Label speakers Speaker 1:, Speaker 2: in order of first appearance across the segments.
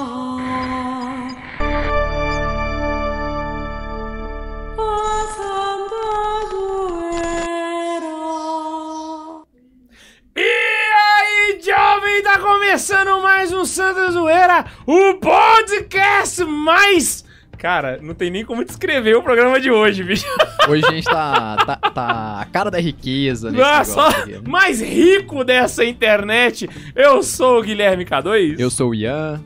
Speaker 1: começar a Santa Zoeira.
Speaker 2: E aí, jovem, tá começando mais um Santa Zoeira, o podcast mais... Cara, não tem nem como descrever o programa de hoje, bicho.
Speaker 3: Hoje a gente tá, tá, tá a cara da riqueza nesse
Speaker 2: Não,
Speaker 3: negócio
Speaker 2: só
Speaker 3: aqui.
Speaker 2: mais rico dessa internet. Eu sou o Guilherme K2.
Speaker 3: Eu sou o Ian.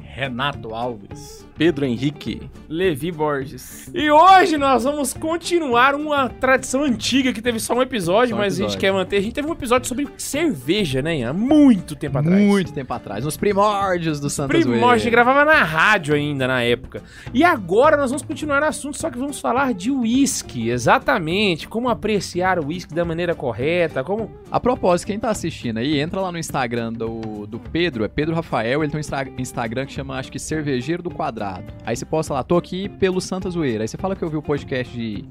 Speaker 2: Renato Alves.
Speaker 4: Pedro Henrique.
Speaker 2: Levi Borges. E hoje nós vamos continuar uma tradição antiga que teve só um episódio,
Speaker 3: Só um
Speaker 2: mas a gente
Speaker 3: episódio.
Speaker 2: quer manter. A gente teve um episódio sobre cerveja, né, Ian? Muito tempo atrás.
Speaker 3: Muito tempo atrás, nos primórdios do Santa
Speaker 2: Primórdio, a gente
Speaker 3: Zoeira.
Speaker 2: gravava na rádio ainda na época. E agora nós vamos continuar no assunto, só que vamos falar de uísque, exatamente. Como apreciar o uísque da maneira correta, como.
Speaker 3: A propósito, quem tá assistindo aí, entra lá no Instagram do, do Pedro, é Pedro Rafael, ele tem um instra- Instagram que chama, acho que, Cervejeiro do Quadrado. Aí você posta lá, tô aqui pelo Santa Zoeira. Aí você fala que eu vi o podcast de,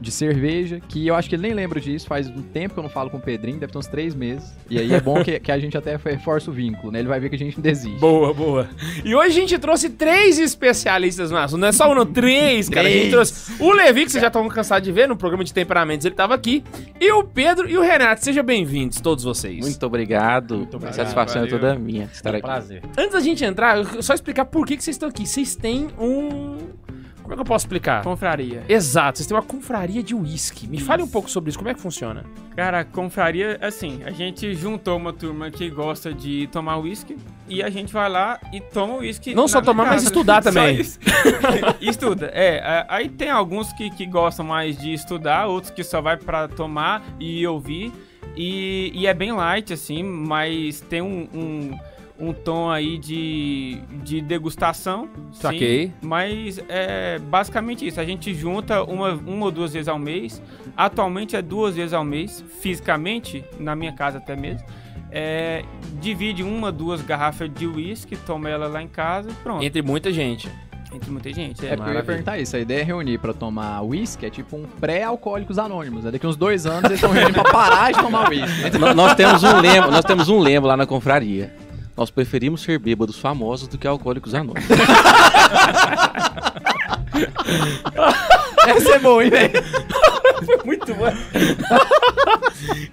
Speaker 3: de cerveja, que eu acho que ele nem lembra disso, faz um tempo que eu não falo com o Pedrinho, deve ter uns três meses. E aí é bom que, que a gente até reforça o vínculo, né? Ele vai ver que a gente não desiste.
Speaker 2: Boa, boa. E hoje a gente trouxe três especialistas no assunto, não é só um, não, três, cara. A gente
Speaker 3: Três.
Speaker 2: trouxe o Levi, que vocês já estão cansados de ver no programa de temperamentos, ele tava aqui, e o Pedro e o Renato. Sejam bem-vindos, todos vocês.
Speaker 4: Muito obrigado.
Speaker 2: obrigado,
Speaker 4: Satisfação
Speaker 2: valeu.
Speaker 4: é toda minha estar
Speaker 3: um
Speaker 4: aqui.
Speaker 5: Prazer.
Speaker 2: Antes da gente entrar, eu quero só explicar por que, que vocês estão aqui. Vocês têm um. Como é que eu posso explicar?
Speaker 5: Confraria.
Speaker 2: Exato, vocês têm uma confraria de uísque. Me fale um pouco sobre isso, como é que funciona?
Speaker 5: Cara, confraria, assim, a gente juntou uma turma que gosta de tomar uísque e a gente vai lá e toma uísque.
Speaker 2: Não
Speaker 5: na
Speaker 2: só tomar,
Speaker 5: minha
Speaker 2: mas
Speaker 5: casa.
Speaker 2: estudar
Speaker 5: Só
Speaker 2: também.
Speaker 5: isso. Estuda, é. a- Aí tem alguns que, que gostam mais de estudar, outros que só vai pra tomar e ouvir. E, e é bem light, assim, mas tem um, um, um tom aí de, de degustação. sim. Mas é basicamente isso. A gente junta uma, uma ou duas vezes ao mês. Atualmente é duas vezes ao mês, fisicamente, na minha casa até mesmo. É, divide uma, duas garrafas de uísque, toma ela lá em casa e pronto.
Speaker 2: Entre muita gente.
Speaker 5: Entre muita gente.
Speaker 3: É,
Speaker 5: É,
Speaker 3: porque eu
Speaker 2: maravilha.
Speaker 3: ia perguntar isso. A ideia é reunir pra tomar uísque, é tipo um pré-alcoólicos anônimos. né? Daqui uns dois anos eles estão reunindo pra parar de tomar uísque.
Speaker 2: Então,
Speaker 3: né?
Speaker 4: No- nós temos um lema, nós temos um lema lá na confraria. Nós preferimos ser bêbados famosos do que alcoólicos anônimos.
Speaker 3: Essa é boa, hein, velho?
Speaker 2: Muito bom.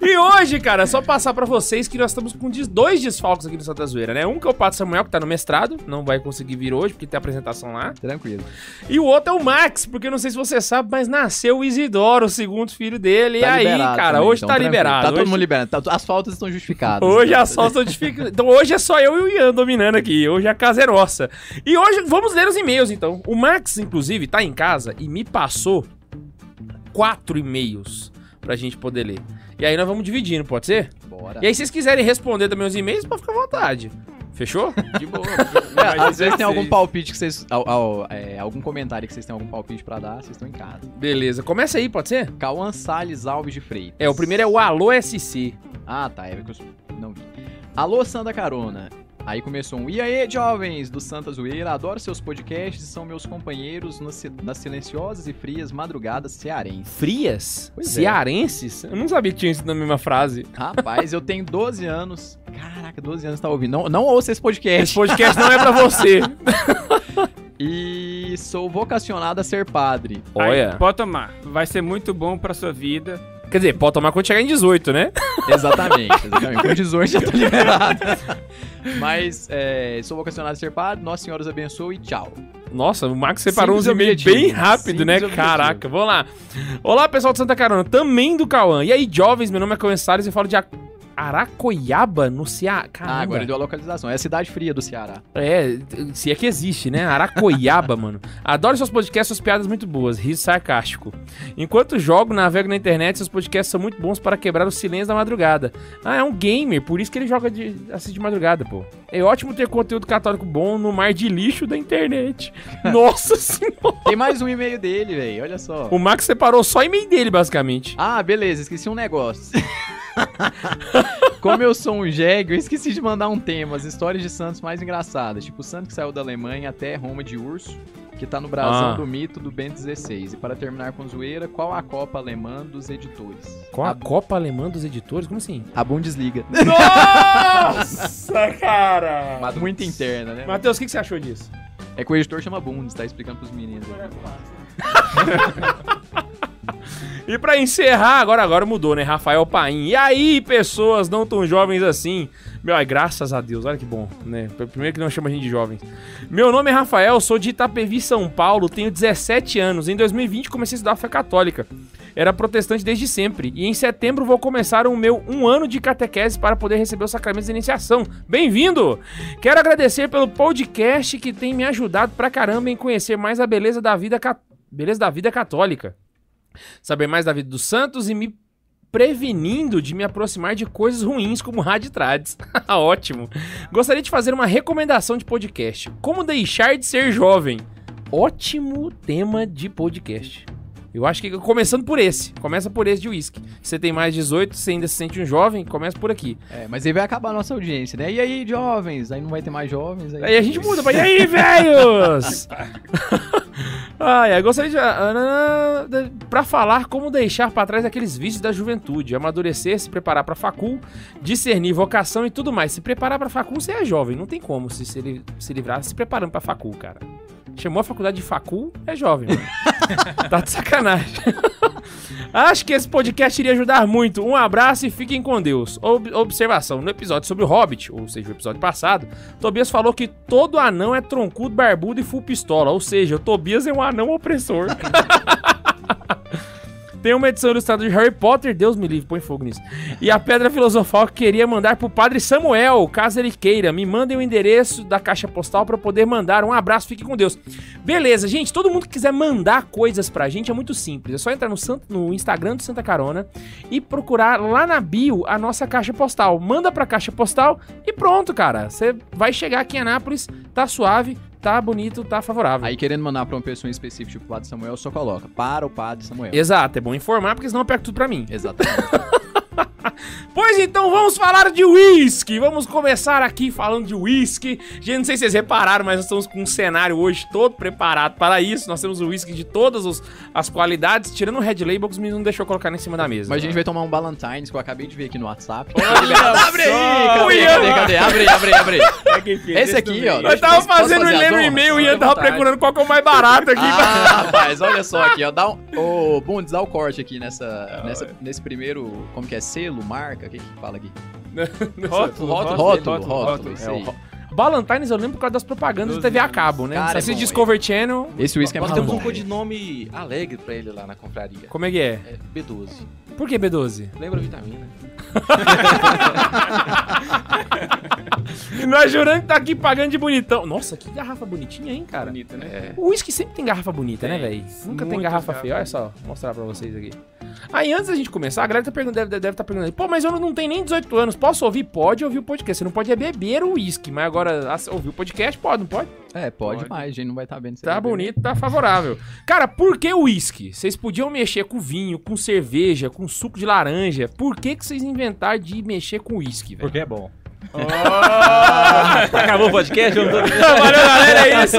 Speaker 2: e hoje, cara, é só passar pra vocês que nós estamos com des- dois desfalques aqui no Santa Zoeira, né? Um que é o Pato Samuel, que tá no mestrado, não vai conseguir vir hoje, porque tem apresentação lá.
Speaker 3: Tranquilo.
Speaker 2: E o outro é o Max, porque eu não sei se você sabe, mas nasceu o Isidoro, o segundo filho dele. e aí,
Speaker 3: Tá liberado
Speaker 2: cara,
Speaker 3: também,
Speaker 2: hoje
Speaker 3: então,
Speaker 2: tá
Speaker 3: tranquilo.
Speaker 2: liberado.
Speaker 3: Tá todo
Speaker 2: Hoje-
Speaker 3: mundo liberado. tá- as faltas estão justificadas.
Speaker 2: Hoje é a solta de fica. Então hoje é só eu e o Ian dominando aqui. Hoje a casa é nossa. E hoje vamos ler os e-mails então. O Max, inclusive, tá em casa e me passou quatro e-mails pra gente poder ler. E aí nós vamos dividindo, pode ser?
Speaker 3: Bora.
Speaker 2: E aí, se vocês quiserem responder também os e-mails, pode ficar à vontade. Fechou?
Speaker 5: de boa.
Speaker 3: É, às vezes tem algum palpite que vocês. al- al- é, algum comentário que vocês têm algum palpite pra dar, vocês estão em casa.
Speaker 2: Beleza, começa aí, pode ser?
Speaker 3: Cauã Salles Alves de Freitas.
Speaker 2: É, o primeiro é o Alô SC.
Speaker 3: Ah, tá. É que eu não vi. Alô, Santa Carona. Aí começou um E aí, jovens do Santa Zoeira, adoro seus podcasts e são meus companheiros nas, si- nas silenciosas e frias madrugadas cearenses.
Speaker 2: Frias?
Speaker 3: Pois é.
Speaker 2: Cearenses? Eu não sabia que tinha isso na mesma frase.
Speaker 3: Rapaz, eu tenho 12 anos. Caraca, 12 anos tá ouvindo. Não, não ouça esse
Speaker 2: Esse
Speaker 3: podcast.
Speaker 2: podcast não é pra você.
Speaker 3: E sou vocacionado a ser padre.
Speaker 5: Aí,
Speaker 2: Olha.
Speaker 5: pode tomar. Vai ser muito bom pra sua vida.
Speaker 2: Quer dizer, pode tomar quando chegar em 18, né?
Speaker 3: Exatamente, exatamente. Com 18 já tô liberado. Mas é, sou vocacionado a ser padre. Nossa Senhora os abençoe e tchau.
Speaker 2: Nossa, o Max separou uns
Speaker 3: Simples
Speaker 2: e-mails
Speaker 3: objetivo.
Speaker 2: bem rápido,
Speaker 3: Simples
Speaker 2: né?
Speaker 3: objetivo.
Speaker 2: Caraca, vamos lá. Olá, pessoal de Santa Carona, também do Cauã. E aí, jovens, meu nome é Cauã Salles e eu falo de A- Aracoiaba, no Ceará. Caramba.
Speaker 3: Ah, agora ele deu a localização. É a cidade fria do Ceará.
Speaker 2: É, se é que existe, né? Aracoiaba, mano. Adoro seus podcasts, suas piadas muito boas, riso sarcástico. Enquanto jogo, navego na internet, seus podcasts são muito bons para quebrar o silêncio da madrugada. Ah, é um gamer, por isso que ele joga de assiste de madrugada, pô. É ótimo ter conteúdo católico bom no mar de lixo da internet. Nossa senhora.
Speaker 3: Tem mais um e-mail dele, velho. Olha só.
Speaker 2: O Max separou só e-mail dele, basicamente.
Speaker 3: Ah, beleza, esqueci um negócio. Como eu sou um jegue, eu esqueci de mandar um tema, as histórias de Santos mais engraçadas, tipo o Santos que saiu da Alemanha até Roma de urso, que tá no brasão
Speaker 2: Ah.
Speaker 3: do mito do Ben 16. E para terminar com zoeira, qual a Copa Alemã dos editores?
Speaker 2: Qual a Copa Alemã dos Editores? Como assim?
Speaker 3: A Bundesliga.
Speaker 2: Nossa, cara!
Speaker 3: Muito interna, né?
Speaker 2: Matheus, o que, que você achou disso?
Speaker 3: É que o editor chama Bundes, tá explicando pros meninos.
Speaker 2: E pra encerrar, agora agora mudou, né? Rafael Paim. E aí, pessoas não tão jovens assim? Meu, ai, graças a Deus, olha que bom, né? Primeiro que não chama a gente de jovens. Meu nome é Rafael, sou de Itapevi, São Paulo, tenho 17 anos. Em 2020 comecei a estudar fé católica. Era protestante desde sempre. E em setembro vou começar o meu um ano de catequese para poder receber os sacramentos de iniciação. Bem-vindo! Quero agradecer pelo podcast que tem me ajudado pra caramba em conhecer mais a beleza da vida, ca- beleza da vida católica saber mais da vida dos Santos e me prevenindo de me aproximar de coisas ruins como raditrades. Ah, Ótimo. Gostaria de fazer uma recomendação de podcast. Como deixar de ser jovem? Ótimo tema de podcast. Eu acho que começando por esse. Começa por esse de uísque. Você tem mais 18, você ainda se sente um jovem, começa por aqui.
Speaker 3: É, mas aí vai acabar a nossa audiência, né? E aí, jovens? Aí não vai ter mais jovens. Aí, é
Speaker 2: Aí a gente muda pra. E aí, velhos? Ai, eu gostaria de. ah, ah, ah, Pra falar como deixar pra trás aqueles vícios da juventude, amadurecer, se preparar pra facul, discernir vocação e tudo mais. Se preparar pra facul, você é jovem, não tem como se, se, li- se livrar se preparando pra facul, cara. Chamou a faculdade de facul, é jovem, mano. tá de sacanagem. Acho que esse podcast iria ajudar muito. Um abraço e fiquem com Deus. Ob- observação: no episódio sobre o Hobbit, ou seja, o episódio passado, Tobias falou que todo anão é troncudo, barbudo e full pistola. Ou seja, o Tobias é um anão opressor. Tem uma edição ilustrada de Harry Potter, Deus me livre, põe fogo nisso. E a Pedra Filosofal que queria mandar pro Padre Samuel, caso ele queira. Me mandem o endereço da caixa postal pra eu poder mandar. Um abraço, fique com Deus. Beleza, gente, todo mundo que quiser mandar coisas pra gente é muito simples. É só entrar no, Sant- no Instagram do Santa Carona e procurar lá na bio a nossa caixa postal. Manda pra caixa postal e pronto, cara. Você vai chegar aqui em Anápolis, tá suave, tá bonito, tá favorável.
Speaker 3: Aí querendo mandar pra uma pessoa em específico, tipo o Padre Samuel, só coloca para o Padre Samuel.
Speaker 2: Exato, é bom informar, porque senão eu pego tudo pra mim.
Speaker 3: Exatamente.
Speaker 2: Pois então, vamos falar de uísque. Vamos começar aqui falando de uísque. Gente, não sei se vocês repararam, mas nós estamos com um cenário hoje todo preparado para isso. Nós temos uísque de todas os- as qualidades, tirando o Red Label que os meninos não deixou colocar em cima da mesa.
Speaker 3: Mas a gente vai tomar um Ballantines que eu acabei de ver aqui no WhatsApp.
Speaker 5: Abre
Speaker 3: Cadê, cadê, cadê? Abre, abre, abre. Esse aqui, ó.
Speaker 2: Nós tava
Speaker 3: Posso fazer
Speaker 2: fazendo
Speaker 3: as
Speaker 2: e lendo o
Speaker 3: honras?
Speaker 2: e-mail e
Speaker 3: Fica à
Speaker 2: eu tava
Speaker 3: vontade.
Speaker 2: procurando qual que é o mais barato aqui.
Speaker 3: Ah, rapaz, olha só aqui, ó. Dá um. Ô, Bundes, dá o corte aqui nessa, nessa- nesse primeiro. Como que é? Selo, marca? O que que fala aqui?
Speaker 5: Rótulo,
Speaker 3: Rótulo,
Speaker 5: rótulo,
Speaker 3: rótulo,
Speaker 5: rótulo,
Speaker 3: rótulo.
Speaker 5: rótulo, É
Speaker 3: isso
Speaker 2: É
Speaker 3: aí.
Speaker 2: Ballantines eu lembro por causa das propagandas de
Speaker 5: Dos
Speaker 2: TV a cabo, né?
Speaker 3: Cara,
Speaker 2: Cara,
Speaker 3: é
Speaker 2: Esse
Speaker 3: bom,
Speaker 2: Discovery Channel,
Speaker 3: Esse uísque é
Speaker 4: Nós
Speaker 3: muito
Speaker 4: temos
Speaker 3: bom.
Speaker 4: um codinome alegre pra ele lá na confraria.
Speaker 2: como é que é?
Speaker 4: É B12.
Speaker 2: Por que B12?
Speaker 4: Lembra né? a vitamina?
Speaker 2: E nós jurando que tá aqui pagando de bonitão. Nossa, que garrafa bonitinha, hein, cara?
Speaker 5: Bonito, né?
Speaker 2: O uísque sempre tem garrafa bonita, né,
Speaker 5: Tem.
Speaker 2: velho? Nunca tem
Speaker 5: Muitas
Speaker 2: garrafa feia. Olha só, vou mostrar pra vocês aqui. Aí, antes da gente começar, a galera tá perguntando, deve, deve tá perguntando, pô, mas eu não tenho nem 18 anos, posso ouvir? Pode ouvir o podcast. Você não pode é beber o uísque, mas agora ass- ouvir o podcast pode, não pode?
Speaker 3: É, pode,
Speaker 5: Pode.
Speaker 3: mais, a gente não vai estar vendo isso
Speaker 2: Tá
Speaker 3: aí,
Speaker 4: né?
Speaker 2: bonito, tá favorável. Cara, por que uísque? Vocês podiam mexer com vinho, com cerveja, com suco de laranja. Por que que vocês inventaram de mexer com uísque, velho? Ah!
Speaker 6: Porque é bom.
Speaker 4: Acabou o podcast? Eu não tô...
Speaker 2: Valeu, galera, é isso.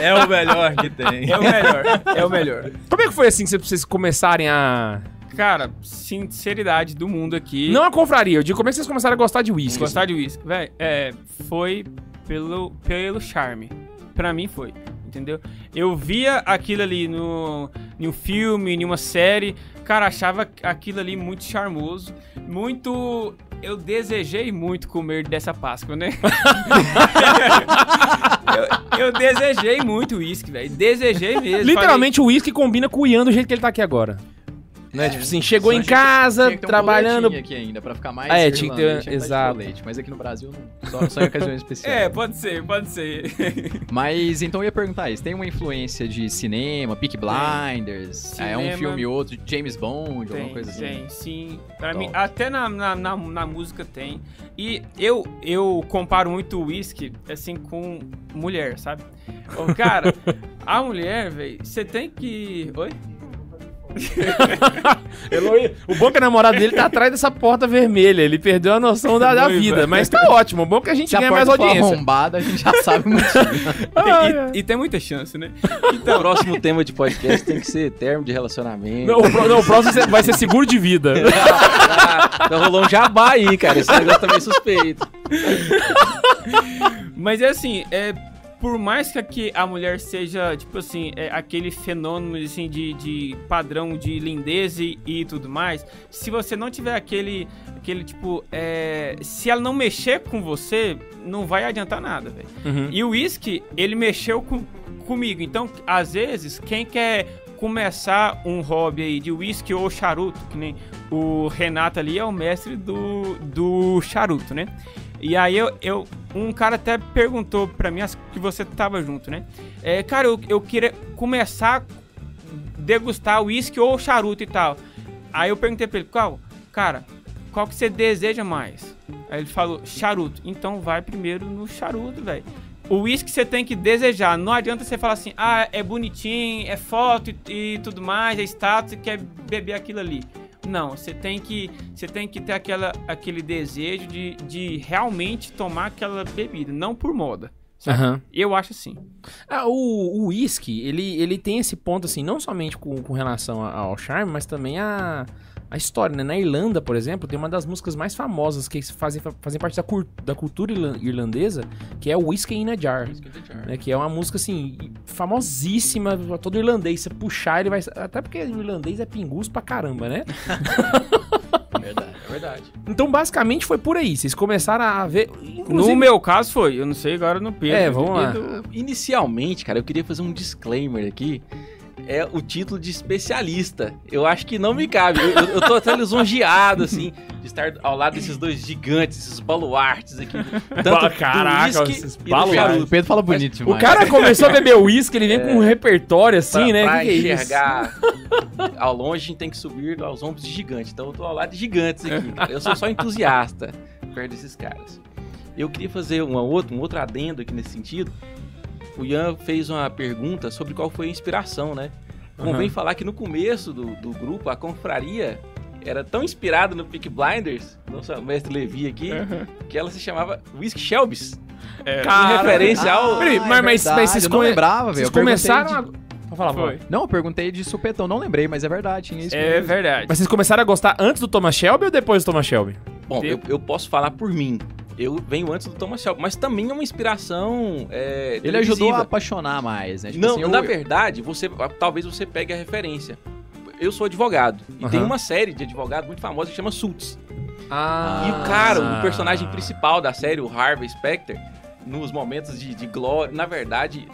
Speaker 6: É o melhor que tem.
Speaker 5: É o melhor, é o melhor.
Speaker 2: Como é que foi assim que vocês começarem a...
Speaker 5: Cara, sinceridade do mundo aqui.
Speaker 2: Não a confraria, eu digo, como é que vocês começaram a gostar de uísque?
Speaker 5: Gostar de uísque, velho, é, foi pelo, pelo charme. Pra mim foi, entendeu? Eu via aquilo ali no, em um filme, em uma série, cara, achava aquilo ali muito charmoso, muito... Eu desejei muito comer dessa Páscoa, né? eu, eu desejei muito uísque, velho. Desejei mesmo.
Speaker 2: assim. Literalmente o uísque combina com o Ian do jeito que ele tá aqui agora. Né? Tipo assim, chegou
Speaker 3: É, Só
Speaker 2: em
Speaker 3: tinha que-
Speaker 2: casa,
Speaker 3: Tinha que ter um boletim
Speaker 2: trabalhando.
Speaker 3: aqui ainda, pra ficar mais
Speaker 2: Ah, é, tinha que ter-
Speaker 3: irlandês, tinha
Speaker 2: exato.
Speaker 3: tá de Leite, mas aqui no Brasil, não. Só, só em ocasiões especiais.
Speaker 5: Falei, é, pode ser, pode ser.
Speaker 3: Mas então eu ia perguntar isso: tem uma influência de cinema, Peak Blinders,
Speaker 5: Tem.
Speaker 3: é um
Speaker 5: Cinema.
Speaker 3: filme ou outro, James Bond, alguma coisa assim?
Speaker 5: Tem, sim. Pra
Speaker 3: Top.
Speaker 5: mim, até na, na, na, na música tem. E eu, eu comparo muito o uísque, assim, com mulher, sabe? Ô, cara, a mulher, velho, você tem que. Oi?
Speaker 2: Eloy- o bom que a namorada dele tá atrás dessa porta vermelha. Ele perdeu a noção da, da
Speaker 3: é.
Speaker 2: vida. Mas tá ótimo. O bom que a gente
Speaker 3: Se a
Speaker 2: ganha
Speaker 3: porta
Speaker 2: é mais
Speaker 3: for
Speaker 2: audiência.
Speaker 3: arrombada, a gente já sabe o motivo.
Speaker 5: Tem- e, e tem muita chance, né?
Speaker 4: o próximo tema de podcast tem que ser termo de relacionamento.
Speaker 2: Não, o, pro- não, o próximo vai ser seguro de vida.
Speaker 4: Então rolou um jabá aí, cara. Esse negócio tá meio suspeito.
Speaker 5: Mas é assim, é, por mais que aqui a mulher seja, tipo assim, é, aquele fenômeno assim, de, de padrão de lindeza e, e tudo mais, se você não tiver aquele, aquele tipo, é, se ela não mexer com você, não vai adiantar nada, velho.
Speaker 2: Uhum.
Speaker 5: E o uísque, ele mexeu com, comigo. Então, às vezes, quem quer começar um hobby aí de uísque ou charuto, que nem o Renato ali é o mestre do, do charuto, né? E aí eu, eu- um cara até perguntou pra mim, acho que você tava junto, né? É, cara, eu, eu queria começar a degustar uísque ou charuto e tal. Aí eu perguntei pra ele, qual? Cara, qual que você deseja mais? Aí ele falou, charuto. Então vai primeiro no charuto, velho. O uísque você tem que desejar. Não adianta você falar assim, ah, é bonitinho, é foto e, e tudo mais, é status e quer beber aquilo ali. Não, você tem que, você tem que ter aquela, aquele desejo de, de realmente tomar aquela bebida, não por moda. sabe?
Speaker 2: Aham.
Speaker 5: Eu acho assim.
Speaker 2: Ah, o o uísque, ele, ele tem esse ponto, assim, não somente com, com relação a- ao charme, mas também a, a história, né? Na Irlanda, por exemplo, tem uma das músicas mais famosas que fazem, fazem parte da, cur- da cultura irlan- irlandesa, que é Whiskey in a Jar. né, que é uma música, assim, famosíssima pra todo irlandês. Se você puxar, ele vai... Até porque o irlandês é pingus pra caramba, né?
Speaker 4: Verdade, é verdade.
Speaker 2: Então, basicamente, foi por aí. Vocês começaram a ver...
Speaker 5: No meu caso foi, eu não sei agora no Pedro.
Speaker 2: É, vamos lá.
Speaker 5: Pedro-
Speaker 4: Inicialmente, cara, eu queria fazer um disclaimer aqui. É o título de especialista. Eu acho que não me cabe. Eu, eu- eu tô até lisonjeado, assim, de estar ao lado desses dois gigantes, esses baluartes aqui.
Speaker 2: Ba-
Speaker 4: do
Speaker 2: caraca,
Speaker 4: uísque
Speaker 2: esses
Speaker 4: e do
Speaker 2: baluartes.
Speaker 4: charuto.
Speaker 3: O Pedro fala bonito
Speaker 2: O
Speaker 3: demais.
Speaker 2: cara começou a beber uísque, ele vem com um repertório, assim,
Speaker 4: É. pra,
Speaker 2: né?
Speaker 4: pra
Speaker 2: Que que é isso?
Speaker 4: enxergar ao longe, a gente tem que subir aos ombros de gigante. Então eu tô ao lado de gigantes aqui,
Speaker 2: É.
Speaker 4: cara. Eu sou só entusiasta perto desses caras. Eu queria fazer uma outra, um outro adendo aqui nesse sentido. O Ian fez uma pergunta sobre qual foi a inspiração, né? Convém
Speaker 2: Aham.
Speaker 4: falar que no começo do, do grupo, a confraria era tão inspirada no Peak Blinders, nosso mestre Levi aqui, que ela se chamava Whisky Shelby's.
Speaker 5: É.
Speaker 4: Em referência ao...
Speaker 2: Peraí, mas- mas- mas vocês
Speaker 3: Ah, é eu não
Speaker 2: come-
Speaker 3: lembrava, velho.
Speaker 2: Vocês
Speaker 3: Eu perguntei
Speaker 2: começaram a...
Speaker 3: de-
Speaker 2: Pode falar,
Speaker 5: Foi.
Speaker 2: Paulo.
Speaker 3: Não, eu perguntei de supetão, não lembrei, mas é verdade, tinha isso.
Speaker 5: É
Speaker 3: mesmo.
Speaker 5: verdade.
Speaker 2: Mas vocês começaram a gostar antes do Thomas Shelby ou depois do Thomas Shelby?
Speaker 4: Bom, eu, eu posso falar por mim. Eu venho antes do Thomas Shelby, mas também é uma inspiração. é,
Speaker 3: Ele ajudou a
Speaker 4: televisiva.
Speaker 3: apaixonar mais, né? Tipo
Speaker 4: Não,
Speaker 3: assim, eu-
Speaker 4: na verdade, você talvez você pegue a referência. Eu sou advogado e
Speaker 2: Aham.
Speaker 4: tem uma série de advogado muito famosa que chama Suits.
Speaker 2: Ah.
Speaker 4: E o cara, o personagem principal da série, o Harvey Specter, nos momentos de, de glória, na verdade,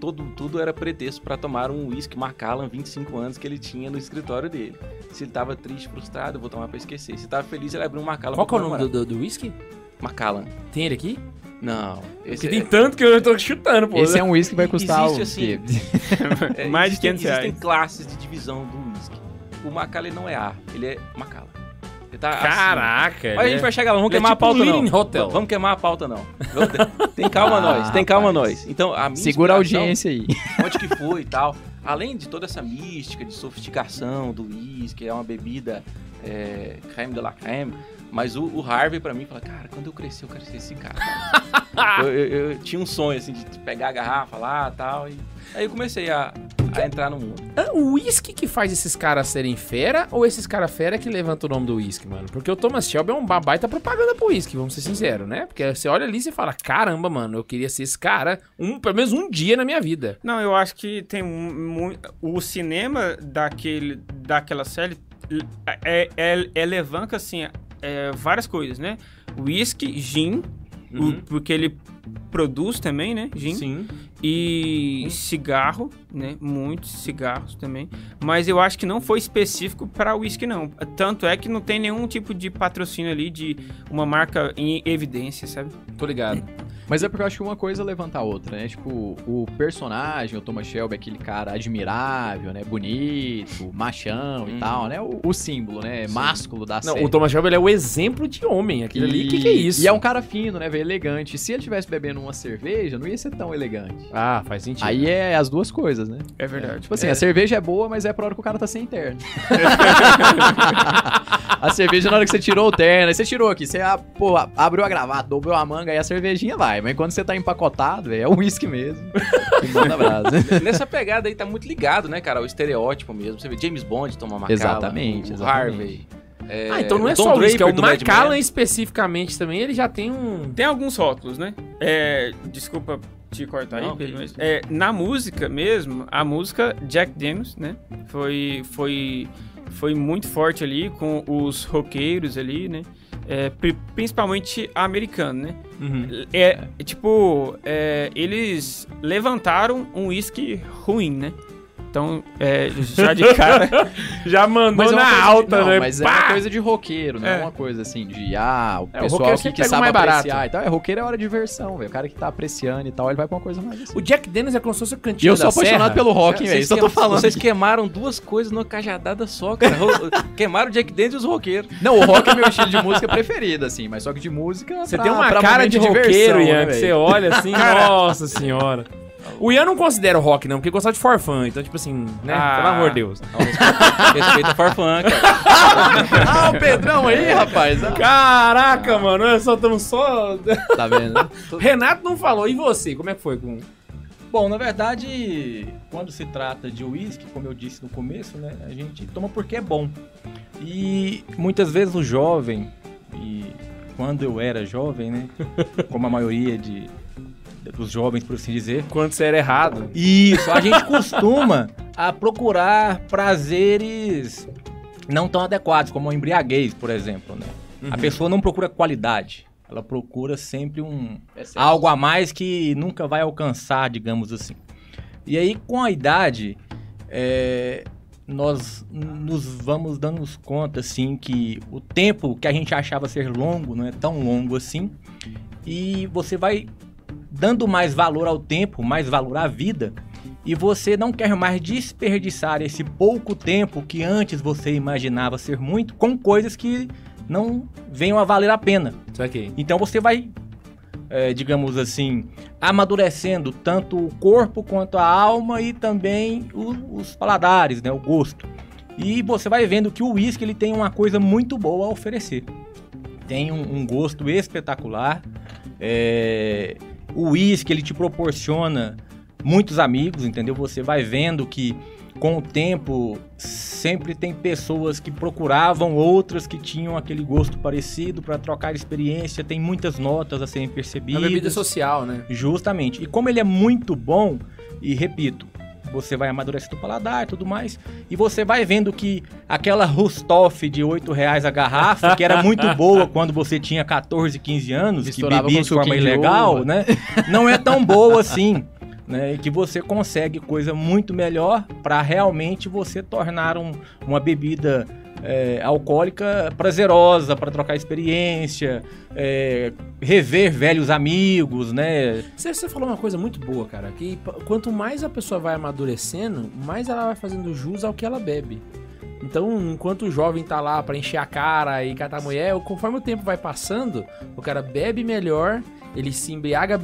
Speaker 4: todo, tudo era pretexto pra tomar um uísque Macallan 25 anos que ele tinha no escritório dele. Se ele tava triste, frustrado, eu vou tomar pra esquecer. Se tava feliz, ele abriu um Macallan.
Speaker 2: Qual que é
Speaker 4: pra
Speaker 2: o nome do,
Speaker 4: comemorar.
Speaker 2: do, do whisky?
Speaker 4: Macallan.
Speaker 2: Tem ele aqui?
Speaker 4: Não. Esse
Speaker 2: Porque tem tanto que eu tô chutando, pô.
Speaker 3: Esse é um uísque que vai custar
Speaker 4: Existe,
Speaker 3: o quê?
Speaker 4: É,
Speaker 5: Mais de
Speaker 4: existem,
Speaker 5: 500
Speaker 4: existem
Speaker 5: reais.
Speaker 4: classes de divisão do uísque. O Macallan não é A, ele é Macallan. Ele tá acima.
Speaker 2: Caraca.
Speaker 4: Mas a gente vai chegar lá, vamos
Speaker 2: Ele é
Speaker 4: queimar
Speaker 2: tipo
Speaker 4: a pauta
Speaker 2: um Leading
Speaker 4: não.
Speaker 2: Hotel.
Speaker 4: Vamos queimar a pauta não. Vamos ter- Tem calma
Speaker 3: Ah,
Speaker 4: nós, tem calma
Speaker 3: rapaz.
Speaker 4: nós. Então, a minha
Speaker 3: Segura a
Speaker 4: inspiração,
Speaker 3: audiência aí.
Speaker 4: Onde que foi e tal. Além de toda essa mística de sofisticação do uísque, é uma bebida é, creme de la creme. Mas o, o Harvey pra mim fala, cara, quando eu crescer eu quero ser esse cara. eu, eu- eu tinha um sonho assim de pegar a garrafa lá tal, e aí eu comecei a- a entrar no mundo.
Speaker 2: Ah, O whisky que faz esses caras serem fera ou esses caras fera que levanta o nome do whisky, mano? Porque o Thomas Shelby é um ba- baita propaganda pro whisky, vamos ser sinceros, né? Porque você olha ali e você fala, caramba, mano, eu queria ser esse cara um, pelo menos um dia na minha vida.
Speaker 5: Não, eu acho que tem um, mu- mu- o cinema daquele, daquela série é, é, elevanca assim é, várias coisas, né? Whisky, gin, o- porque ele produz também, né? Gin
Speaker 2: Uhum. Sim.
Speaker 5: e cigarro, né? Muitos cigarros também. Mas eu acho que não foi específico para whisky não. Tanto é que não tem nenhum tipo de patrocínio ali de uma marca em evidência, sabe?
Speaker 2: Tô ligado.
Speaker 3: Mas é porque eu acho que uma coisa levanta a outra, né? Tipo, o personagem, o Thomas Shelby, é aquele cara admirável, né? Bonito, machão e
Speaker 4: Uhum.
Speaker 3: tal, né? O, o símbolo, né?
Speaker 4: Sim.
Speaker 3: Másculo da
Speaker 2: Não,
Speaker 3: série.
Speaker 2: o Thomas Shelby ele é o exemplo de homem. Aquilo ali, o que, que é isso?
Speaker 3: E é um cara fino, né, velho? Elegante. Se ele tivesse bebendo uma cerveja, não ia ser tão elegante.
Speaker 2: Ah, faz sentido.
Speaker 3: Aí é as duas coisas, né?
Speaker 5: É verdade.
Speaker 3: Tipo assim, a cerveja é boa, mas é pra hora que o cara tá sem terno. a cerveja na hora que você tirou o terno, aí você tirou aqui, você ah, pô, abriu a gravata, dobrou a manga, aí a cervejinha vai. Mas quando você tá empacotado, velho, é o uísque mesmo. Que manda brasa.
Speaker 4: Nessa pegada aí tá muito ligado, né, cara? O estereótipo mesmo. Você vê James Bond toma Macala,
Speaker 3: Exatamente,
Speaker 4: o
Speaker 3: exatamente.
Speaker 4: Harvey. é,
Speaker 2: Ah, então não é
Speaker 4: o Don
Speaker 2: só o uísque, é
Speaker 4: Draper
Speaker 2: o
Speaker 4: do Mad Men.
Speaker 2: Macallan especificamente também, ele já tem um...
Speaker 5: Tem alguns rótulos, né? É, desculpa te cortar aí,
Speaker 4: Não,
Speaker 5: Pedro,
Speaker 4: que
Speaker 5: mas
Speaker 4: isso.
Speaker 5: é, na música mesmo, a música Jack Daniels, né? Foi, foi, foi muito forte ali com os roqueiros ali, né? É, pri- principalmente americano, né? É, tipo, é, eles levantaram um uísque ruim, né? Então, é, já de cara.
Speaker 2: Já mandou
Speaker 3: é uma
Speaker 2: na
Speaker 3: coisa-
Speaker 2: alta,
Speaker 3: não,
Speaker 2: né?
Speaker 3: Mas é
Speaker 2: Pá!
Speaker 3: uma coisa de roqueiro, não é,
Speaker 5: É.
Speaker 3: uma coisa assim de, ah, o
Speaker 2: É, o
Speaker 3: pessoal
Speaker 2: roqueiro
Speaker 3: aqui
Speaker 2: sempre
Speaker 3: que
Speaker 2: pega o
Speaker 3: sabe
Speaker 2: mais barato.
Speaker 3: apreciar e tal. É, roqueiro é hora de diversão, velho. O cara que tá apreciando e tal, ele vai pra uma coisa mais assim.
Speaker 2: O Jack Dennis é como se fosse o
Speaker 3: E
Speaker 2: cantinho
Speaker 3: eu sou
Speaker 2: da
Speaker 3: apaixonado
Speaker 2: serra.
Speaker 3: pelo rock, hein,
Speaker 4: Vocês
Speaker 3: velho. Isso eu tô
Speaker 4: queima-
Speaker 3: falando.
Speaker 4: Vocês queimaram duas coisas numa cajadada só, cara. Ro- queimaram o Jack Daniels e os roqueiros.
Speaker 3: Não, o rock é meu estilo de música preferido, assim, mas só que de música.
Speaker 2: Você
Speaker 3: pra-
Speaker 2: tem uma
Speaker 3: pra
Speaker 2: cara
Speaker 3: momento
Speaker 2: de roqueiro,
Speaker 3: diversão,
Speaker 2: Ian,
Speaker 3: né,
Speaker 2: que
Speaker 3: velho?
Speaker 2: você olha assim, nossa senhora. O Ian não considera o rock, não, porque gostava de forfã, então, tipo assim, né?
Speaker 5: Ah.
Speaker 2: Pelo amor de Deus.
Speaker 4: Respeita a Farfã, cara.
Speaker 3: Ah, o Pedrão aí, rapaz. ah.
Speaker 2: Caraca, mano, nós só estamos só.
Speaker 3: tá vendo?
Speaker 2: Renato não falou, e você? Como é que foi com.
Speaker 6: Bom, na verdade, quando se trata de uísque, como eu disse no começo, né, a gente toma porque é bom. E muitas vezes o jovem, e quando eu era jovem, né, como a maioria de, dos jovens, por assim dizer,
Speaker 2: Quando você era errado?
Speaker 6: Isso, a gente costuma a procurar prazeres não tão adequados, como a embriaguez, por exemplo, né? A pessoa não procura qualidade, ela procura sempre um algo a mais que nunca vai alcançar, digamos assim. E aí, com a idade, é, nós nos vamos dando conta, assim, que o tempo que a gente achava ser longo não é tão longo assim, e você vai dando mais valor ao tempo, mais valor à vida, e você não quer mais desperdiçar esse pouco tempo que antes você imaginava ser muito com coisas que não venham a valer a pena.
Speaker 2: Isso aqui.
Speaker 6: Então você vai, é, digamos assim, amadurecendo tanto o corpo quanto a alma e também o- os paladares, né, o gosto. E você vai vendo que o uísque ele tem uma coisa muito boa a oferecer. Tem um, um gosto espetacular. É, o uísque ele te proporciona muitos amigos, entendeu? Você vai vendo que com o tempo sempre tem pessoas que procuravam outras que tinham aquele gosto parecido para trocar experiência, tem muitas notas a serem
Speaker 2: Na
Speaker 6: percebidas.
Speaker 2: bebida social, né?
Speaker 6: É. Justamente. E como ele é muito bom, e repito, você vai amadurecendo o paladar e tudo mais, e você vai vendo que aquela Rustoff de 8 reais a garrafa, que era muito boa quando você tinha 14, 15 anos, que
Speaker 3: Misturava
Speaker 6: bebia
Speaker 3: com
Speaker 6: de forma
Speaker 3: suquinho de
Speaker 6: ilegal,
Speaker 3: uva.
Speaker 6: né? Não é tão boa assim. Né, e que você consegue coisa muito melhor para realmente você tornar um- uma bebida é, alcoólica prazerosa, para trocar experiência, é, rever velhos amigos, né?
Speaker 2: Você, você falou uma coisa muito boa, cara, que p- quanto mais a pessoa vai amadurecendo, mais ela vai fazendo jus ao que ela bebe. Então, enquanto o jovem tá lá pra encher a cara e catar a mulher, conforme o tempo vai passando, o cara bebe melhor, ele se embriaga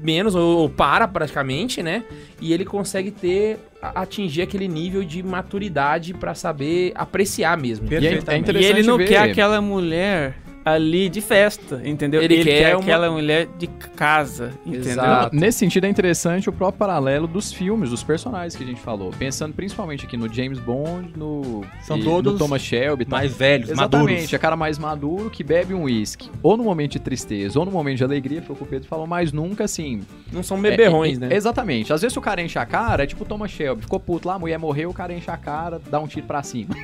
Speaker 2: menos ou, ou para praticamente, né? E ele consegue ter a- atingir aquele nível de maturidade pra saber apreciar mesmo.
Speaker 3: E é- é,
Speaker 5: e
Speaker 3: interessante.
Speaker 5: ele não
Speaker 3: ver-
Speaker 5: quer aquela mulher ali de festa, entendeu?
Speaker 2: Ele quer uma-
Speaker 5: aquela mulher de casa, entendeu?
Speaker 2: Exato.
Speaker 3: Nesse sentido, é interessante o próprio paralelo dos filmes, dos personagens que a gente falou. Pensando principalmente aqui no James Bond, no,
Speaker 6: São
Speaker 3: e-
Speaker 6: todos
Speaker 3: no Thomas Shelby e tal.
Speaker 6: Mais velhos,
Speaker 3: Exatamente,
Speaker 6: maduros.
Speaker 3: é cara mais maduro que bebe um uísque. Ou no momento de tristeza, ou no momento de alegria, foi o que o Pedro falou, mas nunca assim.
Speaker 2: Não são beberrões,
Speaker 3: É,
Speaker 2: né?
Speaker 3: é, Exatamente. Às vezes o cara enche a cara, é tipo Thomas Shelby. Ficou puto lá, a mulher morreu, o cara enche a cara, dá um tiro pra cima.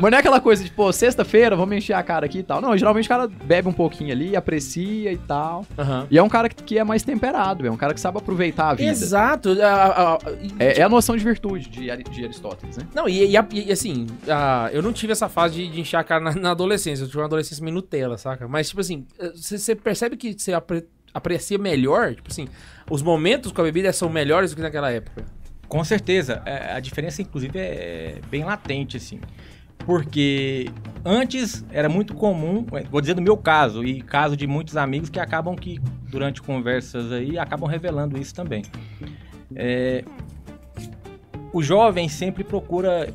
Speaker 3: Mas não é aquela coisa de, pô, sexta-feira, vamos encher a cara aqui e tal. Não, geralmente o cara bebe um pouquinho ali, aprecia e tal.
Speaker 2: Aham.
Speaker 3: E é um cara que, que é mais temperado, é um cara que sabe aproveitar a vida.
Speaker 2: Exato. a- a- a-
Speaker 3: É, é a noção de virtude de, Ari- de Aristóteles, né?
Speaker 2: Não, e, e a- e, assim, a- eu não tive essa fase de, de encher a cara na, na adolescência. Eu tive uma adolescência meio Nutella, saca? Mas, tipo assim, você eh, percebe que você apre- aprecia melhor? Tipo assim, os momentos com a bebida são melhores do que naquela época.
Speaker 6: Com certeza. É, A diferença, inclusive, é bem latente, assim. Porque antes era muito comum, é, vou dizer do meu caso, e caso de muitos amigos que acabam que, durante conversas aí, acabam revelando isso também. É, o jovem sempre procura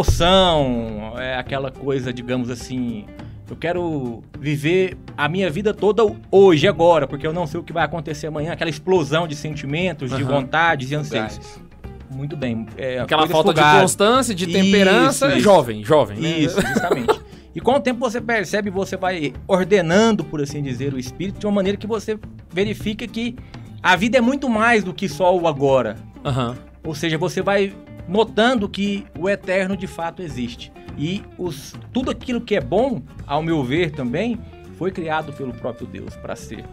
Speaker 6: emoção, é aquela coisa, digamos assim, eu quero viver a minha vida toda hoje, agora, porque eu não sei o que vai acontecer amanhã, aquela explosão de sentimentos, de
Speaker 2: Aham.
Speaker 6: vontades e anseios. Muito bem. é,
Speaker 2: Aquela
Speaker 6: coisas
Speaker 2: falta de
Speaker 6: fugazes.
Speaker 2: constância, de
Speaker 6: Isso,
Speaker 2: temperança.
Speaker 6: isso.
Speaker 2: Jovem, jovem, né?
Speaker 6: Isso, justamente. E com o tempo você percebe, você vai ordenando, por assim dizer, o espírito de uma maneira que você verifica que a vida é muito mais do que só o agora.
Speaker 2: Aham.
Speaker 6: Ou seja, você vai notando que o eterno de fato existe. E os- tudo aquilo que é bom, ao meu ver também, foi criado pelo próprio Deus para ser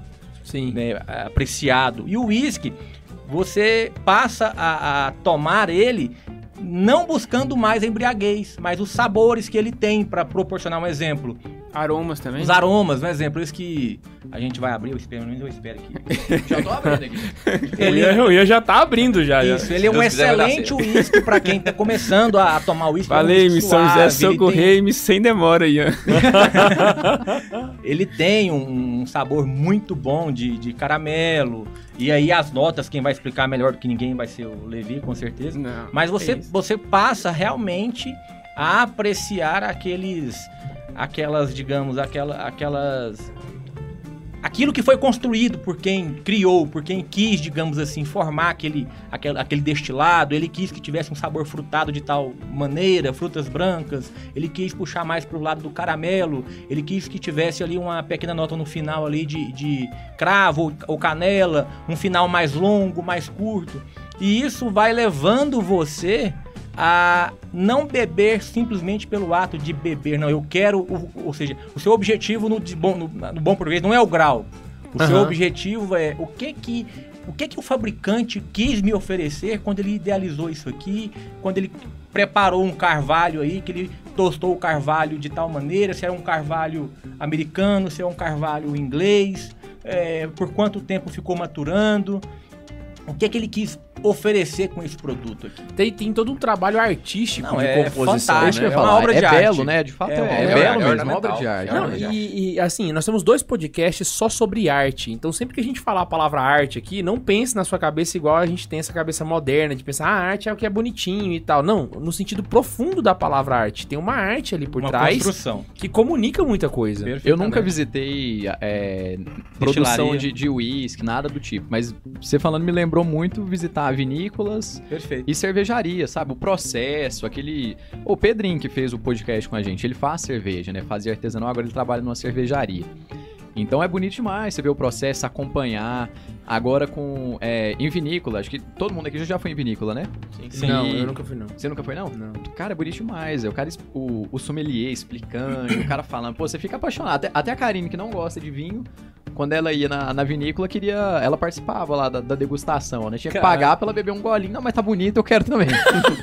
Speaker 2: Sim.
Speaker 6: né, apreciado. E o uísque, você passa a, a tomar ele não buscando mais a embriaguez, mas os sabores que ele tem para proporcionar um exemplo.
Speaker 5: Aromas também.
Speaker 6: Os aromas, um exemplo. Isso que a gente vai abrir, eu espero, pelo menos eu espero que...
Speaker 3: Já tô abrindo aqui.
Speaker 2: O,
Speaker 6: Ele-
Speaker 2: Ian, o Ian já tá abrindo já. já.
Speaker 6: Isso, ele é
Speaker 4: Se
Speaker 6: um
Speaker 4: Deus quiser, vai dar
Speaker 6: excelente uísque para quem tá começando a, a tomar uísque. é um
Speaker 5: Falei,
Speaker 6: uísque
Speaker 5: me São José,
Speaker 6: suave, ele tem-
Speaker 5: socorrei-me sem demora, Ian.
Speaker 6: Ele tem um, um sabor muito bom de, de caramelo. E aí as notas, quem vai explicar melhor do que ninguém vai ser o Levi, com certeza.
Speaker 5: Não,
Speaker 6: Mas você,
Speaker 5: que isso.
Speaker 6: você passa realmente a apreciar aqueles. Aquelas, digamos, aquela, aquelas. Aquilo que foi construído por quem criou, por quem quis, digamos assim, formar aquele, aquele, aquele destilado, ele quis que tivesse um sabor frutado de tal maneira, frutas brancas, ele quis puxar mais pro lado do caramelo, ele quis que tivesse ali uma pequena nota no final ali de, de cravo ou- ou canela, um final mais longo, mais curto. E isso vai levando você a não beber simplesmente pelo ato de beber. Não, eu quero. o- Ou seja, o seu objetivo no, de bom, no, no bom português não é o grau. O seu
Speaker 2: Aham.
Speaker 6: objetivo é o que que. O que, que o fabricante quis me oferecer quando ele idealizou isso aqui, quando ele preparou um carvalho aí, que ele tostou o carvalho de tal maneira, se era um carvalho americano, se é um carvalho inglês, é, por quanto tempo ficou maturando, o que é que ele quis oferecer com esse produto aqui.
Speaker 2: Tem, tem todo um trabalho artístico
Speaker 6: Não,
Speaker 2: de
Speaker 6: é
Speaker 2: composição,
Speaker 6: fantástico.
Speaker 2: né?
Speaker 3: Acho que eu ia
Speaker 6: É uma
Speaker 3: falar,
Speaker 6: obra
Speaker 3: é
Speaker 6: de
Speaker 3: belo,
Speaker 6: arte.
Speaker 3: né? De fato,
Speaker 6: É
Speaker 3: é,
Speaker 6: uma
Speaker 3: é
Speaker 6: obra
Speaker 3: belo
Speaker 4: de arte,
Speaker 3: mesmo, uma obra de arte.
Speaker 4: ornamental.
Speaker 3: uma
Speaker 2: Não,
Speaker 3: obra de arte.
Speaker 2: e, e, assim, nós temos dois podcasts só sobre arte. Então, sempre que a gente falar a palavra arte aqui, não pense na sua cabeça igual a gente tem essa cabeça moderna de pensar, ah, a arte é o que é bonitinho e tal. Não, no sentido profundo da palavra arte. Tem uma arte ali por
Speaker 6: uma
Speaker 2: trás
Speaker 6: construção.
Speaker 2: que comunica muita coisa.
Speaker 3: Eu nunca visitei é, produção
Speaker 6: Destilaria.
Speaker 3: de de uísque, nada do tipo, mas você falando me lembrou muito visitar vinícolas
Speaker 6: Perfeito.
Speaker 3: e cervejaria, sabe? O processo, aquele. O Pedrinho que fez o podcast com a gente, ele faz cerveja, né? Fazia artesanal, agora ele trabalha numa cervejaria. Então é bonito demais você ver o processo, acompanhar. Agora com. é, em vinícola, acho que todo mundo aqui já foi em vinícola, né?
Speaker 6: Sim.
Speaker 2: Não, eu nunca fui, não.
Speaker 3: Você nunca foi, não?
Speaker 2: Não.
Speaker 3: Cara, é bonito demais. É o cara, es- o, o sommelier explicando, o cara falando. Pô, você fica apaixonado. Até, até a Karine, que não gosta de vinho, quando ela ia na, na vinícola, queria. Ela participava lá da, da degustação, né? Tinha que
Speaker 6: Caralho.
Speaker 3: pagar pra ela beber um golinho. Não, mas tá bonito, eu quero também.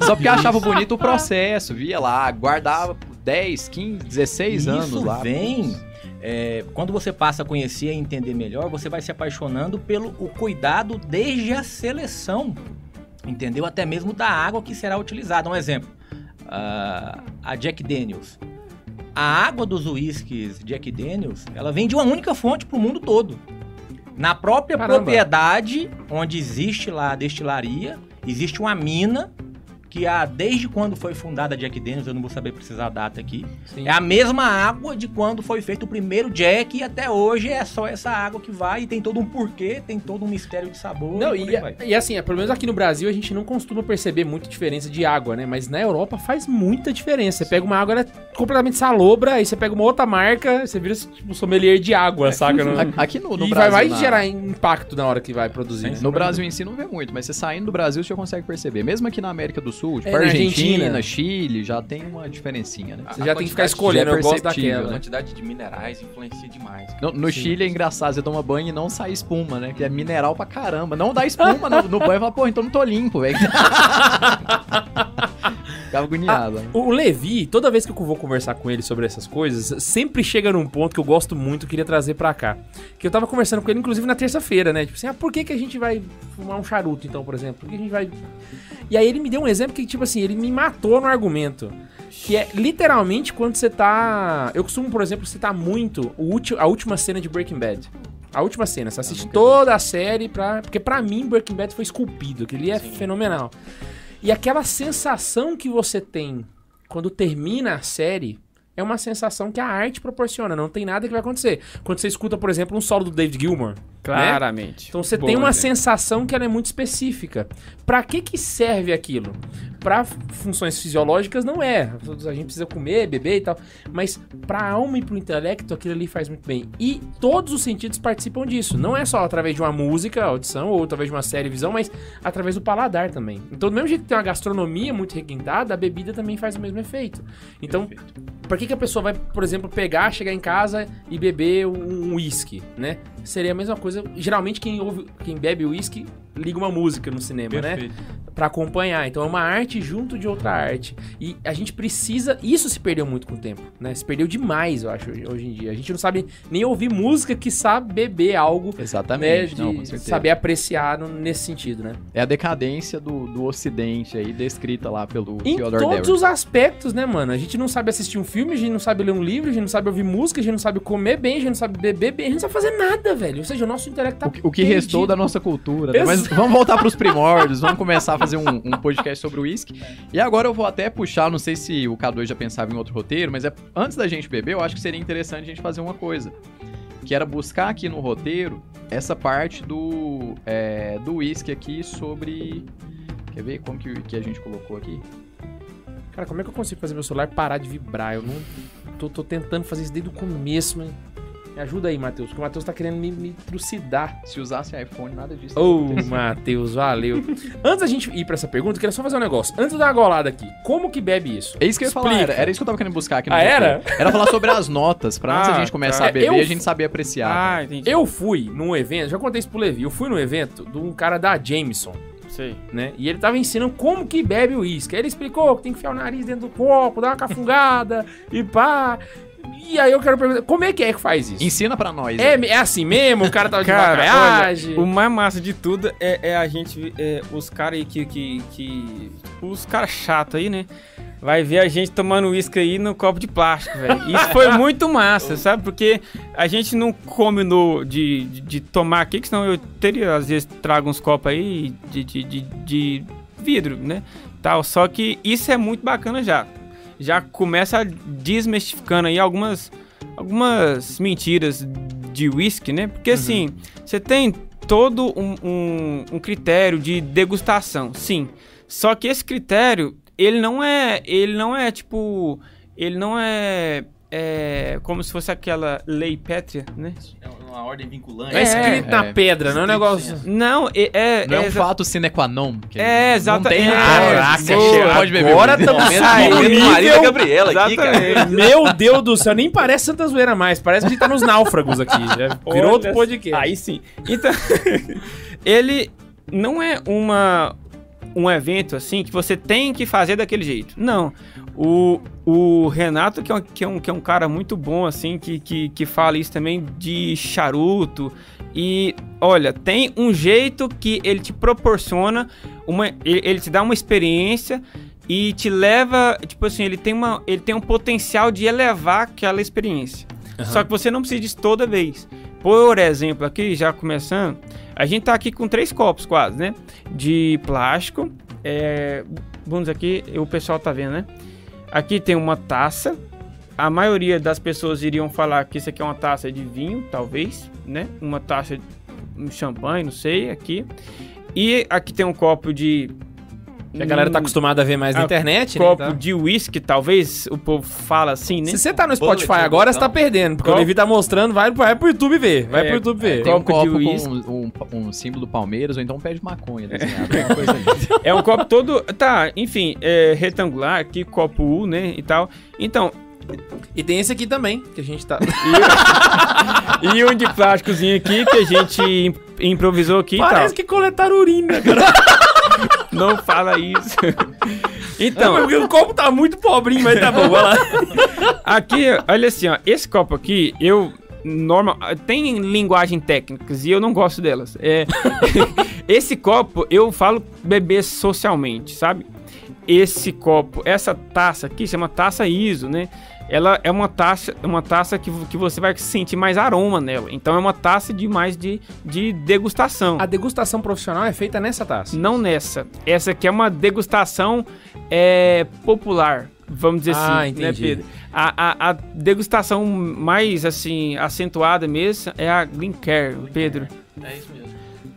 Speaker 3: Só porque achava bonito o processo, via lá, guardava por 10, 15, 16
Speaker 6: Isso
Speaker 3: anos lá.
Speaker 6: vem É, quando você passa a conhecer e entender melhor, você vai se apaixonando pelo o cuidado desde a seleção, entendeu? Até mesmo da água que será utilizada. Um exemplo, ah, a Jack Daniels. A água dos uísques Jack Daniels, ela vem de uma única fonte para o mundo todo. Na própria
Speaker 2: Caramba.
Speaker 6: propriedade, onde existe lá a destilaria, existe uma mina que há, desde quando foi fundada a Jack Daniels, eu não vou saber precisar a data aqui,
Speaker 2: Sim.
Speaker 6: é a mesma água de quando foi feito o primeiro Jack e até hoje é só essa água que vai e tem todo um porquê, tem todo um mistério de sabor.
Speaker 2: Não,
Speaker 6: por
Speaker 2: e,
Speaker 6: aí vai.
Speaker 2: e assim, é, pelo menos aqui no Brasil a gente não costuma perceber muita diferença de água, né? Mas na Europa faz muita diferença. Você pega uma água, ela é completamente salobra, aí você pega uma outra marca, você vira tipo sommelier de
Speaker 6: É.
Speaker 2: água, saca? Não-
Speaker 3: A- Aqui no, no
Speaker 2: e vai,
Speaker 3: Brasil.
Speaker 2: vai
Speaker 3: na-
Speaker 2: gerar impacto na hora que vai produzir, né?
Speaker 3: No Brasil em si não vê muito, mas você saindo do Brasil você já consegue perceber. Mesmo aqui na América do Sul, tipo
Speaker 2: É, na
Speaker 3: Argentina,
Speaker 2: Argentina.
Speaker 3: Chile, já tem uma diferencinha, né?
Speaker 2: Você já tem que ficar
Speaker 4: A quantidade
Speaker 2: escolhendo,
Speaker 3: já é
Speaker 2: eu gosto
Speaker 3: perceptível,
Speaker 4: A
Speaker 2: daquela.
Speaker 4: quantidade de minerais influencia demais.
Speaker 3: No, no
Speaker 2: Sim.
Speaker 3: Chile é engraçado, você toma banho e não sai espuma, né? Que é mineral pra caramba. Não dá espuma no, no banho e fala, pô, então não tô limpo, velho. Ficava agoniado. né?
Speaker 2: O Levi, toda vez que eu vou conversar com ele sobre essas coisas, sempre chega num ponto que eu gosto muito, queria trazer pra cá. Que eu tava conversando com ele, inclusive, na terça-feira, né? Tipo assim, ah, por que, que a gente vai fumar um charuto, então, por exemplo? Por que a gente vai. E aí ele me deu um exemplo que, tipo assim, ele me matou no argumento. Que é literalmente quando você tá. Eu costumo, por exemplo, citar muito o ulti- a última cena de Breaking Bad. A última cena, você assiste toda a série pra. Porque pra mim, Breaking Bad foi esculpido, que ele é fenomenal. E aquela sensação que você tem quando termina a série é uma sensação que a arte proporciona, não tem nada que vai acontecer. Quando você escuta, por exemplo, um solo do David Gilmour, né?
Speaker 5: Claramente.
Speaker 2: Então você
Speaker 5: Boa,
Speaker 2: tem uma
Speaker 5: né?
Speaker 2: sensação que ela é muito específica. Pra que que serve aquilo? Pra funções fisiológicas não é. A gente precisa comer, beber e tal, mas pra alma e pro intelecto aquilo ali faz muito bem. E todos os sentidos participam disso. Não é só através de uma música, audição ou através de uma série, visão, mas através do paladar também. Então, do mesmo jeito que tem uma gastronomia muito requintada, a bebida também faz o mesmo efeito. Então, por que, que a pessoa vai, por exemplo, pegar, chegar em casa e beber um um uísque, né? Seria a mesma coisa. Geralmente quem ouve, quem bebe uísque liga uma música no cinema,
Speaker 5: Perfeito.
Speaker 2: né? Pra acompanhar. Então é uma arte junto de outra arte. E a gente precisa, isso se perdeu muito com o tempo, né? Se perdeu demais, eu acho, hoje em dia. A gente não sabe nem ouvir música que sabe beber algo, né,
Speaker 3: Exatamente,
Speaker 2: de
Speaker 3: não, com certeza.
Speaker 2: saber apreciar no- nesse sentido, né?
Speaker 3: É a decadência do, do ocidente aí, descrita lá pelo
Speaker 2: Em
Speaker 3: Theodore
Speaker 2: todos
Speaker 3: Darrow.
Speaker 2: os aspectos, né, mano? A gente não sabe assistir um filme, a gente não sabe ler um livro, a gente não sabe ouvir música, a gente não sabe comer bem, a gente não sabe beber bem, a gente não sabe fazer nada, velho. Ou seja, o nosso intelecto tá
Speaker 3: O que, o que restou
Speaker 2: perdido.
Speaker 3: da nossa cultura. né? Mas
Speaker 2: Exato.
Speaker 3: vamos voltar pros primórdios, vamos começar a fazer um, um podcast sobre o uísque. E agora eu vou até puxar, não sei se o K2 já pensava em outro roteiro, mas é, antes da gente beber, eu acho que seria interessante a gente fazer uma coisa. Que era buscar aqui no roteiro essa parte do é, do uísque aqui sobre... Quer ver como que, que a gente colocou aqui?
Speaker 2: Cara, como é que eu consigo fazer meu celular parar de vibrar? Eu não. Tô, tô tentando fazer isso desde o começo, mas. Me ajuda aí, Matheus, porque o Matheus tá querendo me, me trucidar.
Speaker 3: Se usasse iPhone, nada disso.
Speaker 2: Ô, Matheus, valeu. Antes da gente ir pra essa pergunta, eu queria só fazer um negócio. Antes de eu dar uma golada aqui, como que bebe isso?
Speaker 3: É isso que eu ia falar,
Speaker 2: Explica.
Speaker 3: era, era isso que eu tava querendo buscar aqui no
Speaker 2: Ah, era?
Speaker 3: roteiro. Era falar sobre as notas, pra antes a
Speaker 5: Ah,
Speaker 3: gente começar
Speaker 5: tá.
Speaker 3: a beber,
Speaker 2: Eu-
Speaker 3: a gente saber apreciar.
Speaker 5: Ah, entendi.
Speaker 2: Eu fui num evento, já contei isso pro Levi, eu fui num evento de um cara da Jameson.
Speaker 5: Sei.
Speaker 2: né? E ele tava ensinando como que bebe o uísque. Aí ele explicou que tem que enfiar o nariz dentro do copo, dar uma cafungada e pá. E aí eu quero perguntar, como é que é que faz isso?
Speaker 3: Ensina pra nós.
Speaker 2: É,
Speaker 3: né?
Speaker 2: me- é assim mesmo? O cara tava de
Speaker 5: Cara,
Speaker 2: maquiagem?
Speaker 5: O mais massa de tudo é, é a gente. é, os caras aí que, que, que- Os caras chatos aí, né? Vai ver a gente tomando uísque aí no copo de plástico, velho. Isso foi muito massa, sabe? Porque a gente não combinou de, de, de tomar aqui, que senão eu teria, às vezes, trago uns copos aí de, de, de, de vidro, né? Tal. Só que isso é muito bacana já. Já começa desmistificando aí algumas, algumas mentiras de uísque, né?
Speaker 2: Uhum.
Speaker 5: Porque assim, você tem todo um, um- um critério de degustação, sim. Só que esse critério, ele não é. Ele não é tipo. Ele não é. é, como se fosse aquela lei pétrea, né?
Speaker 4: É uma ordem vinculante.
Speaker 2: É escrito
Speaker 3: é.
Speaker 2: na pedra, não é um negócio.
Speaker 5: Não, é. é,
Speaker 3: Não é, um
Speaker 5: exa-
Speaker 3: fato sine qua non. que
Speaker 5: É, exatamente.
Speaker 3: Não tem
Speaker 5: É,
Speaker 3: Caraca,
Speaker 5: boa.
Speaker 3: chega, pode beber. um
Speaker 2: Agora
Speaker 3: Bruno.
Speaker 2: estamos
Speaker 4: Momento marido da Gabriela aqui, cara.
Speaker 5: Exatamente.
Speaker 2: Meu Deus do céu, nem parece Santa Zoeira mais. Parece que a gente tá nos náufragos aqui. Já virou outro
Speaker 5: Olha,
Speaker 2: podcast.
Speaker 5: Aí sim. Então, ele não é uma um evento assim que você tem que fazer daquele jeito. Não. O, o Renato, que é, um, que, é um, que é um cara muito bom, assim, que, que, que fala isso também de charuto. E olha, tem um jeito que ele te proporciona, uma, ele, ele te dá uma experiência e te leva, tipo assim, ele tem, uma, ele tem um potencial de elevar aquela experiência. Só que você não precisa disso toda vez. Por exemplo, aqui já começando, a gente tá aqui com três copos quase, né? De plástico. É, vamos aqui, o pessoal tá vendo, né? Aqui tem uma taça. A maioria das pessoas iriam falar que isso aqui é uma taça de vinho, talvez, né? Uma taça de um champanhe, não sei, aqui. E aqui tem um copo de
Speaker 2: Que a galera tá
Speaker 5: um
Speaker 2: acostumada a ver mais na
Speaker 5: Ah,
Speaker 2: internet, né?
Speaker 5: copo
Speaker 2: então.
Speaker 5: de uísque, talvez o povo fala assim, né?
Speaker 2: Se você tá no
Speaker 4: Bullet,
Speaker 2: Spotify agora, você tá
Speaker 4: então.
Speaker 2: perdendo. Porque o
Speaker 5: Copo-
Speaker 2: Levi tá mostrando, vai, vai pro YouTube ver. Vai
Speaker 5: É,
Speaker 2: pro YouTube ver.
Speaker 3: Tem um
Speaker 5: Copo de
Speaker 3: copo
Speaker 5: uísque.
Speaker 3: com um, um- um símbolo do Palmeiras, ou então um pé de maconha desenhado. alguma coisa assim. ali.
Speaker 5: É um copo todo. Tá, enfim, é retangular aqui, copo U, né? E tal. Então,
Speaker 2: E tem esse aqui também, que a gente tá.
Speaker 5: e um de plásticozinho aqui que a gente im- Então. improvisou aqui e tal.
Speaker 2: Parece que coletaram urina, cara.
Speaker 5: Não fala isso. Então,
Speaker 2: Porque o copo tá muito pobrinho, mas tá bom, vai lá.
Speaker 5: aqui, olha assim, ó. Esse copo aqui, eu. Normal, tem linguagem técnicas e eu não gosto delas. É, esse copo eu falo beber socialmente, sabe? Esse copo, essa taça aqui chama taça ISO, né? Ela é uma taça, uma taça que, vo- que você vai sentir mais aroma nela. Então é uma taça de mais de, de degustação.
Speaker 2: A degustação profissional é feita nessa taça.
Speaker 5: Não nessa. Essa aqui é uma degustação é, popular, vamos dizer
Speaker 2: Ah,
Speaker 5: assim.
Speaker 2: entendi.
Speaker 5: Né, Pedro? A, a- a degustação mais assim acentuada mesmo é a Green Care, Pedro.
Speaker 4: É isso mesmo.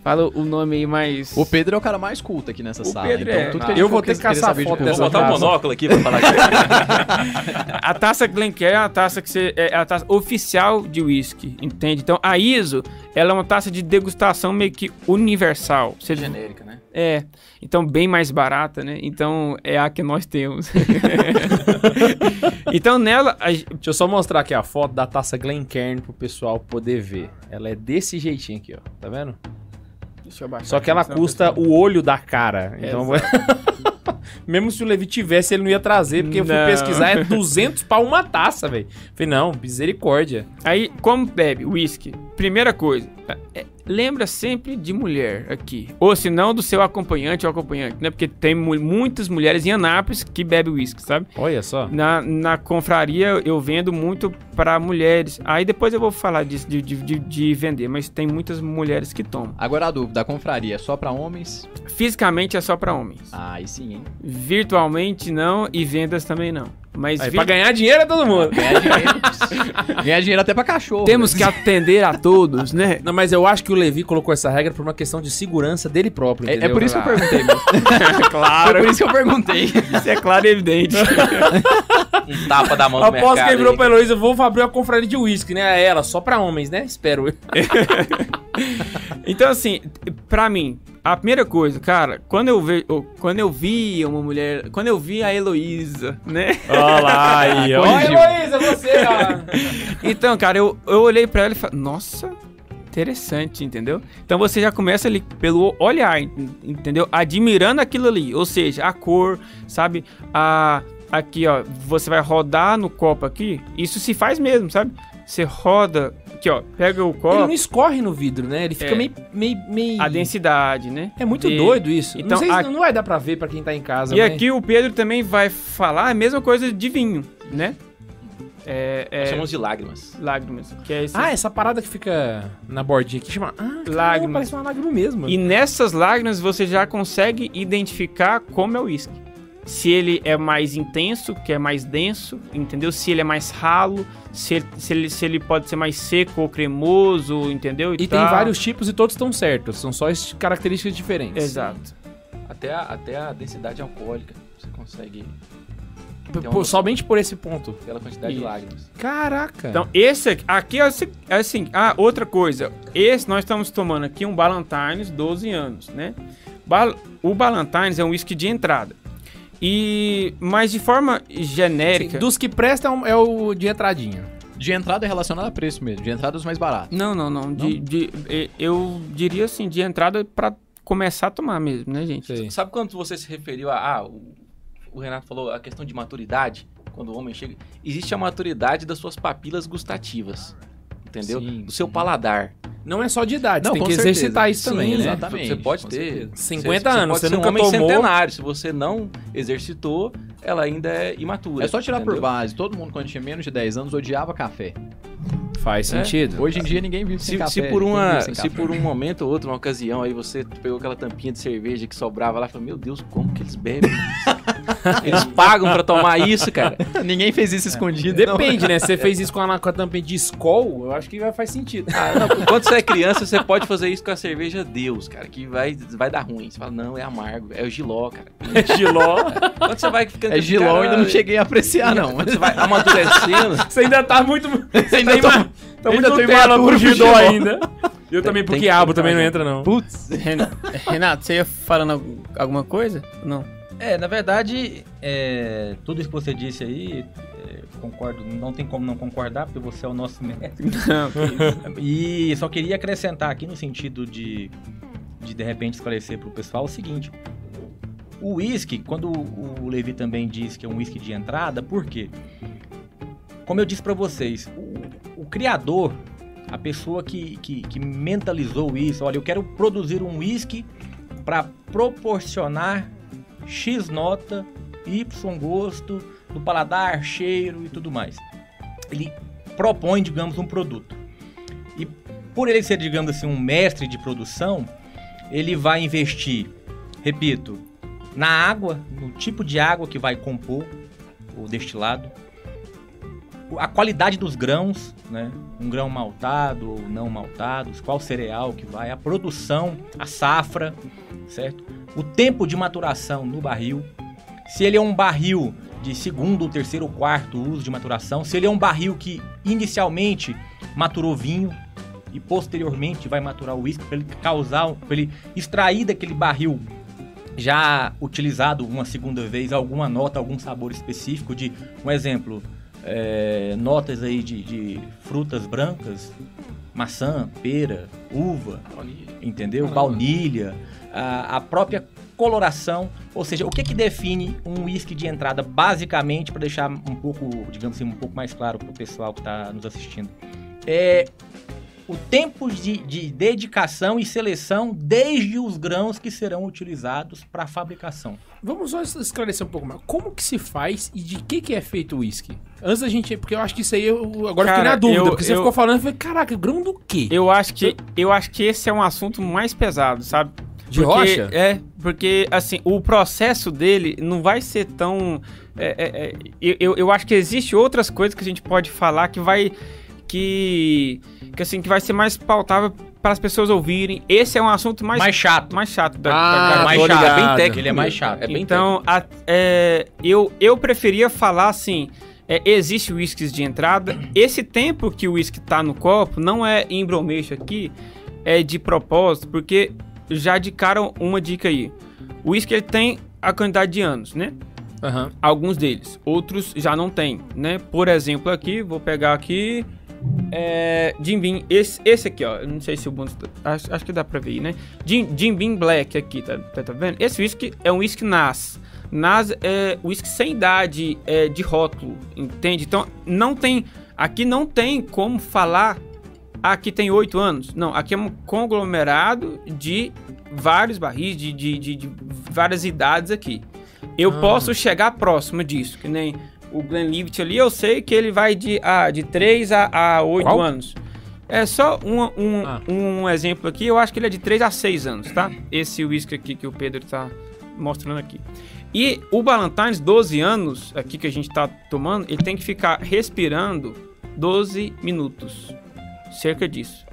Speaker 5: Fala o nome aí mais.
Speaker 3: O Pedro é o cara mais culto aqui nessa sala.
Speaker 5: Pedro
Speaker 3: então
Speaker 5: é.
Speaker 3: tudo que
Speaker 2: Eu
Speaker 3: ele for
Speaker 2: vou ter
Speaker 3: querer
Speaker 2: que caçar
Speaker 3: saber de é
Speaker 2: foto
Speaker 3: culto-
Speaker 4: Vou
Speaker 2: dessa
Speaker 4: botar um
Speaker 2: taça.
Speaker 4: monóculo aqui pra falar que é
Speaker 5: A taça Glencairn é uma taça que você é a taça oficial de whisky, entende? Então a ISO, ela é uma taça de degustação meio que universal. Você
Speaker 4: é genérica, né?
Speaker 5: É, então bem mais barata, né? Então é a que nós temos. então nela, a ge-
Speaker 2: Deixa eu só mostrar aqui a foto da taça Glencairn pro pessoal poder ver. Ela é desse jeitinho aqui, ó. Tá vendo?
Speaker 5: Deixa eu abaixar
Speaker 2: Só que ela
Speaker 5: aqui, senão
Speaker 2: custa
Speaker 5: eu-
Speaker 2: o olho da cara. Então, mesmo se o Levi tivesse, ele não ia trazer, porque eu fui
Speaker 5: Não.
Speaker 2: pesquisar, é 200 pra uma taça, velho. Falei, não, misericórdia.
Speaker 5: Aí, como bebe whisky? Primeira coisa, é, lembra sempre de mulher aqui. Ou se não, do seu acompanhante ou acompanhante, né? Porque tem mu- muitas mulheres em Anápolis que bebem whisky, sabe?
Speaker 2: Olha só.
Speaker 5: Na, na confraria eu vendo muito para mulheres. Aí depois eu vou falar disso, de, de, de- de vender, mas tem muitas mulheres que tomam.
Speaker 3: Agora a dúvida, a confraria é só pra homens?
Speaker 5: Fisicamente é só para homens.
Speaker 3: Ah, aí sim, hein?
Speaker 5: Virtualmente não e vendas também não. Mas
Speaker 2: Aí,
Speaker 5: vi-
Speaker 2: pra ganhar dinheiro é todo mundo.
Speaker 3: Ganhar dinheiro, ganhar dinheiro até pra cachorro. É,
Speaker 5: temos que atender a todos, né?
Speaker 2: Não, mas eu acho que o Levi colocou essa regra por uma questão de segurança dele próprio,
Speaker 3: É, é
Speaker 2: entendeu? Ah,
Speaker 3: por isso que eu perguntei, mesmo. Foi
Speaker 5: claro,
Speaker 3: por isso que eu perguntei.
Speaker 5: isso é claro e evidente.
Speaker 4: Um tapa da mão do mercado.
Speaker 2: Aposto que ele virou
Speaker 4: aí.
Speaker 2: pra Heloísa, vou abrir uma confraria de uísque, né? Ela, só pra homens, né? Espero.
Speaker 5: Então, assim, pra mim, a primeira coisa, cara, quando eu, ve... eu- quando eu vi uma mulher. Quando eu vi a Heloísa, né?
Speaker 2: Olha lá, aí,
Speaker 3: ó.
Speaker 2: Heloísa, você, ó.
Speaker 5: Então, cara, eu, eu olhei pra ela e falei, nossa, interessante, entendeu? Então você já começa ali pelo olhar, en- entendeu? Admirando aquilo ali, ou seja, a cor, sabe? A, aqui, ó, você vai rodar no copo aqui, isso se faz mesmo, sabe? Você roda, aqui, ó, pega o
Speaker 2: Ele
Speaker 5: copo,
Speaker 2: não escorre no vidro, né? Ele fica
Speaker 5: É.
Speaker 2: meio, meio, meio...
Speaker 5: a densidade, né?
Speaker 2: É muito
Speaker 5: E-
Speaker 2: doido isso. não,
Speaker 5: Então,
Speaker 2: sei, se-
Speaker 5: a-
Speaker 2: não vai dar pra ver pra quem tá em casa.
Speaker 5: E
Speaker 2: mas-
Speaker 5: aqui o Pedro também vai falar a mesma coisa de vinho, né? É, é,
Speaker 4: Nós Chamamos de lágrimas.
Speaker 5: lágrimas, que é esse.
Speaker 2: Ah, essa parada que fica na bordinha aqui chama. Ah, caramba,
Speaker 5: Lágrima.
Speaker 2: Parece uma lágrima mesmo.
Speaker 5: e nessas lágrimas você já consegue identificar como é o uísque. Se ele é mais intenso, que é mais denso, entendeu? Se ele é mais ralo, se ele, se ele, se ele pode ser mais seco ou cremoso, entendeu?
Speaker 2: E tem
Speaker 5: tal.
Speaker 2: vários tipos e todos estão certos. São só es- características diferentes.
Speaker 5: Exato.
Speaker 4: Até a, até a densidade alcoólica. Você consegue
Speaker 2: P-
Speaker 5: Então
Speaker 4: Tem
Speaker 2: pô,
Speaker 4: um-
Speaker 2: somente por esse ponto.
Speaker 4: pela quantidade de
Speaker 5: Isso.
Speaker 4: lágrimas.
Speaker 2: Caraca.
Speaker 5: Então, esse aqui, aqui é esse- é assim, ah, outra coisa. Esse nós estamos tomando aqui um Ballantines 12 anos, né? Bal- o Ballantines é um whisky de entrada. E mas de forma genérica.
Speaker 2: dos que presta é um- é o de entradinha.
Speaker 3: De entrada é relacionado a preço mesmo, de entrada é os mais baratos.
Speaker 5: Não, não, não, de- de- e- eu diria assim, de entrada pra começar a tomar mesmo, né, gente?
Speaker 4: Sabe quando você se referiu a. Ah, o, o Renato falou a questão de maturidade. Quando o homem chega. Existe a maturidade das suas papilas gustativas. Entendeu?
Speaker 3: Sim.
Speaker 4: Do seu paladar.
Speaker 2: Não é só de idade,
Speaker 3: Não,
Speaker 2: tem
Speaker 3: com
Speaker 2: que
Speaker 3: certeza.
Speaker 2: exercitar isso
Speaker 3: Sim,
Speaker 2: também, né?
Speaker 3: exatamente.
Speaker 4: você pode
Speaker 3: com
Speaker 4: ter.
Speaker 3: certeza.
Speaker 2: 50 anos,
Speaker 4: pode
Speaker 2: você
Speaker 4: ser
Speaker 2: nunca
Speaker 4: um homem
Speaker 2: tomou.
Speaker 4: centenário. Se você não exercitou, ela ainda é imatura.
Speaker 3: É só tirar por
Speaker 4: entendeu?
Speaker 3: base. Todo mundo, quando tinha menos de 10 anos, odiava café.
Speaker 2: Faz
Speaker 4: É.
Speaker 2: sentido.
Speaker 3: Hoje em dia ninguém vive sem
Speaker 4: Se,
Speaker 3: café.
Speaker 4: se por
Speaker 3: ninguém
Speaker 4: uma,
Speaker 3: vive sem
Speaker 4: se
Speaker 3: café.
Speaker 4: por um momento ou outro, uma ocasião, aí você pegou aquela tampinha de cerveja que sobrava lá e falou: Meu Deus, como que eles bebem? isso?" eles pagam pra tomar isso, cara.
Speaker 3: um- Ninguém fez isso escondido. não.
Speaker 2: Depende, né? Se Você fez isso com a, com a tampinha de Skol, eu acho que vai- faz sentido.
Speaker 4: Ah, não, quando você é criança, você pode fazer isso com a cerveja Deus, cara, que vai, vai dar ruim. Você fala: Não, é amargo, é o giló, cara.
Speaker 2: Giló.
Speaker 4: Quando você vai ficando.
Speaker 3: É giló,
Speaker 4: cara,
Speaker 3: ainda não cheguei a apreciar, não.
Speaker 4: Quando você vai amadurecendo.
Speaker 2: Você ainda tá muito. Você
Speaker 3: Ainda
Speaker 2: ainda
Speaker 3: tô-
Speaker 2: tá, ima- tá muito
Speaker 3: ainda tô
Speaker 2: Nutella
Speaker 3: imaturo
Speaker 2: pro
Speaker 3: pro
Speaker 2: Gidó
Speaker 3: Gidó.
Speaker 2: ainda. Eu
Speaker 4: Tem-
Speaker 2: também pro
Speaker 4: tem que
Speaker 2: Quiabo
Speaker 4: tentar,
Speaker 2: também não
Speaker 4: gente.
Speaker 2: entra, não.
Speaker 3: Putz.
Speaker 5: Renato, você ia falando alguma coisa? Não.
Speaker 6: É, na verdade, é, tudo isso que você disse aí, é, concordo, não tem como não concordar, porque você é o nosso mestre. e só queria acrescentar aqui no sentido de, de de repente esclarecer para o pessoal o seguinte: O uísque, quando o o Levi também diz que é um uísque de entrada, por quê? Como eu disse pra vocês, o, o criador, a pessoa que, que, que mentalizou isso, olha, eu quero produzir um uísque pra proporcionar X nota, Y gosto, do paladar, cheiro e tudo mais. Ele propõe, digamos, um produto. E por ele ser, digamos assim, um mestre de produção, ele vai investir, repito, na água, no tipo de água que vai compor o destilado, o- a qualidade dos grãos, né? Um grão maltado ou não maltado, qual cereal que vai, a produção, a safra, certo? O tempo de maturação no barril. Se ele é um barril de segundo, terceiro, quarto uso de maturação, se ele é um barril que inicialmente maturou vinho e posteriormente vai maturar o uísque para ele causar, para ele extrair daquele barril já utilizado uma segunda vez alguma nota, algum sabor específico de, um exemplo, é, notas aí de, de frutas brancas, maçã, pera, uva, entendeu?
Speaker 3: Caramba.
Speaker 6: Baunilha, a, a própria coloração, ou seja, o que que define um uísque de entrada basicamente para deixar um pouco, digamos assim, um pouco mais claro para o pessoal que está nos assistindo, é o tempo de, de dedicação e seleção desde os grãos que serão utilizados para fabricação.
Speaker 2: Vamos só esclarecer um pouco mais. Como que se faz e de que que é feito o uísque? Antes da gente... Porque eu acho que isso aí... Eu, agora eu fiquei
Speaker 5: Cara,
Speaker 2: na dúvida.
Speaker 5: eu-
Speaker 2: porque você
Speaker 5: eu-
Speaker 2: ficou falando, eu falei, caraca, grão do quê?
Speaker 5: Eu acho que eu acho que esse é um assunto mais pesado, sabe?
Speaker 2: De
Speaker 5: Porque-
Speaker 2: rocha?
Speaker 5: É, porque assim, o processo dele não vai ser tão. é, é, é, eu- eu, eu acho que existe outras coisas que a gente pode falar que vai. Que. Que assim, que vai ser mais pautável para as pessoas ouvirem. Esse é um assunto mais, mais,
Speaker 6: chato.
Speaker 5: chato da,
Speaker 2: Ah,
Speaker 5: da, da
Speaker 2: mais tô
Speaker 6: chato,
Speaker 2: ligado.
Speaker 6: Ele é mais chato.
Speaker 4: É bem
Speaker 5: então, a- é, eu, eu preferia falar assim: é, existe uísques de entrada. Esse tempo que o uísque tá no copo não é em bromeixo aqui, é de propósito, porque já de cara uma dica aí. O uísque ele tem a quantidade de anos, né?
Speaker 2: Aham.
Speaker 5: Alguns deles, outros já não tem, né? Por exemplo, aqui, vou pegar aqui. É, Jim Beam, esse, esse aqui, ó. eu Não sei se o Bundes. Acho, acho que dá pra ver, aí, né? Jim, Jim Beam Black aqui, tá, tá, tá vendo? Esse whisky é um whisky NAS. NAS é whisky sem idade é, de rótulo, entende? Então, não tem. Aqui não tem como falar. "Ah, Aqui tem oito anos. Não, aqui é um conglomerado de vários barris, de, de, de- de várias idades aqui. Eu
Speaker 2: Ah.
Speaker 5: posso chegar próximo disso, que nem o Glenlivet ali, eu sei que ele vai de, ah, de 3 a, a 8
Speaker 2: Qual?
Speaker 5: anos. É só um, um,
Speaker 2: Ah.
Speaker 5: um exemplo aqui, eu acho que ele é de 3 a 6 anos, tá? Esse whisky aqui que o Pedro tá mostrando aqui. E o Ballantines, 12 anos, aqui que a gente tá tomando, ele tem que ficar respirando 12 minutos. Cerca disso.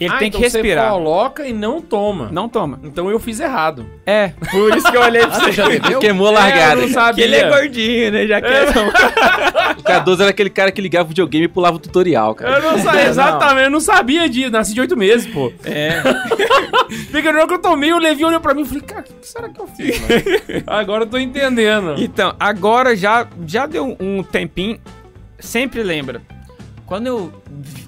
Speaker 5: Ele
Speaker 2: Ah,
Speaker 5: tem
Speaker 2: então
Speaker 5: que
Speaker 2: Você
Speaker 5: respirar.
Speaker 2: coloca e não toma.
Speaker 5: Não toma.
Speaker 2: Então eu fiz errado.
Speaker 5: É, por isso que eu olhei pra você.
Speaker 3: Ah, já bebeu?
Speaker 4: Queimou a
Speaker 2: É,
Speaker 4: largada.
Speaker 2: eu não sabia.
Speaker 5: Que ele é gordinho, né? Já que é.
Speaker 4: O Cardoso era aquele cara que ligava o videogame e pulava o tutorial, cara.
Speaker 2: Eu É, não sabia, exatamente, eu não sabia disso. Nasci de oito meses, pô.
Speaker 5: É.
Speaker 2: Fica no que eu tomei, o Levi olhou pra mim e falei, cara, o que será que eu fiz, mano? Agora eu tô entendendo.
Speaker 5: Então, agora já, já deu um tempinho. Sempre lembra. Quando eu.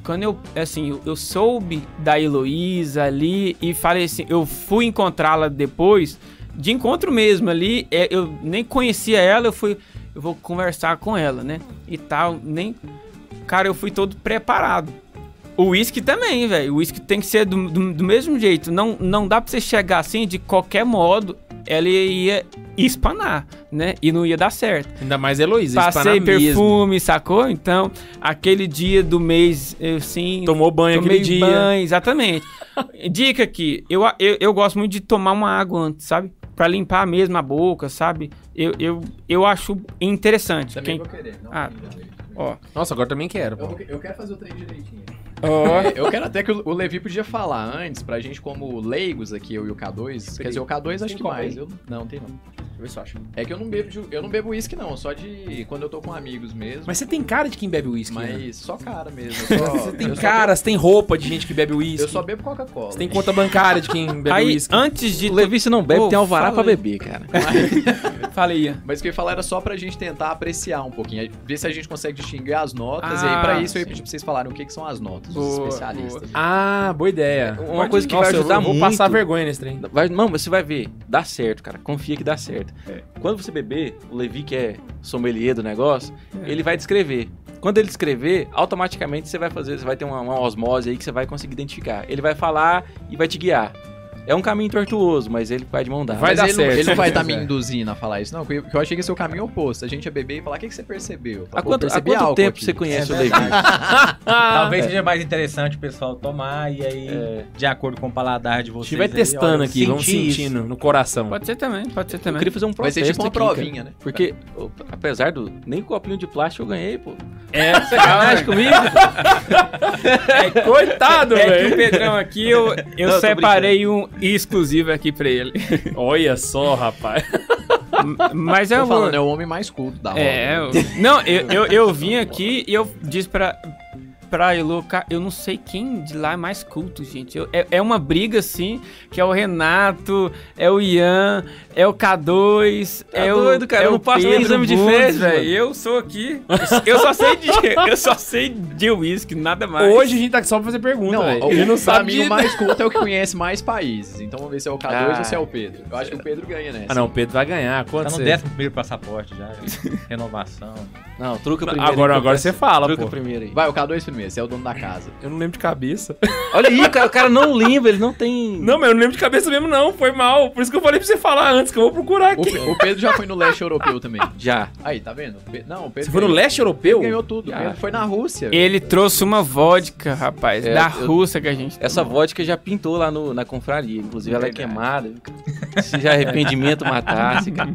Speaker 5: Quando eu. Assim, eu, eu soube da Heloísa ali e falei assim. Eu fui encontrá-la depois, de encontro mesmo ali. é, eu nem conhecia ela, eu fui. Eu vou conversar com ela, né? E tal, nem. Cara, eu fui todo preparado. O uísque também, velho. O uísque tem que ser do, do, do mesmo jeito. Não, não dá pra você chegar assim, de qualquer modo, ela ia espanar, né? E não ia dar certo.
Speaker 2: Ainda mais Heloísa,
Speaker 5: Passei perfume, sacou? Então, aquele dia do mês, eu sim.
Speaker 2: Tomou banho
Speaker 5: tomei
Speaker 2: aquele dia.
Speaker 5: banho, exatamente. Dica aqui, eu, eu, eu gosto muito de tomar uma água antes, sabe? Pra limpar mesmo a boca, sabe? Eu, eu, eu acho interessante.
Speaker 3: Também
Speaker 5: Quem-
Speaker 3: vou querer. Não,
Speaker 5: Ah. Ó.
Speaker 2: Nossa, agora também quero.
Speaker 3: Eu,
Speaker 2: pô.
Speaker 3: vou- eu quero fazer o trem direitinho.
Speaker 5: Ó.
Speaker 3: É, eu quero até que o o Levi podia falar antes, pra gente como leigos aqui, eu e o K2. Quer dizer, o K2 acho que mais. Eu, não, tem não.
Speaker 2: Vê se eu acho.
Speaker 3: É que eu não bebo de- eu não bebo uísque, não, só de. quando eu tô com amigos mesmo.
Speaker 2: Mas você tem cara de quem bebe uísque,
Speaker 3: Mas
Speaker 2: né?
Speaker 3: só cara mesmo. eu só-
Speaker 2: Você tem
Speaker 3: eu só
Speaker 2: cara, você tem roupa de gente que bebe
Speaker 3: bebo-
Speaker 2: uísque.
Speaker 3: eu só bebo Coca-Cola.
Speaker 2: Você tem conta bancária de quem bebe
Speaker 5: Aí,
Speaker 2: uísque.
Speaker 5: antes de.
Speaker 4: O Levi, se não bebe,
Speaker 5: Ô,
Speaker 4: tem alvará
Speaker 5: fala
Speaker 4: pra
Speaker 5: aí.
Speaker 4: beber, cara.
Speaker 5: Falei, Ian.
Speaker 3: Mas o que eu ia falar era só pra gente tentar apreciar um pouquinho, ver se a gente consegue distinguir as notas.
Speaker 5: Ah,
Speaker 3: e aí, pra isso, eu ia
Speaker 5: sim.
Speaker 3: pedir pra vocês falarem o que, que são as notas, os
Speaker 5: Boa,
Speaker 3: especialistas.
Speaker 2: Ah, boa
Speaker 3: É,
Speaker 2: ideia.
Speaker 4: Uma coisa que
Speaker 2: Nossa,
Speaker 4: vai
Speaker 2: eu
Speaker 4: ajudar
Speaker 2: vou,
Speaker 4: muito.
Speaker 2: Vou passar vergonha nesse trem.
Speaker 4: Vai, não, mas você vai ver. Dá certo, cara. Confia que dá certo.
Speaker 2: É.
Speaker 4: Quando você beber, o Levi, que é sommelier do negócio,
Speaker 2: É.
Speaker 4: ele vai descrever. Quando ele descrever, automaticamente você vai fazer, você vai ter uma, uma osmose aí que você vai conseguir identificar. Ele vai falar e vai te guiar. É um caminho tortuoso, mas ele vai de mão dada.
Speaker 2: Vai
Speaker 3: Mas
Speaker 2: dar
Speaker 3: ele, não-
Speaker 2: certo.
Speaker 3: ele não vai estar
Speaker 2: Pois
Speaker 3: me
Speaker 2: é.
Speaker 3: induzindo a falar isso, não. Que eu, que eu achei que esse é o caminho oposto. A gente ia beber e falar, o que, que você percebeu? Fala,
Speaker 4: Há
Speaker 3: "Pô,
Speaker 4: quanto, há
Speaker 3: percebi
Speaker 4: quanto
Speaker 3: álcool
Speaker 4: tempo
Speaker 3: aqui." né?
Speaker 4: você conhece
Speaker 6: É
Speaker 4: o Levi?
Speaker 2: Ah, É.
Speaker 6: Talvez seja mais interessante o pessoal tomar e aí, de acordo com o paladar de
Speaker 2: A
Speaker 6: vocês.
Speaker 2: gente vai
Speaker 6: aí,
Speaker 2: testando
Speaker 6: olha,
Speaker 2: aqui, vamos
Speaker 6: senti isso.
Speaker 2: sentindo no coração.
Speaker 5: Pode ser também, pode ser
Speaker 4: Eu
Speaker 5: também.
Speaker 4: queria fazer um
Speaker 3: Vai
Speaker 4: protesto
Speaker 3: ser tipo uma
Speaker 4: aqui, cara.
Speaker 3: provinha, né?
Speaker 4: Porque, o- apesar do... Nem o copinho de plástico eu ganhei, pô.
Speaker 2: É,
Speaker 4: Sacanagem comigo?
Speaker 2: coitado,
Speaker 5: É que
Speaker 2: velho.
Speaker 5: o Pedrão aqui, eu, eu
Speaker 4: Não, eu tô
Speaker 5: separei um exclusivo aqui pra ele.
Speaker 2: Olha só, rapaz.
Speaker 5: Mas é
Speaker 3: Tô
Speaker 5: um.
Speaker 3: falando, é o homem mais culto da roda.
Speaker 5: É, eu- não, eu, eu, eu vim aqui e eu disse pra, pra Elo, "Ca- eu não sei quem de lá é mais culto, gente. Eu- é, é uma briga, assim, que é o Renato, é o Ian, é o K2,
Speaker 4: Tá
Speaker 5: é
Speaker 4: doido,
Speaker 5: o
Speaker 4: cara,
Speaker 5: é
Speaker 4: eu não
Speaker 5: o
Speaker 4: passo nem
Speaker 5: Pedro
Speaker 4: exame de
Speaker 5: Bundes,
Speaker 4: fezes,
Speaker 5: velho.
Speaker 4: mano.
Speaker 5: Eu sou aqui, eu só sei de, eu só sei de uísque, nada mais.
Speaker 2: Hoje a gente tá aqui só pra fazer pergunta,
Speaker 3: Não,
Speaker 2: velho.
Speaker 3: o,
Speaker 2: Ele não
Speaker 3: pra
Speaker 2: sabe
Speaker 3: mim,
Speaker 2: de...
Speaker 3: o mais culto é o que conhece mais países. Então vamos ver se é o K2
Speaker 4: Ah.
Speaker 3: ou se é o Pedro. Eu acho que o Pedro ganha nessa.
Speaker 2: Ah, não, o Pedro vai ganhar.
Speaker 6: Tá
Speaker 2: Quanto
Speaker 6: no
Speaker 2: você...
Speaker 6: 11 passaporte já. Renovação.
Speaker 4: Não, truca primeiro.
Speaker 2: Agora,
Speaker 4: aí,
Speaker 2: agora
Speaker 4: acontece.
Speaker 2: você é fala,
Speaker 4: Truca
Speaker 2: pô.
Speaker 4: primeiro aí.
Speaker 3: Vai, o K2 primeiro, você é o dono da casa.
Speaker 2: Eu não lembro de cabeça.
Speaker 4: Olha aí, cara, o cara não lembra, ele não tem...
Speaker 2: Não, mas eu não lembro de cabeça mesmo, não. Foi mal. Por isso que eu falei pra você falar antes, que eu vou procurar
Speaker 3: O,
Speaker 2: aqui.
Speaker 3: Pe- o Pedro já foi no leste europeu também.
Speaker 4: Já.
Speaker 3: Aí, tá vendo? O Pe- Não, o Pedro.
Speaker 2: Você foi no
Speaker 3: ganhou-
Speaker 2: leste
Speaker 3: Ele
Speaker 2: europeu?
Speaker 3: ganhou tudo. O
Speaker 4: Ah.
Speaker 3: Pedro foi na Rússia.
Speaker 5: Ele trouxe uma vodka, rapaz,
Speaker 4: É,
Speaker 5: da
Speaker 4: eu-
Speaker 5: Rússia que a gente
Speaker 4: Essa vodka já pintou lá no- na confraria. Inclusive, ela é
Speaker 5: Verdade.
Speaker 4: queimada. Se já arrependimento matasse, cara.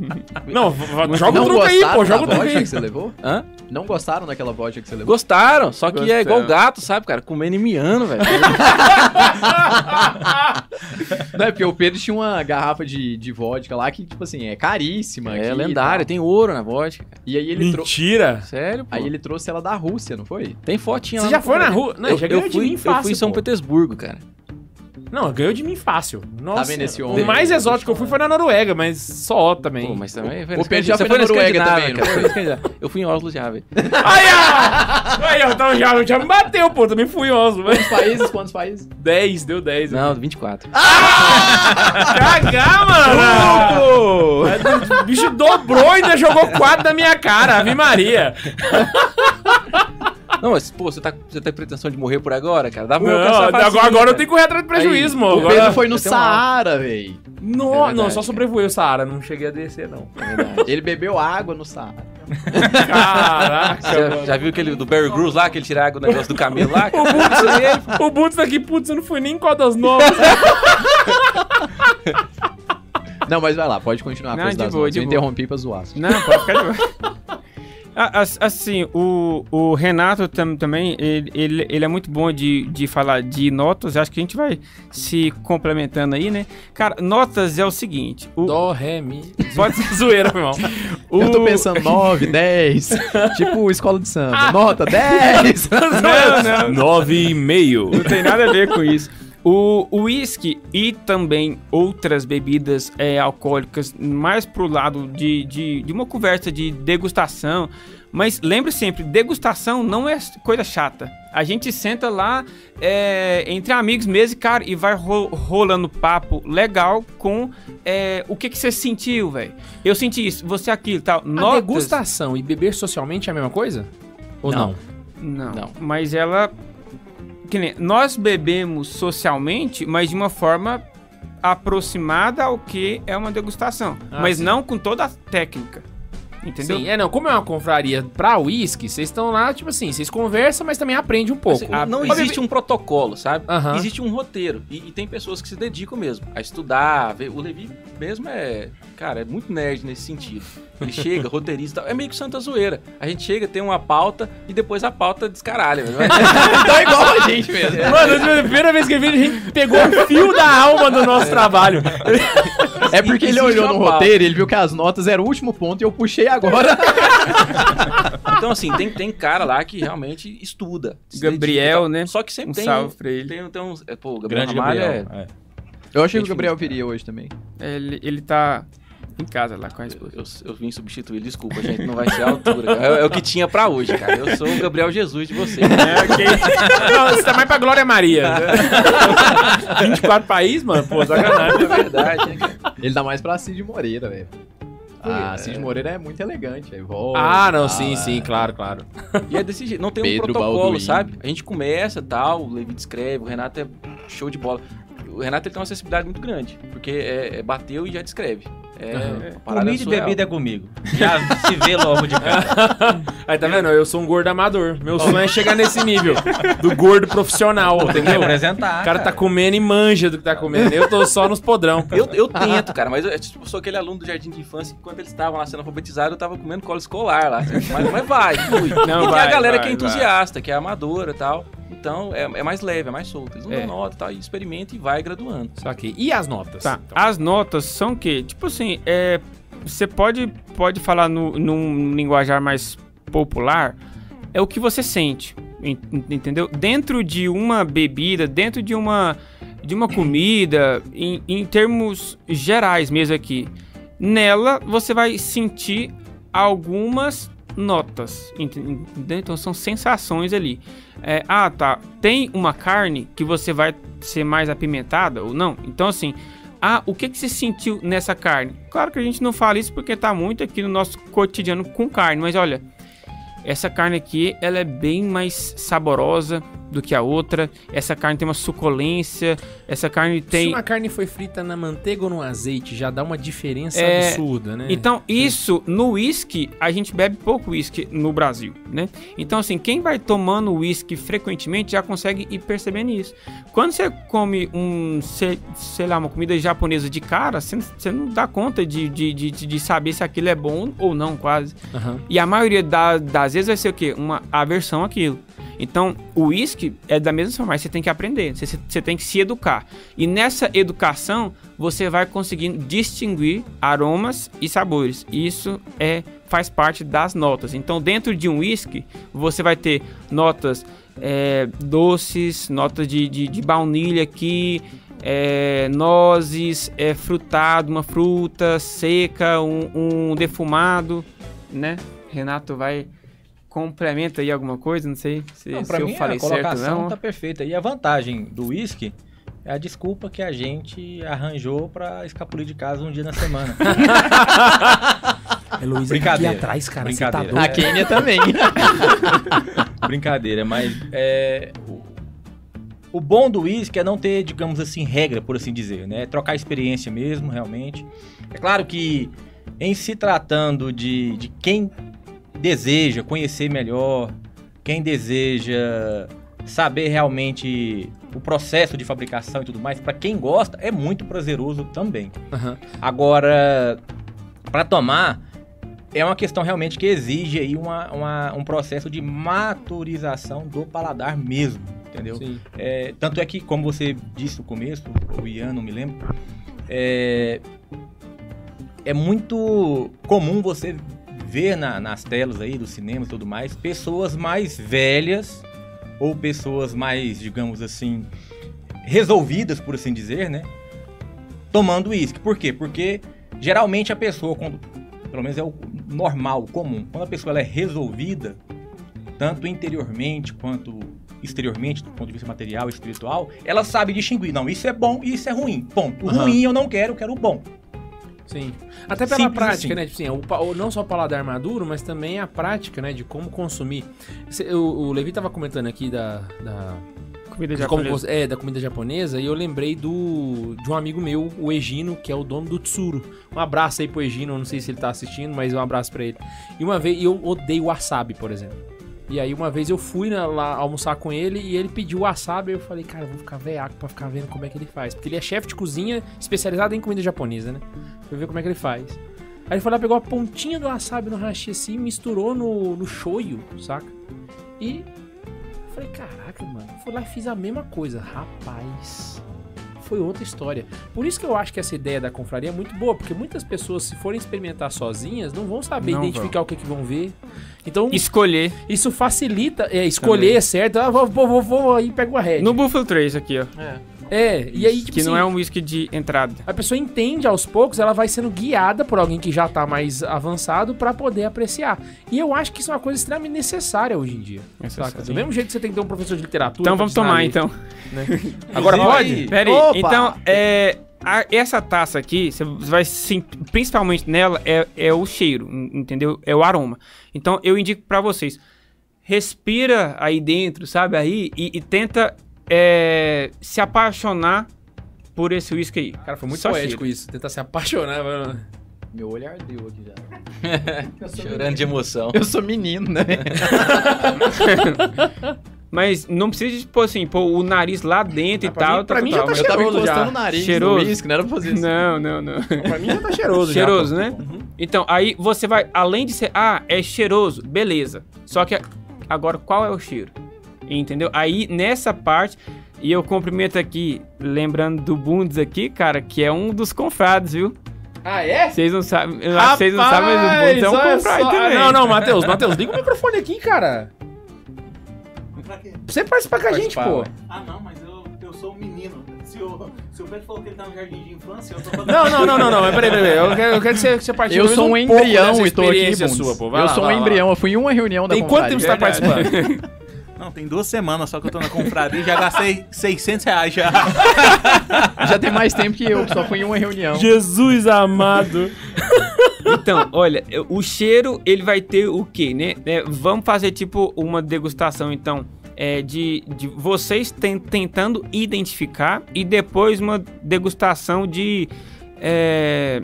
Speaker 2: Não, v- v- joga o
Speaker 3: não
Speaker 2: truque aí,
Speaker 3: gostaram
Speaker 2: pô.
Speaker 3: da
Speaker 2: Joga o truque
Speaker 3: vodka
Speaker 2: aí.
Speaker 3: que você levou?
Speaker 4: Hã?
Speaker 3: Não gostaram daquela vodka que você levou?
Speaker 4: Gostaram, só que é
Speaker 5: Gostaram.
Speaker 4: igual gato, sabe, cara? Comendo e miando, velho.
Speaker 3: Não, é porque o Pedro tinha uma garrafa de, de vodka lá que, tipo assim, é caríssima. aqui
Speaker 4: É
Speaker 3: e
Speaker 4: lendário,
Speaker 3: tal.
Speaker 4: tem ouro na vodka. cara.
Speaker 3: E aí ele, trou-
Speaker 2: Mentira.
Speaker 4: Sério, pô.
Speaker 3: aí ele trouxe ela da Rússia, não foi?
Speaker 4: Tem fotinha
Speaker 2: Você
Speaker 4: lá
Speaker 2: já foi na
Speaker 4: confraria.
Speaker 2: rua? Não,
Speaker 4: eu,
Speaker 2: já
Speaker 4: eu
Speaker 2: ganhou de
Speaker 4: fui,
Speaker 2: mim fácil,
Speaker 4: eu fui em São
Speaker 2: pô.
Speaker 4: Petersburgo, cara.
Speaker 2: Não, ganhou de mim fácil. Nossa.
Speaker 3: vendo esse
Speaker 2: o
Speaker 3: homem?
Speaker 2: mais exótico que eu fui foi na Noruega, mas só também.
Speaker 4: Pô, mas também...
Speaker 3: o Pedro já
Speaker 4: Você
Speaker 3: foi na
Speaker 4: na
Speaker 3: Noruega
Speaker 4: Escandinávia,
Speaker 3: também,
Speaker 4: cara. Foi na Escandinávia. Eu fui em Oslo já, velho.
Speaker 2: Aí, ó! Aí, ó, então já, já me bateu, pô. Também fui em Oslo. mas-
Speaker 3: Quantos países? Quantos países?
Speaker 2: 10, deu né? 10.
Speaker 4: Não, 24.
Speaker 2: Cagar, mano! É, O bicho dobrou e ainda jogou 4 na minha cara. Ave Maria.
Speaker 4: Não, mas, pô, você tá, você tá com pretensão de morrer por agora, cara? Dá pra eu
Speaker 2: Não,
Speaker 4: alcançar né,
Speaker 2: agora,
Speaker 4: facinho,
Speaker 2: agora eu
Speaker 4: cara.
Speaker 2: tenho que correr atrás do prejuízo,
Speaker 4: Aí,
Speaker 2: mano.
Speaker 3: O
Speaker 2: Agora...
Speaker 3: Pedro foi no
Speaker 4: eu tenho uma-
Speaker 3: Saara, véi.
Speaker 2: No-
Speaker 4: É verdade,
Speaker 2: não, só sobrevoei o Saara, não cheguei a descer, não.
Speaker 3: Ele bebeu água no Saara.
Speaker 2: Caraca,
Speaker 4: Ah, Já, já viu aquele do Barry Grylls lá, que ele tira água do negócio do camelo lá?
Speaker 2: O
Speaker 4: cara?
Speaker 2: Butz, o Butz daqui, putz, eu não fui nem em qual das novas.
Speaker 3: Não, mas vai lá, pode continuar a
Speaker 5: Não,
Speaker 3: coisa
Speaker 5: de
Speaker 3: das
Speaker 5: boa,
Speaker 3: notas.
Speaker 5: de
Speaker 3: Eu
Speaker 5: boa.
Speaker 3: interrompi pra zoar.
Speaker 5: Não, pode ficar de boa. A- as- Assim, o, o Renato tam- também, ele, ele, ele é muito bom de, de falar de notas. Acho que a gente vai se complementando aí, né? Cara, notas é o seguinte. O,
Speaker 2: Dó, ré, mi. Pode ser zoeira, meu irmão.
Speaker 5: o-
Speaker 3: Eu tô pensando 9, 10, tipo escola de samba. Nota 10!
Speaker 5: Não, não.
Speaker 2: Nove e meio.
Speaker 5: Não tem nada a ver com isso. O o uísque e também outras bebidas é, alcoólicas, mais pro lado de, de, de uma conversa de degustação. Mas lembre sempre, degustação não é coisa chata. A gente senta lá é, entre amigos mesmo, cara, e vai ro- rolando papo legal com é, o que, que você sentiu, velho. Eu senti isso, você aquilo e tal.
Speaker 2: A
Speaker 5: Notas,
Speaker 2: degustação e beber socialmente é a mesma coisa? Ou não?
Speaker 5: Não.
Speaker 4: Não.
Speaker 5: Mas ela. Que nem, nós bebemos socialmente, mas de uma forma aproximada ao que é uma degustação.
Speaker 2: Ah,
Speaker 5: mas
Speaker 2: sim.
Speaker 5: não com toda a técnica. Entendeu?
Speaker 2: Sim, é não. Como é uma confraria pra uísque, vocês estão lá, tipo assim, vocês conversam, mas também aprendem um pouco.
Speaker 4: Assim,
Speaker 5: Ah,
Speaker 4: não
Speaker 5: mas-
Speaker 4: existe um protocolo, sabe?
Speaker 2: Aham.
Speaker 4: Existe um roteiro. E, e tem pessoas que se dedicam mesmo a estudar. a ver- O Levi mesmo é, cara, é muito nerd nesse sentido. Ele chega, roteirista, e tal. é meio que santa zoeira. A gente chega, tem uma pauta e depois a pauta descaralha. né? velho.
Speaker 3: tá igual a gente mesmo.
Speaker 2: Mano, a primeira vez que eu vi, a gente pegou o fio da alma do nosso trabalho.
Speaker 3: É porque ele
Speaker 4: Existe
Speaker 3: olhou
Speaker 4: uma
Speaker 3: no
Speaker 4: pauta.
Speaker 3: roteiro, ele viu que as notas eram o último ponto e eu puxei agora.
Speaker 4: Então, assim, tem, tem cara lá que realmente estuda. se dedica e
Speaker 5: Gabriel,
Speaker 4: tal.
Speaker 5: né?
Speaker 4: Só que
Speaker 5: Um
Speaker 4: sempre tem.
Speaker 5: salve pra ele.
Speaker 4: Tem, tem uns. é, Pô, o Gabriel
Speaker 6: Grande
Speaker 4: Ramalho
Speaker 6: Gabriel.
Speaker 4: é-
Speaker 6: é.
Speaker 3: Eu achei que o
Speaker 4: Gente,
Speaker 3: Gabriel
Speaker 4: muito
Speaker 3: viria hoje também.
Speaker 5: Ele, ele tá em casa lá com a
Speaker 4: é, Eu,
Speaker 5: esposa.
Speaker 4: eu- eu vim substituir, desculpa, gente, não vai ser a altura. cara. É, é o que tinha pra hoje, cara. Eu sou o Gabriel Jesus de vocês.
Speaker 5: É, ok.
Speaker 2: Não, você tá mais pra Glória Maria. 24 países, mano? Pô, tá sacanagem.
Speaker 4: É verdade. né, cara?
Speaker 3: Ele dá mais pra Cid Moreira, velho. Ah, Cid Moreira é muito elegante, velho. Volta,
Speaker 2: Ah, não,
Speaker 3: fala.
Speaker 2: sim, sim, claro, claro.
Speaker 4: E é desse jeito. Não tem um
Speaker 3: Pedro
Speaker 4: protocolo,
Speaker 3: Balduino.
Speaker 4: sabe? A gente começa tal, o Levi descreve, o Renato é show de bola. O Renato ele tem uma acessibilidade muito grande, porque é, é bateu e já descreve. É,
Speaker 2: Aham.
Speaker 4: uma parada
Speaker 6: Comida e
Speaker 4: surreal.
Speaker 6: bebida é comigo. Já se vê logo de cara.
Speaker 2: Aí tá vendo? Eu sou um gordo amador. Meu sonho é chegar nesse nível do gordo profissional,
Speaker 6: Tem que
Speaker 2: entendeu?
Speaker 6: apresentar.
Speaker 2: O cara tá comendo e manja do que tá comendo. Eu tô só nos podrão.
Speaker 4: Eu, eu tento, cara, mas eu, eu sou aquele aluno do jardim de infância que quando eles estavam lá sendo alfabetizados, eu tava comendo cola escolar lá. assim, Mas, mas vai, fui.
Speaker 5: Não,
Speaker 4: e
Speaker 5: vai,
Speaker 4: tem a galera
Speaker 5: vai,
Speaker 4: que é
Speaker 5: vai.
Speaker 4: entusiasta, que é amadora e tal. Então é, é mais leve, é mais solto. Eles não
Speaker 2: É.
Speaker 4: dão nota e tal, e experimenta e vai graduando.
Speaker 2: Só que. E as notas?
Speaker 5: Tá. As notas são que, tipo assim, é, você pode, pode falar no, num linguajar mais popular, é o que você sente, en- en- entendeu? Dentro de uma bebida, dentro de uma, de uma comida, em, em termos gerais mesmo aqui, nela você vai sentir algumas notas, ent- entendeu? Então são sensações ali. É, ah, tá. Tem uma carne que você vai ser mais apimentada ou não? Então, assim, ah, o que, que você sentiu nessa carne? Claro que a gente não fala isso porque tá muito aqui no nosso cotidiano com carne, mas olha, essa carne aqui, ela é bem mais saborosa do que a outra. Essa carne tem uma suculência, essa carne
Speaker 2: Se
Speaker 5: tem.
Speaker 2: uma carne foi frita na manteiga ou no azeite, já dá uma diferença
Speaker 5: É,
Speaker 2: absurda, né?
Speaker 5: Então, isso no uísque, a gente bebe pouco uísque no Brasil, né? Então, assim, quem vai tomando uísque frequentemente já consegue ir percebendo isso. Quando você come um, sei, sei lá, uma comida japonesa de cara, você, você não dá conta de, de, de, de saber se aquilo é bom ou não, quase.
Speaker 2: Aham.
Speaker 5: E a maioria da- das vezes vai ser o quê? Uma aversão àquilo. Então, o uísque é da mesma forma, mas você tem que aprender, você, você tem que se educar. E nessa educação, você vai conseguindo distinguir aromas e sabores. Isso é faz parte das notas. Então, dentro de um uísque, você vai ter notas é, doces, notas de, de, de baunilha aqui, é, nozes, é, frutado, uma fruta seca, um, um defumado, né? Renato vai complementa aí alguma coisa, não sei se,
Speaker 6: Não,
Speaker 5: se
Speaker 6: pra
Speaker 5: eu
Speaker 6: mim
Speaker 5: falei
Speaker 6: a
Speaker 5: certo
Speaker 6: colocação
Speaker 5: não.
Speaker 6: tá perfeita. E a vantagem do uísque é a desculpa que a gente arranjou pra escapulir de casa um dia na semana.
Speaker 2: Heloísa,
Speaker 6: Brincadeira.
Speaker 2: aqui atrás, cara. Você tá
Speaker 6: Brincadeira.
Speaker 2: doido.
Speaker 3: A Kênia também.
Speaker 6: Brincadeira, mas é, o, o bom do uísque é não ter, digamos assim, regra, por assim dizer, né? É trocar experiência mesmo, realmente. É claro que em se tratando de, de quem deseja conhecer melhor, quem deseja saber realmente o processo de fabricação e tudo mais, para quem gosta, é muito prazeroso também.
Speaker 2: Aham.
Speaker 6: Agora, para tomar, é uma questão realmente que exige aí uma, uma- um processo de maturização do paladar mesmo, entendeu?
Speaker 2: Sim.
Speaker 6: É, tanto é que, como você disse no começo, o Ian, não me lembro, é, é muito comum você ver na- nas telas aí do cinema e tudo mais, pessoas mais velhas ou pessoas mais, digamos assim, resolvidas, por assim dizer, né? Tomando uísque. Por quê? Porque geralmente a pessoa, quando, pelo menos é o normal, o comum, quando a pessoa ela é resolvida, tanto interiormente quanto exteriormente, do ponto de vista material e espiritual, ela sabe distinguir. Não, isso é bom e isso é ruim. Ponto. O
Speaker 2: Aham.
Speaker 6: ruim eu não quero, eu quero o bom.
Speaker 2: Sim. Até pela
Speaker 6: Simples
Speaker 2: prática,
Speaker 6: assim.
Speaker 2: né? Tipo assim, o, pa- o- não só o paladar maduro, mas também a prática, né? De como consumir. Cê- o, o Levi tava comentando aqui da. da
Speaker 5: Comida
Speaker 2: de como você- é, da comida japonesa, e eu lembrei do de um amigo meu, o Egino, que é o dono do Tsuru. Um abraço aí pro Egino, eu não sei se ele tá assistindo, mas um abraço pra ele. E uma vez, e eu odeio wasabi, por exemplo. E aí uma vez eu fui na- lá almoçar com ele e ele pediu wasabi, eu falei, cara, eu vou ficar veaco pra ficar vendo como é que ele faz. Porque ele é chefe de cozinha especializado em comida japonesa, né? Deixa eu ver como é que ele faz. Aí ele foi lá, pegou a pontinha do wasabi no hashi assim, misturou no, no shoyu, saca? E eu falei, caraca, mano. Fui lá e fiz a mesma coisa. Rapaz, foi outra história. Por isso que eu acho que essa ideia da confraria é muito boa, porque muitas pessoas, se forem experimentar sozinhas, não vão saber
Speaker 5: Não
Speaker 2: identificar o que, que vão ver. Então, isso,
Speaker 5: Escolher.
Speaker 2: facilita é, escolher,
Speaker 5: Também.
Speaker 2: certo? Ah, vou, vou, vou, vou aí pega uma red.
Speaker 5: No Buffalo 3 aqui, ó.
Speaker 2: É, e aí, tipo
Speaker 5: que não
Speaker 2: assim,
Speaker 5: é um whisky de entrada.
Speaker 2: A pessoa entende aos poucos, ela vai sendo guiada por alguém que já tá mais avançado pra poder apreciar. E eu acho que isso é uma coisa extremamente necessária hoje em dia. Saca? Do mesmo jeito que você tem que ter um professor de literatura.
Speaker 5: Então
Speaker 2: pra
Speaker 5: vamos
Speaker 2: te ensinar a
Speaker 5: tomar,
Speaker 2: ler.
Speaker 5: então.
Speaker 2: Agora
Speaker 6: Inclusive-
Speaker 2: pode?
Speaker 5: Pera aí.
Speaker 6: Opa!
Speaker 5: Então, é, a- essa taça aqui, você vai sentir, principalmente nela, é, é o cheiro, en- entendeu? É o aroma. Então, eu indico pra vocês, respira aí dentro, sabe? Aí, e, e tenta é, se apaixonar por esse uísque aí.
Speaker 2: Cara, foi muito
Speaker 5: Só
Speaker 2: poético isso. Tentar se apaixonar. mano.
Speaker 3: Meu olho ardeu aqui já. Eu sou
Speaker 4: Chorando de emoção.
Speaker 3: Eu sou menino, né?
Speaker 5: Mas não precisa, tipo assim, pôr o nariz lá dentro
Speaker 2: Ah,
Speaker 5: e
Speaker 2: pra
Speaker 5: tal.
Speaker 2: mim- pra
Speaker 5: tal,
Speaker 2: mim
Speaker 5: tal,
Speaker 2: já tá
Speaker 5: mas-
Speaker 3: Eu tava
Speaker 2: Cheiroso já.
Speaker 3: encostando o nariz
Speaker 5: Cheiroso.
Speaker 3: no uísque, não era pra fazer isso.
Speaker 5: Não, não, não.
Speaker 2: Pra mim já tá cheiroso. já,
Speaker 5: Cheiroso,
Speaker 2: pô.
Speaker 5: né? Então, aí você vai, além de ser, ah, é cheiroso, beleza. Só que a- agora qual é o cheiro? Entendeu? Aí nessa parte, e eu cumprimento aqui, lembrando do Bundes aqui, cara, que é um dos confrades, viu?
Speaker 2: Ah, é?
Speaker 5: Vocês não sabem, eu acho que vocês não sabem, mas o Bundes é um
Speaker 2: olha
Speaker 5: confrade
Speaker 2: só.
Speaker 5: também.
Speaker 2: Ah, Não, não, Matheus, Matheus, liga o microfone aqui, cara. Você participa com a gente,
Speaker 6: Participar,
Speaker 2: pô.
Speaker 6: ué.
Speaker 7: Ah, não, mas eu, eu sou um menino. Se o, se o Pedro falou que ele tá no jardim de infância, eu tô falando.
Speaker 2: Não, não, não, não, não. mas Peraí, peraí, peraí. Eu quero, eu quero que você, que você participe.
Speaker 3: Eu
Speaker 2: pelo
Speaker 3: sou um
Speaker 2: menos pouco
Speaker 3: embrião
Speaker 2: dessa
Speaker 3: e tô aqui,
Speaker 2: experiência
Speaker 3: Bundes.
Speaker 2: sua, pô. Vai
Speaker 3: Eu
Speaker 2: lá,
Speaker 3: sou um
Speaker 2: vai lá, vai lá.
Speaker 3: embrião, eu fui em uma reunião da
Speaker 2: Tem quanto tempo você tá
Speaker 5: Verdade.
Speaker 2: participando?
Speaker 7: Não, tem duas semanas só que eu tô na confraria e já gastei 600 reais já.
Speaker 3: Já tem mais tempo que eu, que só fui em uma reunião.
Speaker 2: Jesus amado.
Speaker 5: Então, olha, eu- o cheiro, ele vai ter o quê, né? É, vamos fazer, tipo, uma degustação, então, é, de, de vocês ten- tentando identificar e depois uma degustação de... é,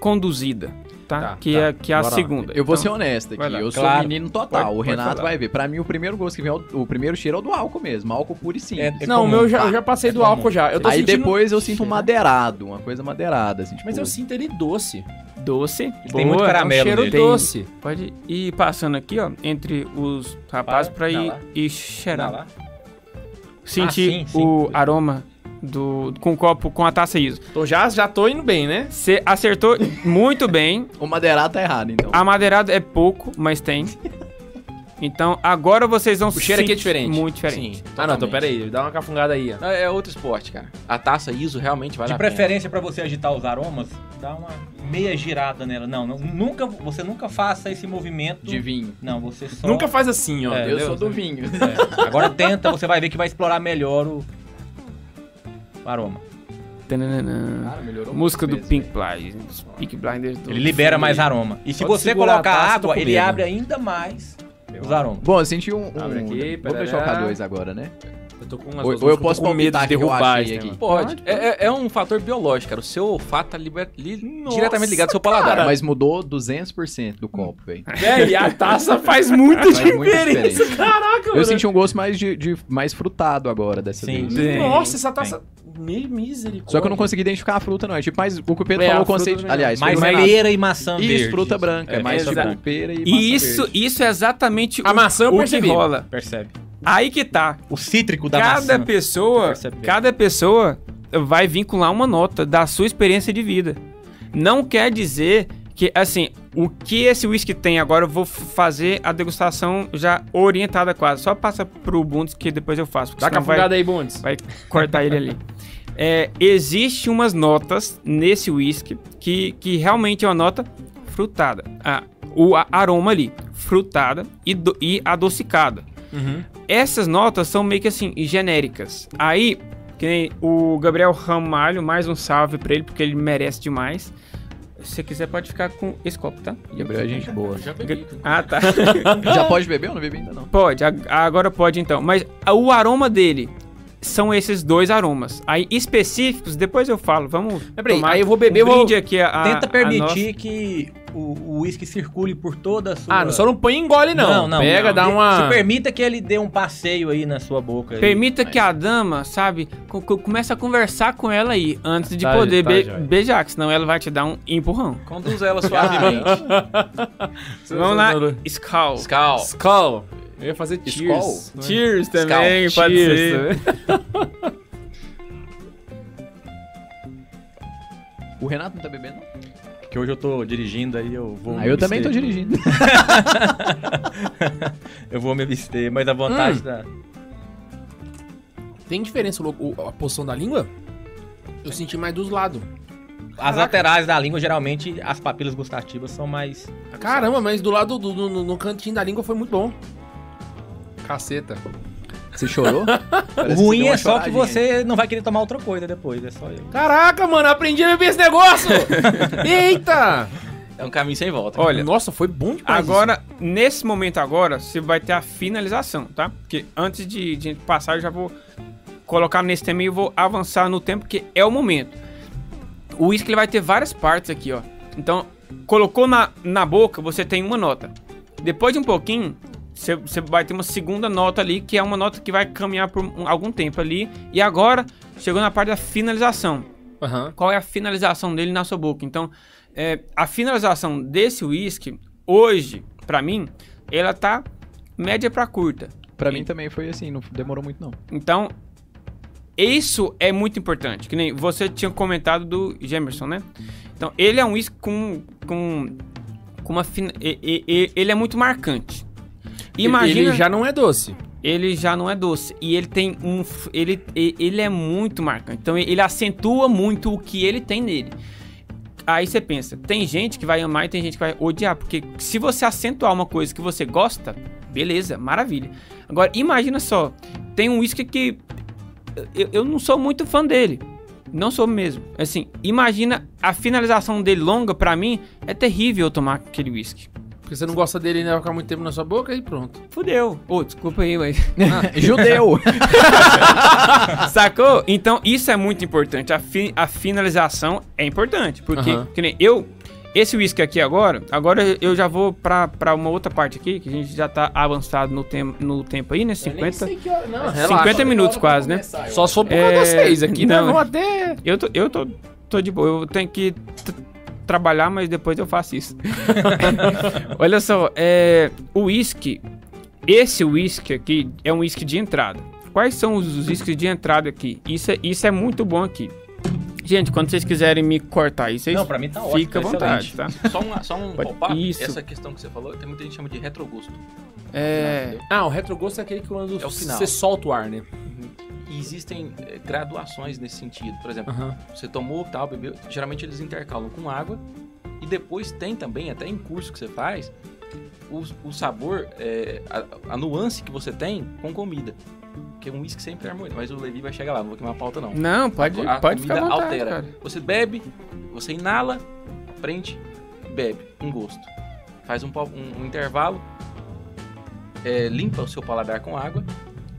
Speaker 5: conduzida, tá?
Speaker 2: Tá,
Speaker 5: que,
Speaker 2: tá.
Speaker 5: É, que é a
Speaker 2: Bora lá.
Speaker 5: segunda.
Speaker 3: Eu vou
Speaker 5: Então,
Speaker 3: ser honesto aqui,
Speaker 5: Vai lá.
Speaker 3: eu sou
Speaker 6: Claro.
Speaker 3: menino total.
Speaker 5: Pode-
Speaker 3: o
Speaker 5: pode
Speaker 3: Renato
Speaker 5: falar.
Speaker 3: vai ver. Pra mim, o primeiro gosto que vem é o, o primeiro cheiro é o do álcool mesmo, álcool puro e simples.
Speaker 6: É- é
Speaker 2: Não, o
Speaker 6: comum.
Speaker 2: meu já, eu já passei do álcool já. Eu tô
Speaker 3: Aí
Speaker 2: sentindo...
Speaker 3: depois eu sinto um madeirado, uma coisa madeirada, assim, tipo...
Speaker 2: Mas eu sinto ele doce. tá um
Speaker 5: doce.
Speaker 6: Tem muito
Speaker 5: boa,
Speaker 6: caramelo
Speaker 2: Cheiro
Speaker 6: nele.
Speaker 2: doce.
Speaker 5: Pode ir passando aqui, ó, entre os rapazes pra
Speaker 6: Vai, dá
Speaker 5: ir,
Speaker 6: lá.
Speaker 5: ir
Speaker 6: Tá
Speaker 5: cheirar.
Speaker 6: lá.
Speaker 5: Sentir
Speaker 6: Ah, sim, sim.
Speaker 5: o aroma do, com o copo, com a taça ISO.
Speaker 2: Então já, já tô indo bem, né?
Speaker 5: Você acertou muito bem.
Speaker 3: O madeirado tá errado, então.
Speaker 2: Ah,
Speaker 5: A madeirada é pouco, mas tem. Então agora vocês vão
Speaker 2: O cheiro aqui é diferente.
Speaker 5: Muito diferente.
Speaker 2: Ah, não, então
Speaker 4: totalmente.
Speaker 2: peraí. Dá uma cafungada aí, ó.
Speaker 4: Não, É outro esporte, cara. A taça ISO realmente vale
Speaker 6: De
Speaker 4: a pena.
Speaker 6: preferência pra você agitar os aromas, dá uma meia girada nela. Não, não- nunca, você nunca faça esse movimento.
Speaker 3: De vinho.
Speaker 6: Não, você só.
Speaker 2: Nunca faz assim, ó.
Speaker 6: É,
Speaker 3: eu
Speaker 2: entendeu?
Speaker 3: sou do vinho.
Speaker 6: É, Agora tenta, você vai ver que vai explorar melhor o o aroma.
Speaker 5: Tananana.
Speaker 3: Cara, melhorou
Speaker 5: Música do
Speaker 3: muito
Speaker 5: Pink Blinders. Pink Blinders. do-
Speaker 6: Ele libera mais aroma. E se
Speaker 2: Pode
Speaker 6: você
Speaker 2: segurar a
Speaker 6: colocar
Speaker 2: taça, tô
Speaker 6: água,
Speaker 2: com
Speaker 6: ele
Speaker 2: medo.
Speaker 6: abre ainda mais os aromas.
Speaker 3: Bom, eu senti um... um-
Speaker 2: Abre aqui,
Speaker 3: Vou fechar
Speaker 2: pera-
Speaker 3: o K2 agora, né?
Speaker 2: Eu tô com umas
Speaker 3: Ou,
Speaker 2: duas
Speaker 3: ou eu
Speaker 2: mãos que
Speaker 3: posso
Speaker 2: tô com medo
Speaker 3: palpitar
Speaker 2: de
Speaker 3: o que eu
Speaker 2: derrubar
Speaker 3: achei
Speaker 2: esse
Speaker 3: aqui.
Speaker 2: negócio.
Speaker 4: Pode. É, é- é um fator biológico, cara. O seu olfato tá liber- li-
Speaker 2: Nossa,
Speaker 4: diretamente ligado ao seu paladar.
Speaker 3: Cara, mas mudou 200% do copo, velho.
Speaker 2: É, e a taça faz muita
Speaker 3: Faz muita
Speaker 2: diferença.
Speaker 3: diferença.
Speaker 2: Caraca,
Speaker 3: Eu senti um gosto mais, de, de- mais frutado agora dessa
Speaker 6: Sim.
Speaker 3: vez.
Speaker 5: Bem,
Speaker 2: Nossa, essa taça. Me misericórdia.
Speaker 3: Só que eu não consegui identificar a fruta, não. É tipo mais o que o Pedro
Speaker 2: É,
Speaker 3: falou
Speaker 2: a
Speaker 3: o conceito.
Speaker 2: fruta-
Speaker 3: Aliás,
Speaker 6: Mais
Speaker 3: foi o Renato.
Speaker 6: pera e maçã
Speaker 3: Isso,
Speaker 6: verde.
Speaker 3: fruta branca. É,
Speaker 6: É,
Speaker 3: mais
Speaker 2: exato.
Speaker 3: tipo pera e maçã
Speaker 5: E isso,
Speaker 3: verde.
Speaker 5: isso é exatamente
Speaker 2: A maçã eu
Speaker 5: o, o que
Speaker 2: percebi.
Speaker 5: rola.
Speaker 6: Percebe.
Speaker 5: Aí que tá.
Speaker 6: O cítrico da né?
Speaker 5: Cada
Speaker 6: maçã.
Speaker 5: pessoa,
Speaker 6: Percebe bem.
Speaker 5: cada pessoa vai vincular uma nota da sua experiência de vida. Não quer dizer que, assim, o que esse whisky tem agora, eu vou f- fazer a degustação já orientada quase. Só passa pro Bundes que depois eu faço. porque
Speaker 2: Dá
Speaker 5: senão vai-
Speaker 2: cafungada aí, Bundes.
Speaker 5: vai cortar ele ali. É, existe umas notas nesse whisky que, que realmente é uma nota frutada. Ah, o a- aroma ali, frutada e, do- e adocicada. Essas notas são meio que assim, genéricas. Aí, que nem o Gabriel Ramalho, mais um salve pra ele, porque ele merece demais. Se você quiser, pode ficar com esse copo, tá?
Speaker 3: Gabriel é gente boa.
Speaker 4: Já bebi.
Speaker 5: Ah, tá.
Speaker 3: Já pode beber? Eu não bebi ainda, não.
Speaker 5: Pode, a- agora pode então. Mas a- o aroma dele são esses dois aromas. Aí específicos, depois eu falo. Vamos
Speaker 2: Mas peraí,
Speaker 5: tomar
Speaker 2: aí eu vou beber, eu
Speaker 5: um
Speaker 2: vou-
Speaker 5: brinde aqui a, a-
Speaker 6: Tenta
Speaker 5: a
Speaker 6: permitir que o o uísque circule por toda a sua...
Speaker 2: Ah, não, só não põe e engole, não. Pega, dá
Speaker 6: De-
Speaker 2: uma.
Speaker 6: Se permita que ele dê um passeio aí na sua boca.
Speaker 5: nossa.
Speaker 6: aí.
Speaker 5: Permita que a dama, sabe, co- co- comece a conversar com ela aí antes de
Speaker 2: Tá,
Speaker 5: poder
Speaker 2: tá,
Speaker 5: be-
Speaker 2: joia.
Speaker 5: beijar, que senão ela vai te dar um empurrão.
Speaker 4: Conduz ela suavemente.
Speaker 5: Vamos lá, Skull.
Speaker 4: Scal.
Speaker 3: é?
Speaker 2: Skull. Eu ia fazer cheers.
Speaker 3: Skol?
Speaker 2: Cheers
Speaker 5: Cheers
Speaker 4: também,
Speaker 2: pode ser.
Speaker 3: O Renato não tá bebendo? não?
Speaker 6: Que hoje eu tô dirigindo, aí eu vou.
Speaker 3: Ah,
Speaker 6: me
Speaker 3: eu também tô
Speaker 6: abster.
Speaker 3: dirigindo.
Speaker 6: Eu vou me abster, mas a
Speaker 5: Hum.
Speaker 6: vantagem da.
Speaker 2: Tem diferença o- o- a posição da língua? Eu senti mais dos lados.
Speaker 6: As laterais da língua, geralmente, as papilas gustativas são mais.
Speaker 2: Caramba, mas do lado do, do- no, no cantinho da língua foi muito bom. Caceta.
Speaker 3: Você chorou?
Speaker 6: O
Speaker 3: Parece
Speaker 6: ruim
Speaker 3: deu uma
Speaker 6: é só que
Speaker 3: choradinha.
Speaker 6: você não vai querer tomar outra coisa depois, é só eu.
Speaker 2: Caraca, mano, aprendi a beber esse negócio! Eita!
Speaker 4: É um caminho sem volta.
Speaker 5: Olha,
Speaker 2: Nossa, foi bom demais.
Speaker 5: Agora, nesse momento agora, você vai ter a finalização, tá? Porque antes de, de passar, eu já vou colocar nesse tema e eu vou avançar no tempo, porque é o momento. O uísque ele vai ter várias partes aqui, ó. Então, colocou na, na boca, você tem uma nota. Depois de um pouquinho, você, você vai ter uma segunda nota ali, que é uma nota que vai caminhar por um- algum tempo ali. E agora, chegou na parte da finalização
Speaker 2: isso. Aham.
Speaker 5: qual é a finalização dele na sua boca. Então, é, a finalização desse whisky, hoje, pra mim, ela tá média pra curta.
Speaker 3: Pra mim também foi assim, não demorou muito não.
Speaker 5: Então, isso é muito importante. Que nem você tinha comentado do Jamerson, né? Então, ele é um whisky com, com, com uma... Fina, e- e- e- ele é muito marcante. Imagina...
Speaker 2: Ele já não é doce.
Speaker 5: ele já não é doce e ele tem um f- ele e- ele é muito marcante. Então ele acentua muito o que ele tem nele. Aí você pensa, tem gente que vai amar e tem gente que vai odiar, porque se você acentuar uma coisa que você gosta, beleza, maravilha. Agora imagina só, tem um uísque que eu, eu não sou muito fã dele. Não sou mesmo. Assim, imagina a finalização dele longa pra mim é terrível eu tomar aquele uísque.
Speaker 2: Porque você não gosta dele e ainda vai ficar muito tempo na sua boca e pronto.
Speaker 5: Fudeu. Ô, desculpa aí, mas
Speaker 3: Judeu!
Speaker 5: Sacou? Então, isso é muito importante. A, fi- a finalização é importante. Porque,
Speaker 2: Aham.
Speaker 5: que nem eu. Esse uísque aqui agora, agora eu já vou pra, pra uma outra parte aqui, que a gente já tá avançado no, tem, no tempo aí, né? 50.
Speaker 2: que hora, não,
Speaker 5: 50 minutos quase, né?
Speaker 2: Ah, Só se for por causa
Speaker 5: É,
Speaker 2: das seis aqui, né?
Speaker 5: não.
Speaker 2: Vamos até...
Speaker 5: Eu tô, eu tô, tô de boa. Eu tenho que t- trabalhar, mas depois eu faço isso. Olha só, é, o uísque. Esse uísque aqui é um uísque de entrada. Quais são os uísques de entrada aqui? Isso é, isso é muito bom aqui. Gente, quando vocês quiserem me cortar isso, vocês
Speaker 6: Não, pra mim tá ótimo.
Speaker 5: fica à
Speaker 6: tá
Speaker 5: vontade,
Speaker 6: excelente.
Speaker 5: tá?
Speaker 4: Só um, só um
Speaker 5: Pode-
Speaker 4: pop-up,
Speaker 5: Isso.
Speaker 4: essa questão que você falou, tem muita gente que chama de retrogosto.
Speaker 5: É.
Speaker 2: Ah, o retrogosto é aquele que quando
Speaker 4: É o final.
Speaker 2: você solta o ar, né?
Speaker 4: E existem eh, graduações nesse sentido. Por exemplo,
Speaker 2: Aham.
Speaker 4: você tomou, tal, bebeu, geralmente eles intercalam com água. E depois tem também, até em curso que você faz, o, o sabor, eh, a, a nuance que você tem com comida. Porque um uísque sempre é harmonia. Mas o Levi vai chegar lá, não vou queimar a pauta não.
Speaker 5: Não, pode,
Speaker 4: a
Speaker 5: pode
Speaker 4: comida
Speaker 5: ficar à vontade,
Speaker 4: altera.
Speaker 5: cara.
Speaker 4: Você bebe, você inala, prende, bebe, um gosto. Faz um, pa- um- um intervalo, é, limpa o seu paladar com água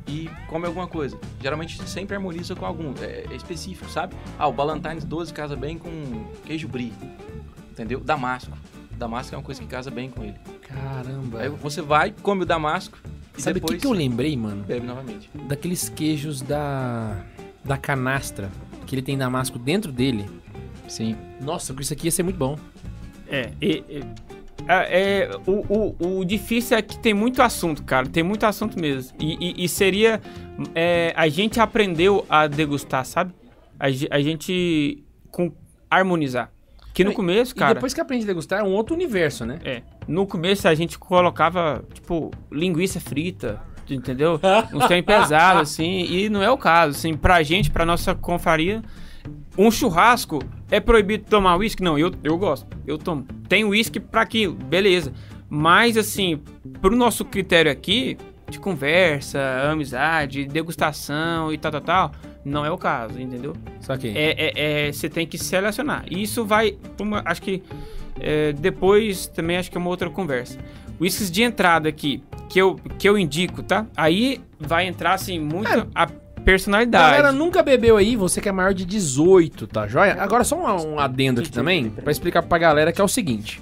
Speaker 4: e come alguma coisa. Geralmente sempre harmoniza com algum, é, é específico, sabe? Ah, o Ballantines 12 casa bem com queijo brie, entendeu? Damasco. Damasco é uma coisa que casa bem com ele.
Speaker 2: Caramba.
Speaker 4: Aí você vai, come o damasco e
Speaker 2: Sabe o que,
Speaker 4: depois
Speaker 2: que eu lembrei, mano?
Speaker 4: bebe novamente.
Speaker 2: Daqueles queijos da... Da canastra. Que ele tem damasco dentro dele.
Speaker 3: Sim.
Speaker 2: Nossa, isso aqui ia ser muito bom.
Speaker 5: É, e- e- ah, é, o, o, o difícil é que tem muito assunto, cara. Tem muito assunto mesmo. E, e- e seria. é, a gente aprendeu a degustar, sabe? A, ge- a gente com, harmonizar. Que no
Speaker 2: É,
Speaker 5: começo,
Speaker 2: E
Speaker 5: cara.
Speaker 2: depois que aprende a degustar, é um outro universo, né?
Speaker 5: É. No começo a gente colocava, tipo, linguiça frita, tu entendeu? Um trem pesado, assim, e não é o caso. Assim, pra gente, pra nossa confraria, um churrasco é proibido tomar uísque? Não, eu, eu gosto, eu tomo. Tem uísque pra aquilo, beleza. Mas, assim, pro nosso critério aqui, de conversa, amizade, degustação e tal, tal, tal, não é o caso, entendeu?
Speaker 2: Saquei.
Speaker 5: É, é- é, você tem que selecionar. E isso vai, uma- acho que é, depois também acho que é uma outra conversa. Whiskies de entrada aqui, que eu, que eu indico, tá? Aí vai entrar, assim, muito a personalidade.
Speaker 2: É. Galera, né? nunca bebeu aí, você que é maior de 18, tá joia? Agora só um, um adendo aqui também, pra explicar pra galera que é o seguinte.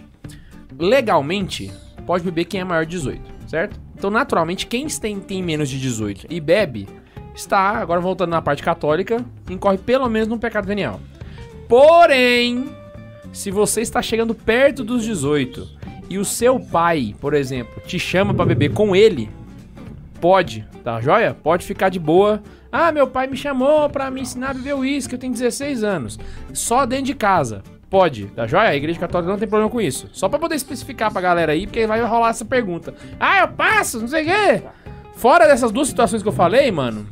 Speaker 2: Legalmente, pode beber quem é maior de 18, certo? Então, naturalmente, quem tem, tem menos de 18 e bebe, está, agora voltando na parte católica, incorre pelo menos num pecado venial. Porém, se você está chegando perto dos 18 e o seu pai, por exemplo, te chama pra beber com ele, pode, tá joia? Pode ficar de boa. Ah, meu pai me chamou pra me ensinar a beber uísque, eu tenho 16 anos. Só dentro de casa. Pode, tá joia? A igreja católica não tem problema com isso. Só pra poder especificar pra galera aí, porque vai rolar essa pergunta. Ah, eu passo, não sei o quê. Fora dessas duas situações que eu falei, mano.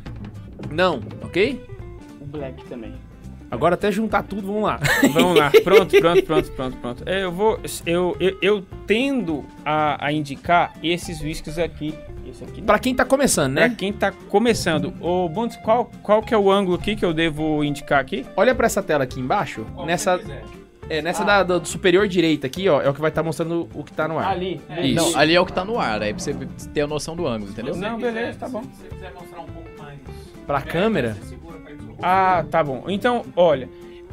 Speaker 2: Não, ok?
Speaker 8: O Black também.
Speaker 2: Agora até juntar tudo, vamos lá.
Speaker 5: Vamos lá, pronto, pronto, pronto, pronto, pronto. É, eu vou. Eu, eu, eu tendo a, a indicar esses whiskies aqui. Esse aqui.
Speaker 2: pra quem tá começando,
Speaker 5: Pra
Speaker 2: né?
Speaker 5: quem tá começando, ô Bundes, qual, qual que é o ângulo aqui que eu devo indicar aqui?
Speaker 2: Olha pra essa tela aqui embaixo. Nessa, é, nessa da, da- do superior direita aqui, ó, é o que vai estar mostrando o que tá no ar.
Speaker 8: Ali.
Speaker 2: Isso.
Speaker 3: Não, ali é o que tá no ar, aí pra você ter a noção do ângulo, entendeu?
Speaker 5: Não, beleza, tá bom.
Speaker 7: Se você quiser mostrar um pouco mais.
Speaker 2: Pra câmera.
Speaker 7: Você segura perto do rosto.
Speaker 5: Ah, tá bom. Então, olha,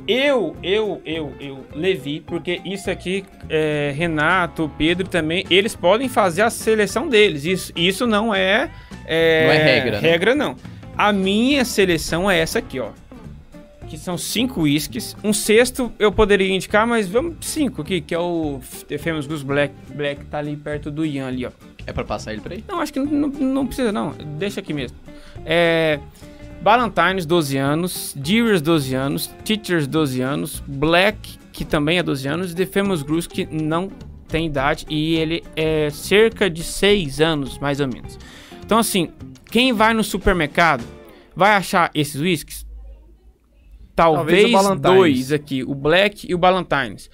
Speaker 5: eu, eu, eu, eu, Levi, porque isso aqui, é, Renato, Pedro também, eles podem fazer a seleção deles. Isso, isso não é, é-
Speaker 3: Não é regra, né?
Speaker 5: Regra não. A minha seleção é essa aqui, ó. Que são cinco uísques. Um sexto eu poderia indicar, mas vamos cinco aqui, que é o The Famous Goose Black. Black tá ali perto do Ian ali, ó.
Speaker 3: É pra passar ele pra aí?
Speaker 5: Não, acho que não, não precisa, não. Deixa aqui mesmo. É. Ballantines, 12 anos. Deers, 12 anos. Teachers, 12 anos. Black, que também é 12 anos. e The Famous Grouse, que não tem idade. E ele é cerca de 6 anos, mais ou menos. Então, assim, quem vai no supermercado vai achar esses whiskies? Talvez,
Speaker 2: Talvez o Ballantines.
Speaker 5: dois aqui, o Black e o Ballantines.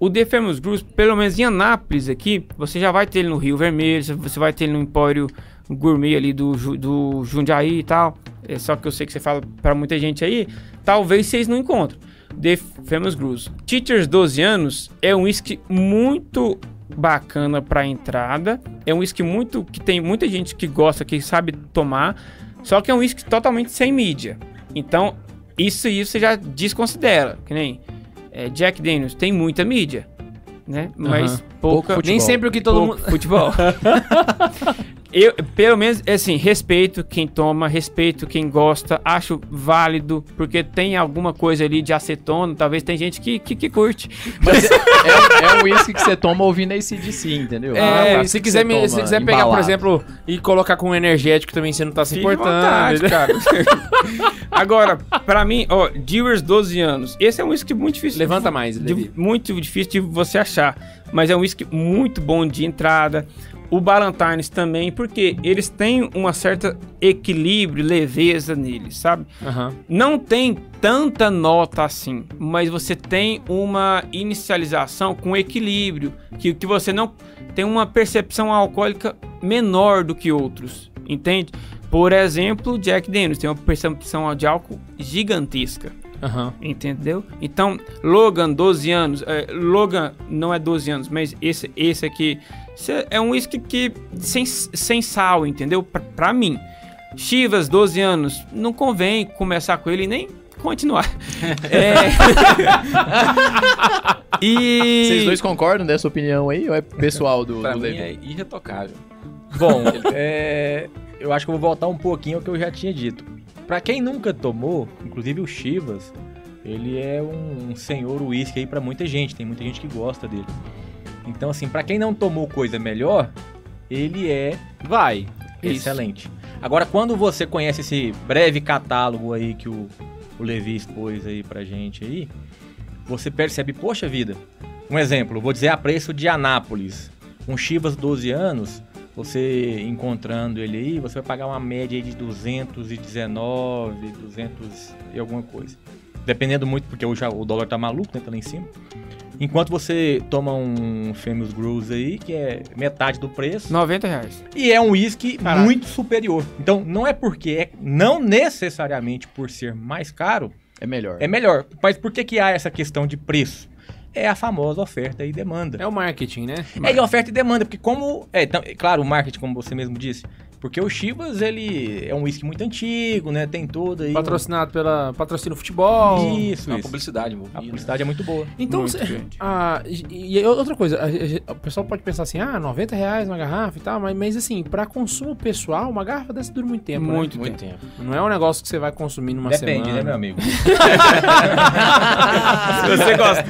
Speaker 5: O The Famous Grouse, pelo menos em Anápolis aqui, você já vai ter ele no Rio Vermelho, você- você vai ter ele no Empório Gourmet ali do, Ju- do Jundiaí e tal. É só que eu sei que você fala pra muita gente aí, talvez vocês não encontrem. The Famous Grouse. Teachers 12 anos é um whisky muito bacana pra entrada. É um whisky muito que tem muita gente que gosta, que sabe tomar. Só que é um whisky totalmente sem mídia. Então, isso aí você já desconsidera, que nem é, Jack Daniels tem muita mídia, né? Mas
Speaker 2: Aham.
Speaker 5: pouca
Speaker 2: Nem sempre o que todo mundo.
Speaker 5: futebol. Eu, pelo menos, assim, respeito quem toma, respeito quem gosta, acho válido, porque tem alguma coisa ali de acetona, talvez tem gente que, que, que curte.
Speaker 3: Mas é, é, é um uísque que você toma ouvindo ACDC, entendeu? Não um
Speaker 2: É,
Speaker 3: uísque
Speaker 2: se
Speaker 3: que
Speaker 2: quiser,
Speaker 3: você
Speaker 2: me-
Speaker 3: toma
Speaker 2: se quiser pegar, por
Speaker 3: embalado.
Speaker 2: exemplo, e colocar com um energético também, você não tá se
Speaker 5: Fique à
Speaker 2: importando.
Speaker 5: vontade,
Speaker 2: né?
Speaker 5: cara. Agora, pra mim, ó, Dewars 12 anos. Esse é um whisky muito difícil. de
Speaker 2: Levanta mais,
Speaker 5: de-
Speaker 2: Levi.
Speaker 5: muito difícil de você achar. Mas é um whisky muito bom de entrada. O Ballantines também, porque eles têm uma certa equilíbrio, leveza neles, sabe?
Speaker 2: Aham.
Speaker 5: Não tem tanta nota assim, mas você tem uma inicialização com equilíbrio, que, que você não tem uma percepção alcoólica menor do que outros, entende? Por exemplo, Jack Daniels tem uma percepção de álcool gigantesca.
Speaker 2: Aham.
Speaker 5: Entendeu? Então, Logan, 12 anos. é, Logan não é 12 anos, mas esse, esse aqui cê- é um uísque que sem, sem sal, entendeu? Pra, pra mim. Chivas, 12 anos. Não convém começar com ele e nem continuar. É. e.
Speaker 3: Vocês dois concordam dessa opinião aí ou é pessoal do,
Speaker 4: Pra
Speaker 3: do
Speaker 4: mim
Speaker 3: Levi?
Speaker 4: é irretocável.
Speaker 6: Bom, é, eu acho que eu vou voltar um pouquinho ao que eu já tinha dito. Pra quem nunca tomou, inclusive o Chivas, ele é um, um senhor uísque aí pra muita gente, tem muita gente que gosta dele. Então assim, pra quem não tomou coisa melhor, ele é
Speaker 2: Vai. Isso.
Speaker 6: excelente. Agora quando você conhece esse breve catálogo aí que o, o Levi expôs aí pra gente aí, você percebe, poxa vida. Um exemplo, vou dizer a preço de Anápolis. Um Chivas 12 anos, você encontrando ele aí, você vai pagar uma média aí de 219, 200 e alguma coisa. Dependendo muito, porque hoje o dólar tá maluco, né? Tá lá em cima. Enquanto você toma um Famous Grouse aí, que é metade do preço,
Speaker 5: 90 reais.
Speaker 6: e é um whisky
Speaker 5: Caraca.
Speaker 6: muito superior. Então, não é porque, é, não necessariamente por ser mais caro,
Speaker 3: É melhor.
Speaker 6: é melhor. Mas por que, que há essa questão de preço? É a famosa oferta e demanda.
Speaker 2: É o marketing, né?
Speaker 6: É, e oferta e demanda, porque como... É, então, é claro, o marketing, como você mesmo disse, porque o Chivas, ele é um whisky muito antigo, né? Tem todo aí...
Speaker 2: Patrocinado pela. Patrocina o futebol.
Speaker 6: Isso,
Speaker 4: É uma
Speaker 6: isso.
Speaker 4: publicidade
Speaker 6: A
Speaker 4: envolvida.
Speaker 6: publicidade é muito boa.
Speaker 2: Então, você. Ah, e, e outra coisa, a- a- o pessoal pode pensar assim, ah, 90 reais uma garrafa e tal, mas, mas assim, pra consumo pessoal, uma garrafa dessa dura muito tempo, né?
Speaker 5: muito
Speaker 4: Muito
Speaker 5: tempo.
Speaker 4: tempo.
Speaker 2: Não é um negócio que você vai consumir numa
Speaker 6: Depende, né,
Speaker 2: semana.
Speaker 6: meu amigo?
Speaker 5: Se você gosta.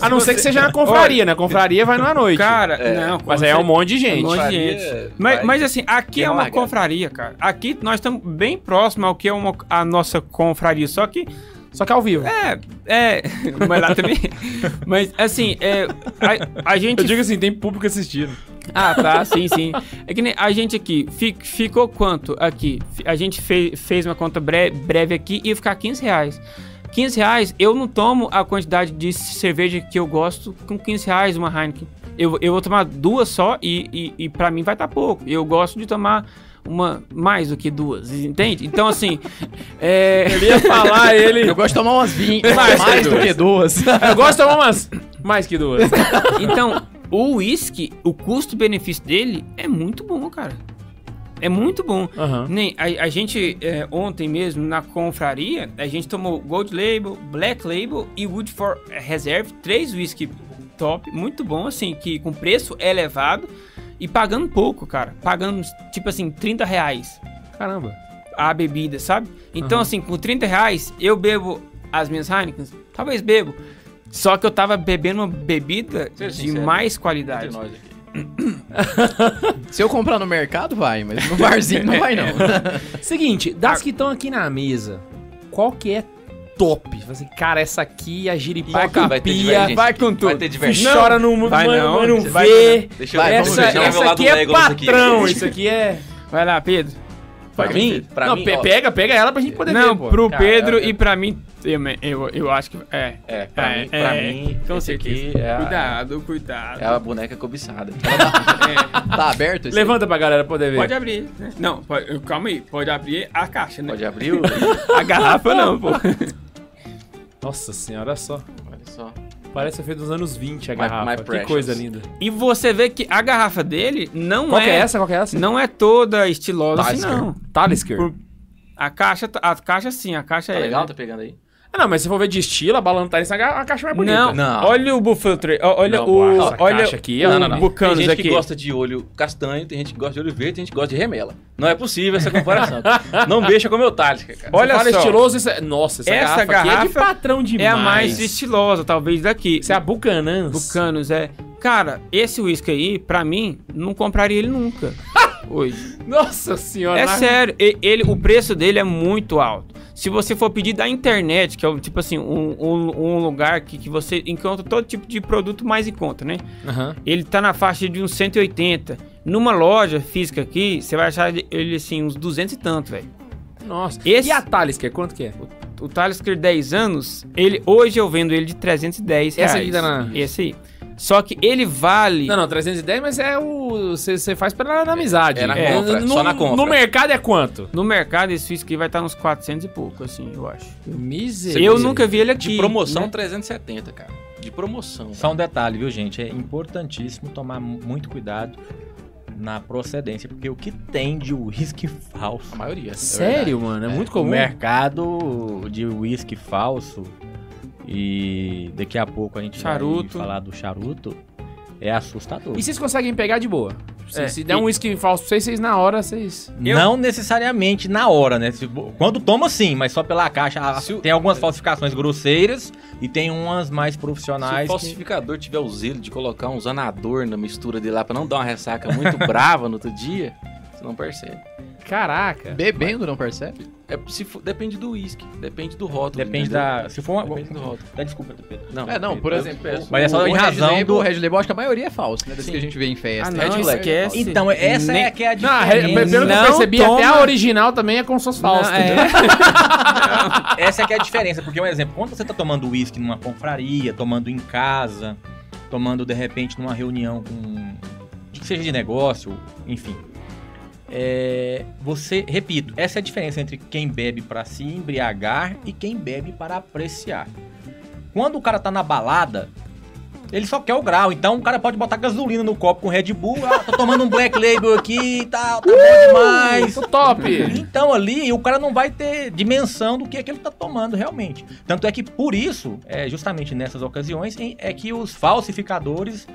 Speaker 2: A não ser que seja na confraria, né? A confraria vai numa noite.
Speaker 5: Cara,
Speaker 4: É,
Speaker 5: não.
Speaker 2: mas aí é um monte de gente.
Speaker 5: Um monte de
Speaker 4: Faria,
Speaker 5: gente.
Speaker 4: vai.
Speaker 5: Mas, mas assim, aqui
Speaker 4: Tem
Speaker 5: é uma
Speaker 4: largada.
Speaker 5: confraria, cara. Aqui nós estamos bem próximo ao que é uma, a nossa confraria. Só que
Speaker 2: Só que ao vivo.
Speaker 5: É, é, mas lá também. Mas assim, é, a, a gente.
Speaker 2: Eu digo assim, tem público assistindo.
Speaker 5: Ah, tá, sim, sim. É que nem a gente aqui, fi- ficou quanto aqui? Fi- A gente fe- fez uma conta bre- breve aqui e ia ficar 15 reais. 15 reais, eu não tomo a quantidade de cerveja que eu gosto com 15 reais uma Heineken. Eu, eu vou tomar duas só e, e, e pra mim vai estar pouco. Eu gosto de tomar uma mais do que duas, entende? Então, assim, é...
Speaker 2: Ele ia falar, ele.
Speaker 3: Eu gosto de tomar umas 20,
Speaker 2: Mais
Speaker 3: mais,
Speaker 2: que
Speaker 3: do que duas.
Speaker 2: Eu gosto de tomar umas. Mais que duas.
Speaker 5: Então, o uísque, o custo-benefício dele é muito bom, cara. É muito bom.
Speaker 2: Aham.
Speaker 5: Nem, a, a gente, é, ontem mesmo, na confraria, a gente tomou Gold Label, Black Label e Wood for Reserve, três whisky top, muito bom, assim, que com preço elevado e pagando pouco, cara. Pagando, tipo assim, 30 reais
Speaker 2: Caramba.
Speaker 5: a bebida, sabe? Então,
Speaker 2: Aham.
Speaker 5: assim, com 30 reais, eu bebo as minhas Heineken? Talvez bebo. Só que eu tava bebendo uma bebida
Speaker 4: Seja
Speaker 5: de
Speaker 4: sincero,
Speaker 5: mais
Speaker 4: Entre
Speaker 5: qualidade.
Speaker 4: nós aqui.
Speaker 3: Se eu comprar no mercado, vai, mas no barzinho não vai, não.
Speaker 2: Seguinte, das que estão aqui na mesa, qual que é top? Fala assim, cara, essa aqui, a
Speaker 4: Aqui
Speaker 2: giripaca
Speaker 4: vai ter
Speaker 2: pia,
Speaker 4: divergência.
Speaker 2: vai,
Speaker 4: com tudo. Vai ter divergência.
Speaker 2: chora no mundo,
Speaker 5: vai não,
Speaker 2: não
Speaker 5: vai
Speaker 2: vê.
Speaker 4: Deixa eu
Speaker 3: Vai,
Speaker 4: vamos
Speaker 2: Essa,
Speaker 4: ver, vamos ver o
Speaker 2: essa
Speaker 4: lado
Speaker 2: aqui
Speaker 4: do
Speaker 2: é
Speaker 4: Legolas aqui.
Speaker 2: patrão, isso aqui é...
Speaker 5: Vai lá, Pedro.
Speaker 2: Pra
Speaker 4: mim?
Speaker 2: mim?
Speaker 4: Pra
Speaker 2: Não,
Speaker 4: mim,
Speaker 2: pe-
Speaker 4: ó.
Speaker 2: pega, pega ela pra gente poder ver,
Speaker 5: Não,
Speaker 2: pô.
Speaker 5: pro
Speaker 4: Cara,
Speaker 5: Pedro
Speaker 4: eu- eu-
Speaker 5: e pra mim, eu, eu, eu acho que é.
Speaker 4: É, pra
Speaker 5: É,
Speaker 4: mim, pra
Speaker 5: é,
Speaker 4: mim,
Speaker 5: com
Speaker 4: esse aqui
Speaker 5: certeza.
Speaker 4: é a,
Speaker 5: Cuidado, cuidado.
Speaker 4: é a boneca cobiçada.
Speaker 3: Tá aberto esse?
Speaker 2: Levanta pra galera poder ver.
Speaker 5: Pode abrir. né? Não, pode- calma aí. Pode abrir a caixa, né?
Speaker 4: Pode abrir o...
Speaker 5: A garrafa não, pô.
Speaker 2: Nossa senhora, olha só.
Speaker 4: Olha só.
Speaker 2: Parece a feita dos anos 20 a
Speaker 4: My-
Speaker 2: garrafa.
Speaker 4: my
Speaker 2: que
Speaker 4: precious.
Speaker 2: coisa linda.
Speaker 5: E você vê que a garrafa dele não
Speaker 2: Qual
Speaker 5: é...
Speaker 2: que é essa? Qual que é essa?
Speaker 5: Não é toda estilosa assim,
Speaker 4: Tasker.
Speaker 5: não.
Speaker 2: Talisker.
Speaker 5: Por- A caixa, tá- a caixa sim, a caixa
Speaker 4: Tá
Speaker 5: é.
Speaker 4: legal? Tá pegando aí?
Speaker 2: Ah, não, mas se for ver de estilo, a balão Talisker é a caixa mais bonita.
Speaker 5: Não,
Speaker 6: Não.
Speaker 5: olha o Buffalo Trace. ó, Olha
Speaker 2: Não,
Speaker 5: o.
Speaker 2: pô, essa
Speaker 5: olha
Speaker 2: caixa aqui,
Speaker 5: o
Speaker 2: ó, não, não, não.
Speaker 5: Bucanos
Speaker 4: tem gente
Speaker 5: aqui.
Speaker 4: que gosta de olho castanho, tem gente que gosta de olho verde, tem gente que gosta de remela. Não é possível essa comparação. não mexa com o meu Talisca, cara.
Speaker 5: Olha
Speaker 2: Olha fala
Speaker 5: só.
Speaker 2: estiloso, essa... Nossa, essa,
Speaker 5: Essa
Speaker 2: garrafa, aqui é de
Speaker 5: garrafa
Speaker 2: patrão demais.
Speaker 5: É a mais estilosa, talvez, daqui.
Speaker 2: Isso é a Bucanans.
Speaker 5: Bucanos, é. Cara, esse uísque aí, pra mim, não compraria ele nunca. Hoje.
Speaker 2: Nossa senhora.
Speaker 5: É
Speaker 2: lá-
Speaker 5: sério, e- ele, o preço dele é muito alto. Se você for pedir da internet, que é um, tipo assim, um, um- um lugar que, que você encontra todo tipo de produto mais em conta, né?
Speaker 2: Aham.
Speaker 5: Ele tá na faixa de uns 180. Numa loja física aqui, você vai achar ele assim, uns 200 e tanto, velho.
Speaker 2: Nossa.
Speaker 5: Esse-
Speaker 2: E a Talisker, quanto que é?
Speaker 5: O Talisker 10 anos, ele hoje eu vendo ele de 310 reais.
Speaker 2: Essa aqui tá na- Tá
Speaker 5: Esse aí. Só que ele vale.
Speaker 2: Não, não, 310, mas é o... Você você faz pela na amizade.
Speaker 4: é na compra,
Speaker 2: no,
Speaker 4: só na compra.
Speaker 2: No mercado é quanto?
Speaker 5: No mercado, esse uísque aí vai estar uns 400 e pouco, assim, eu acho.
Speaker 2: Misericórdia.
Speaker 5: Eu nunca vi ele aqui.
Speaker 4: De promoção,
Speaker 5: né?
Speaker 4: 370, cara. De promoção.
Speaker 6: Só um detalhe, viu, gente? É importantíssimo tomar mu- muito cuidado na procedência, porque o que tem de uísque falso?
Speaker 4: A maioria.
Speaker 2: É Sério, mano? É, muito
Speaker 6: O
Speaker 2: comum.
Speaker 6: mercado de uísque falso e daqui a pouco a gente vai
Speaker 5: Charuto.
Speaker 6: falar do charuto é assustador.
Speaker 2: E vocês conseguem pegar de boa? Se,
Speaker 5: É,
Speaker 2: se der
Speaker 5: e-
Speaker 2: um uísque falso pra vocês, vocês na hora, vocês...
Speaker 6: Não necessariamente na hora, né? Se- Quando toma, sim, mas só pela caixa. Ah,
Speaker 4: Se o-
Speaker 6: Tem algumas falsificações grosseiras e tem umas mais
Speaker 4: Se o
Speaker 6: profissionais. que-
Speaker 4: falsificador tiver o zelo de colocar uns anador na mistura dele lá pra não dar uma ressaca muito brava no outro dia, você não percebe.
Speaker 2: Caraca.
Speaker 3: Bebendo, não percebe?
Speaker 4: É, se for- depende do uísque, depende do rótulo.
Speaker 6: Depende
Speaker 4: entendeu?
Speaker 6: da. Se for uma.
Speaker 4: né? Depende do rótulo.
Speaker 6: Dá desculpa, Pedro.
Speaker 4: Não,
Speaker 3: É, não, por
Speaker 4: eu
Speaker 3: exemplo.
Speaker 4: peço.
Speaker 6: Mas é só
Speaker 3: o
Speaker 6: em
Speaker 3: Red
Speaker 6: razão
Speaker 3: Label,
Speaker 6: do-
Speaker 3: O Red Label, acho que a maioria é falso, né? Das que a gente vê em festa.
Speaker 5: Ah,
Speaker 3: É
Speaker 5: não,
Speaker 3: de leve.
Speaker 5: esquece.
Speaker 6: Então, essa
Speaker 5: Nem-
Speaker 6: é que é a
Speaker 2: Não, a
Speaker 6: diferença.
Speaker 2: re- pelo que eu
Speaker 5: Não
Speaker 2: percebi, até
Speaker 5: toma-
Speaker 2: a original também é com suas falsas.
Speaker 5: Não, é.
Speaker 6: Essa é que é a diferença, porque, um exemplo, quando você tá tomando uísque numa confraria, tomando em casa, tomando, de repente, numa reunião com... de que seja de negócio, enfim. É, você, repito, essa é a diferença entre quem bebe para se embriagar e quem bebe para apreciar. Quando o cara tá na balada, ele só quer o grau, então o cara pode botar gasolina no copo com Red Bull, ah, tô tomando um Black Label aqui e tal, tá bom demais.
Speaker 2: Isso, top.
Speaker 6: Então ali o cara não vai ter dimensão do que é que ele tá tomando realmente. Tanto é que por isso, é, justamente nessas ocasiões, em- é que os falsificadores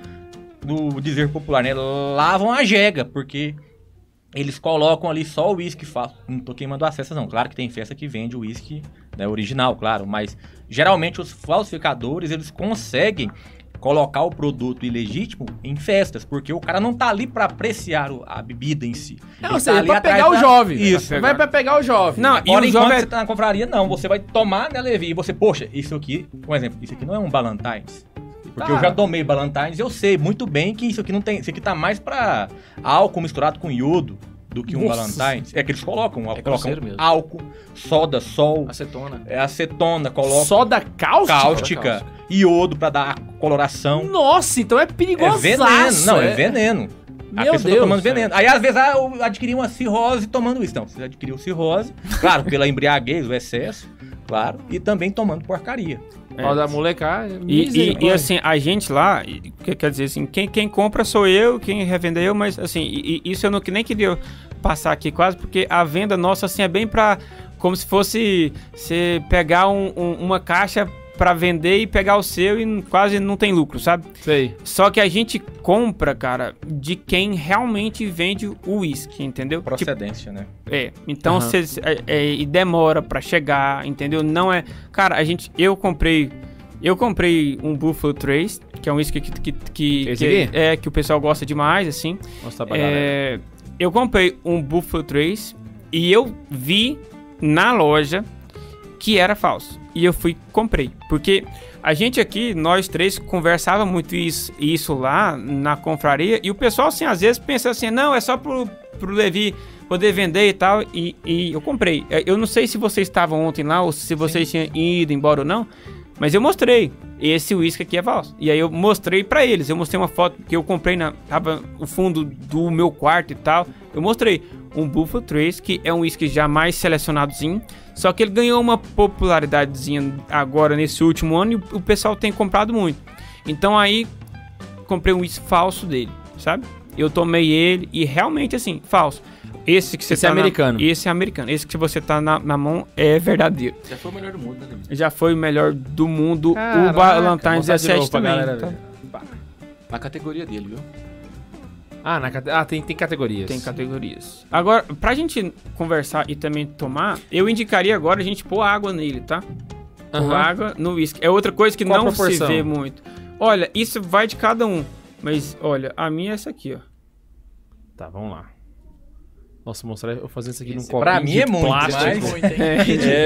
Speaker 6: do dizer popular, né, lavam a jega, porque eles colocam ali só o uísque falso. Não tô queimando as festas não, claro que tem festa que vende o uísque né, original, claro, mas geralmente os falsificadores, eles conseguem colocar o produto ilegítimo em festas, porque o cara não tá ali pra apreciar o- a bebida em si.
Speaker 2: Não, ou
Speaker 6: Ele tá
Speaker 2: seja,
Speaker 6: ali
Speaker 2: pra
Speaker 6: atrás
Speaker 2: pegar o
Speaker 6: da-
Speaker 2: jovem. né?
Speaker 6: Isso.
Speaker 2: Vai pra pegar o jovem.
Speaker 5: Não,
Speaker 6: Agora,
Speaker 5: e o
Speaker 6: enquanto
Speaker 5: jovem é-
Speaker 6: você tá na confraria, não. Você vai tomar na Levi. E você, poxa, isso aqui, por exemplo, isso aqui não é um Ballantines. Porque eu
Speaker 2: Tá.
Speaker 6: já tomei Ballantines, eu sei muito bem que isso aqui não tem. Isso aqui tá mais pra álcool misturado com iodo do que um
Speaker 2: Nossa.
Speaker 6: Ballantines. É que eles colocam, colocam
Speaker 4: grosseiro mesmo.
Speaker 6: álcool, soda, sol,
Speaker 4: Acetona.
Speaker 6: é, acetona, colocam
Speaker 2: Soda né, cáustica?
Speaker 6: cáustica, iodo pra dar coloração.
Speaker 2: Nossa, então é
Speaker 6: é
Speaker 2: perigoso.
Speaker 6: veneno. Não, é, veneno. A
Speaker 2: Meu
Speaker 6: pessoa
Speaker 2: Deus,
Speaker 6: tá tomando
Speaker 2: velho.
Speaker 6: veneno. Aí, às vezes, ah, eu adquiri uma cirrose tomando isso. Não, você adquiriu cirrose, claro, pela embriaguez, o excesso, claro, e também tomando porcaria.
Speaker 2: Ó, da molecada.
Speaker 5: E- E, e,
Speaker 2: misericórdia.
Speaker 5: assim, a gente lá, e- que- quer dizer assim, quem, quem compra sou eu, quem revende é eu, mas assim, e- e isso eu não, que nem queria passar aqui quase, porque a venda nossa assim é bem pra. Como se fosse você pegar um- um- uma caixa pra vender e pegar o seu e n- quase não tem lucro, sabe?
Speaker 2: Sei.
Speaker 5: Só que a gente compra, cara, de quem realmente vende o uísque, entendeu? Tipo,
Speaker 6: Procedência, né?
Speaker 5: é, então
Speaker 2: Aham.
Speaker 5: cês- é- é, e demora pra chegar, entendeu? Não é, cara, a gente eu comprei eu comprei um Buffalo Trace, que é um whisky que que, que,
Speaker 2: Esse
Speaker 5: que-
Speaker 2: aqui?
Speaker 5: é que o pessoal gosta demais assim.
Speaker 2: Mostra pra galera.
Speaker 5: É, eu comprei um Buffalo Trace e eu vi na loja que era falso. E eu fui comprei, porque a gente aqui, nós três, conversava muito isso, isso lá na confraria e o pessoal, assim, às vezes pensa assim, não, é só pro, pro Levi poder vender e tal, e, e eu comprei. É, Eu não sei se vocês estavam ontem lá ou se vocês tinham ido embora ou não, mas eu mostrei. Esse uísque aqui é falso. E aí eu mostrei pra eles. Eu mostrei uma foto que eu comprei na. Tava no fundo do meu quarto e tal. Eu mostrei um Buffalo Trace, que é um uísque já mais selecionadozinho. Só que ele ganhou uma popularidadezinha agora nesse último ano e o- o pessoal tem comprado muito. Então aí comprei um uísque falso dele, sabe? Eu tomei ele e realmente assim, falso. Esse que você
Speaker 2: Esse é
Speaker 5: tá na-
Speaker 2: americano.
Speaker 5: esse é americano. Esse que você tá na- na mão é verdadeiro
Speaker 4: Já foi o melhor do mundo, né, Levi?
Speaker 5: já foi o melhor do mundo.
Speaker 2: Caraca,
Speaker 5: o Valentine
Speaker 2: mostrar de
Speaker 5: 17
Speaker 2: novo pra
Speaker 5: também.
Speaker 2: galera
Speaker 5: tá?
Speaker 2: ver.
Speaker 4: Na categoria dele, viu?
Speaker 2: Ah, na cate- ah, tem, tem categorias.
Speaker 5: Tem categorias. Agora, pra gente conversar e também tomar, eu indicaria agora a gente pôr água nele, tá? Pôr
Speaker 2: Aham.
Speaker 5: água no uísque. É outra coisa que
Speaker 2: Qual a
Speaker 5: não se
Speaker 2: proporção?
Speaker 5: vê muito. Olha, isso vai de cada um. Mas, olha, a minha é essa aqui, ó.
Speaker 2: Tá, vamos lá. Nossa, mostrar eu fazendo isso aqui num
Speaker 4: Esse-
Speaker 2: copo
Speaker 6: pra mim é muito,
Speaker 2: plástico.
Speaker 6: mas-
Speaker 2: É,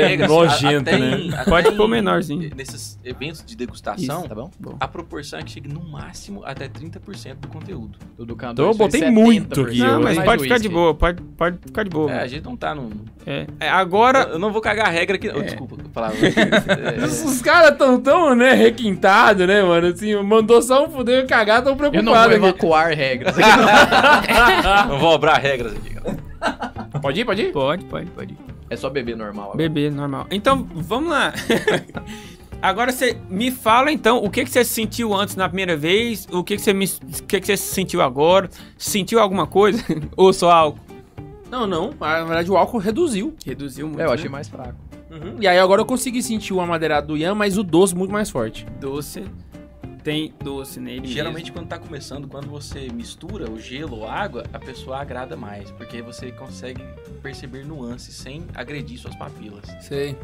Speaker 4: Pega, assim,
Speaker 2: nojento,
Speaker 4: até
Speaker 2: né?
Speaker 4: em- até
Speaker 5: Pode
Speaker 4: em-
Speaker 5: pôr menorzinho.
Speaker 4: Nesses eventos de degustação,
Speaker 3: tá bom? Bom.
Speaker 4: a proporção é que chegue no máximo até 30% do conteúdo.
Speaker 3: Do do Candor,
Speaker 2: Então eu
Speaker 3: isso é
Speaker 2: botei
Speaker 3: 70%.
Speaker 2: muito aqui, E
Speaker 5: não,
Speaker 2: eu-
Speaker 5: mas
Speaker 3: Mais
Speaker 5: pode ficar
Speaker 3: uísque.
Speaker 5: de boa, pode, pode ficar de boa.
Speaker 4: É, a
Speaker 5: mano.
Speaker 4: gente não tá num.
Speaker 5: É. É, Agora,
Speaker 4: Eu não vou cagar a regra aqui. não. Desculpa, a palavra. É,
Speaker 2: Os caras tão tão, né, requintados, né, mano? Assim, mandou só um fuder e cagar, tão
Speaker 3: Eu não vou
Speaker 2: preocupado aqui.
Speaker 3: evacuar regras.
Speaker 4: não é, vou obrar regras aqui, galera.
Speaker 2: Pode ir, pode ir?
Speaker 5: pode, pode.
Speaker 3: é só beber normal agora.
Speaker 5: Bebê, normal. Então, vamos lá. Agora você me fala então o que que você sentiu antes na primeira vez, o que que você me, o que que você sentiu agora, sentiu alguma coisa ou só álcool?
Speaker 2: Não, não. Na verdade, o álcool reduziu.
Speaker 5: Reduziu muito. né?
Speaker 3: É, eu achei mais fraco.
Speaker 2: Uhum. E aí agora eu consegui sentir o amadeirado do Ian, mas o doce muito mais forte.
Speaker 5: doce. Tem doce nele.
Speaker 4: Geralmente, quando tá começando, quando você mistura o gelo ou água, a pessoa agrada mais. Porque você consegue perceber nuances sem agredir suas papilas.
Speaker 2: Sei.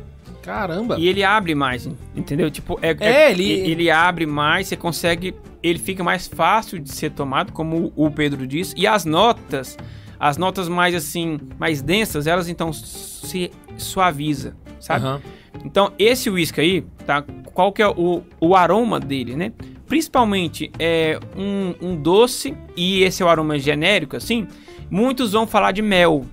Speaker 2: Caramba.
Speaker 5: E ele abre mais, entendeu? Tipo, é,
Speaker 2: É,
Speaker 5: é-
Speaker 2: ele-
Speaker 5: ele abre mais, você consegue. Ele fica mais fácil de ser tomado, como o Pedro disse. E as notas, as notas mais assim, mais densas, elas então se suaviza, sabe?
Speaker 2: Aham.
Speaker 5: Então, esse uísque aí, tá? Qual que é o, o aroma dele, né? Principalmente é um, um doce, e esse é o aroma genérico, assim. Muitos vão falar de mel.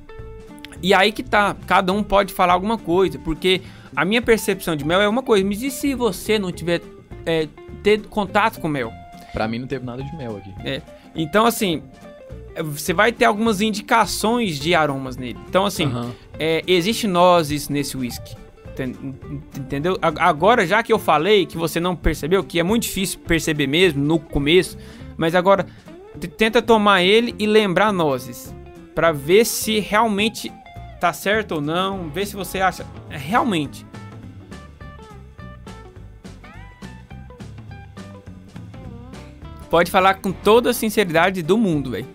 Speaker 5: E aí que tá, cada um pode falar alguma coisa, porque a minha percepção de mel é uma coisa, mas e se você não tiver é, ter contato com mel?
Speaker 3: Pra mim não teve nada de mel aqui.
Speaker 5: Então, assim, é, você vai ter algumas indicações de aromas nele. Então, assim,
Speaker 2: Aham.
Speaker 5: é, existe nozes nesse whisky. Enten- en- Entendeu? A- Agora, já que eu falei que você não percebeu, que é muito difícil perceber mesmo no começo, mas agora t- tenta tomar ele e lembrar nozes. Pra ver se realmente tá certo ou não, ver se você acha. é, Realmente. Pode falar com toda a sinceridade do mundo, velho.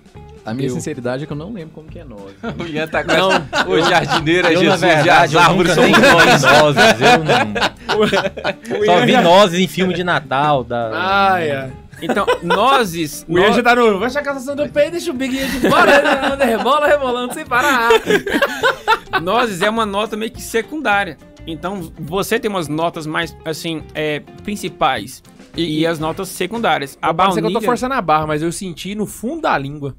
Speaker 3: A minha
Speaker 2: Eu.
Speaker 3: sinceridade é que eu não lembro como que é 9.
Speaker 4: O Ian tá com
Speaker 2: Não,
Speaker 4: essa- O jardineiro é
Speaker 6: Eu, na
Speaker 4: Jesus e as
Speaker 6: verdade, eu
Speaker 4: árvores
Speaker 6: nunca
Speaker 4: são
Speaker 6: nem vi nozes. Eu não...
Speaker 5: O
Speaker 6: Só
Speaker 5: Ian
Speaker 6: vi
Speaker 5: já-
Speaker 6: nozes em filme de Natal. Da...
Speaker 2: Ai, ai.
Speaker 5: Então, nozes.
Speaker 2: O Ian
Speaker 5: no-
Speaker 2: já tá no. Vai achar a cassação do pé e deixa o biguinho de fora. Ele anda rebola, rebolando sem parar.
Speaker 5: Nozes é uma nota meio que secundária. Então, você tem umas notas mais, assim, é, principais e, as notas secundárias. A
Speaker 2: Pode ser que eu tô
Speaker 5: baunilha...
Speaker 2: forçando a barra, mas eu senti no fundo da língua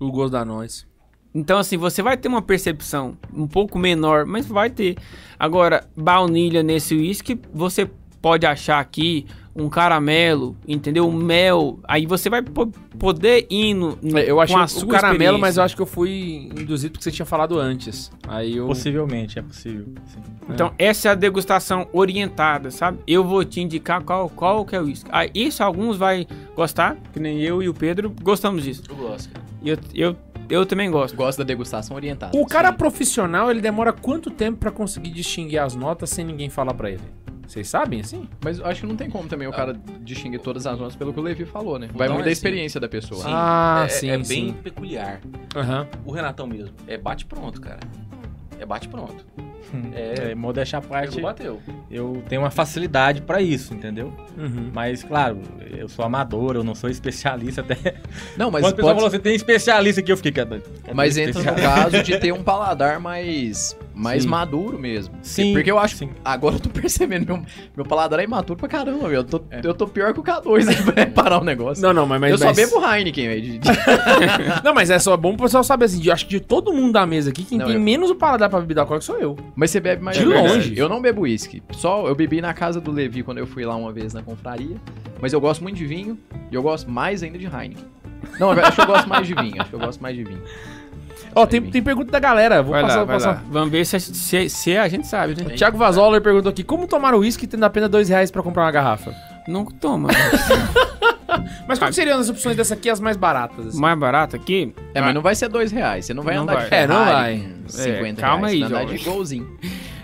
Speaker 2: o gosto da noz.
Speaker 5: Então, assim, você vai ter uma percepção um pouco menor, mas vai ter. Agora, baunilha nesse uísque, você pode achar aqui um caramelo, entendeu? Um mel. Aí você vai po- poder ir no, no-
Speaker 2: É, Eu achei
Speaker 5: com a
Speaker 2: o
Speaker 5: sua
Speaker 2: caramelo, mas eu
Speaker 5: experiência.
Speaker 2: acho que eu fui induzido porque você tinha falado antes. Aí eu.
Speaker 6: Possivelmente, é possível. sim.
Speaker 5: Então, essa é a degustação orientada, sabe? Eu vou te indicar qual, qual que é o uísque. Ah, isso alguns vai gostar, que nem eu e o Pedro gostamos disso.
Speaker 4: Eu gosto, cara.
Speaker 5: E Eu, eu, eu também gosto.
Speaker 3: Gosto da degustação orientada.
Speaker 2: O cara profissional, ele demora quanto tempo pra conseguir distinguir as notas sem ninguém falar pra ele? Vocês sabem, assim?
Speaker 3: Mas eu acho que não tem como também o cara distinguir todas as notas pelo que o Levi falou, né? Vai
Speaker 4: Então
Speaker 3: muito
Speaker 4: é
Speaker 3: da
Speaker 4: assim.
Speaker 3: experiência da pessoa.
Speaker 4: Sim.
Speaker 2: Ah,
Speaker 4: é,
Speaker 2: sim,
Speaker 4: é
Speaker 2: sim.
Speaker 4: bem peculiar.
Speaker 2: Aham.
Speaker 4: O Renatão mesmo. É bate pronto, cara. É bate pronto.
Speaker 6: É,
Speaker 4: É,
Speaker 6: modéstia à parte,
Speaker 4: pegou, bateu.
Speaker 6: eu tenho uma facilidade pra isso, entendeu?
Speaker 2: Uhum.
Speaker 6: Mas, claro, eu sou amador, eu não sou especialista até.
Speaker 3: Não, mas
Speaker 6: Quando o pessoal
Speaker 3: pode...
Speaker 6: falou, você tem especialista aqui, eu fiquei... Cadê? cadê
Speaker 3: Mas
Speaker 6: esse
Speaker 3: entra no
Speaker 6: especialista?"
Speaker 3: caso de ter um paladar mais, mais
Speaker 6: Sim.
Speaker 3: maduro mesmo.
Speaker 6: Sim,
Speaker 3: Porque eu acho.
Speaker 6: sim.
Speaker 3: Agora eu tô percebendo, meu, meu paladar é imaturo pra caramba, meu. Eu tô, eu tô pior que o K2 aí pra reparar o negócio.
Speaker 2: Não, não, mas. mas
Speaker 3: eu só
Speaker 2: mas-
Speaker 3: bebo Heineken, velho. de- de-
Speaker 2: Não, mas é só bom pro pessoal saber assim. de- acho que de todo mundo da mesa aqui, quem
Speaker 3: Não,
Speaker 2: tem
Speaker 3: eu-
Speaker 2: menos o paladar pra bebida alcoólica sou eu.
Speaker 3: Mas você bebe mais
Speaker 2: De
Speaker 3: é verdade.
Speaker 2: longe.
Speaker 3: Eu não bebo uísque. Só eu bebi na casa do Levi quando eu fui lá uma vez na confraria. Mas eu gosto muito de vinho e eu gosto mais ainda de Heineken. Não, acho que eu gosto mais de vinho. Acho que eu gosto mais de vinho. Gosto
Speaker 2: Ó,
Speaker 3: mais de
Speaker 2: tem,
Speaker 3: vinho.
Speaker 2: tem pergunta da galera. Vou
Speaker 5: Vai
Speaker 2: passar,
Speaker 5: lá,
Speaker 2: vou
Speaker 5: vai
Speaker 2: passar.
Speaker 5: lá. Vamos ver se, a- se, se a gente sabe, né?
Speaker 2: O Thiago Vazoller perguntou aqui: como tomar uísque tendo apenas dois reais pra comprar uma garrafa?
Speaker 5: Não toma.
Speaker 2: Mas quais seriam as opções dessa aqui, as mais baratas? assim?
Speaker 5: mais barato aqui.
Speaker 3: É, mas não vai ser dois reais. Você não vai
Speaker 5: Não
Speaker 3: andar de
Speaker 2: vai. É, Ah. não
Speaker 3: Ferrari
Speaker 2: vai.
Speaker 3: com 50
Speaker 5: É, calma
Speaker 3: reais.
Speaker 5: aí,
Speaker 3: Você vai andar de
Speaker 5: jovem.
Speaker 3: golzinho.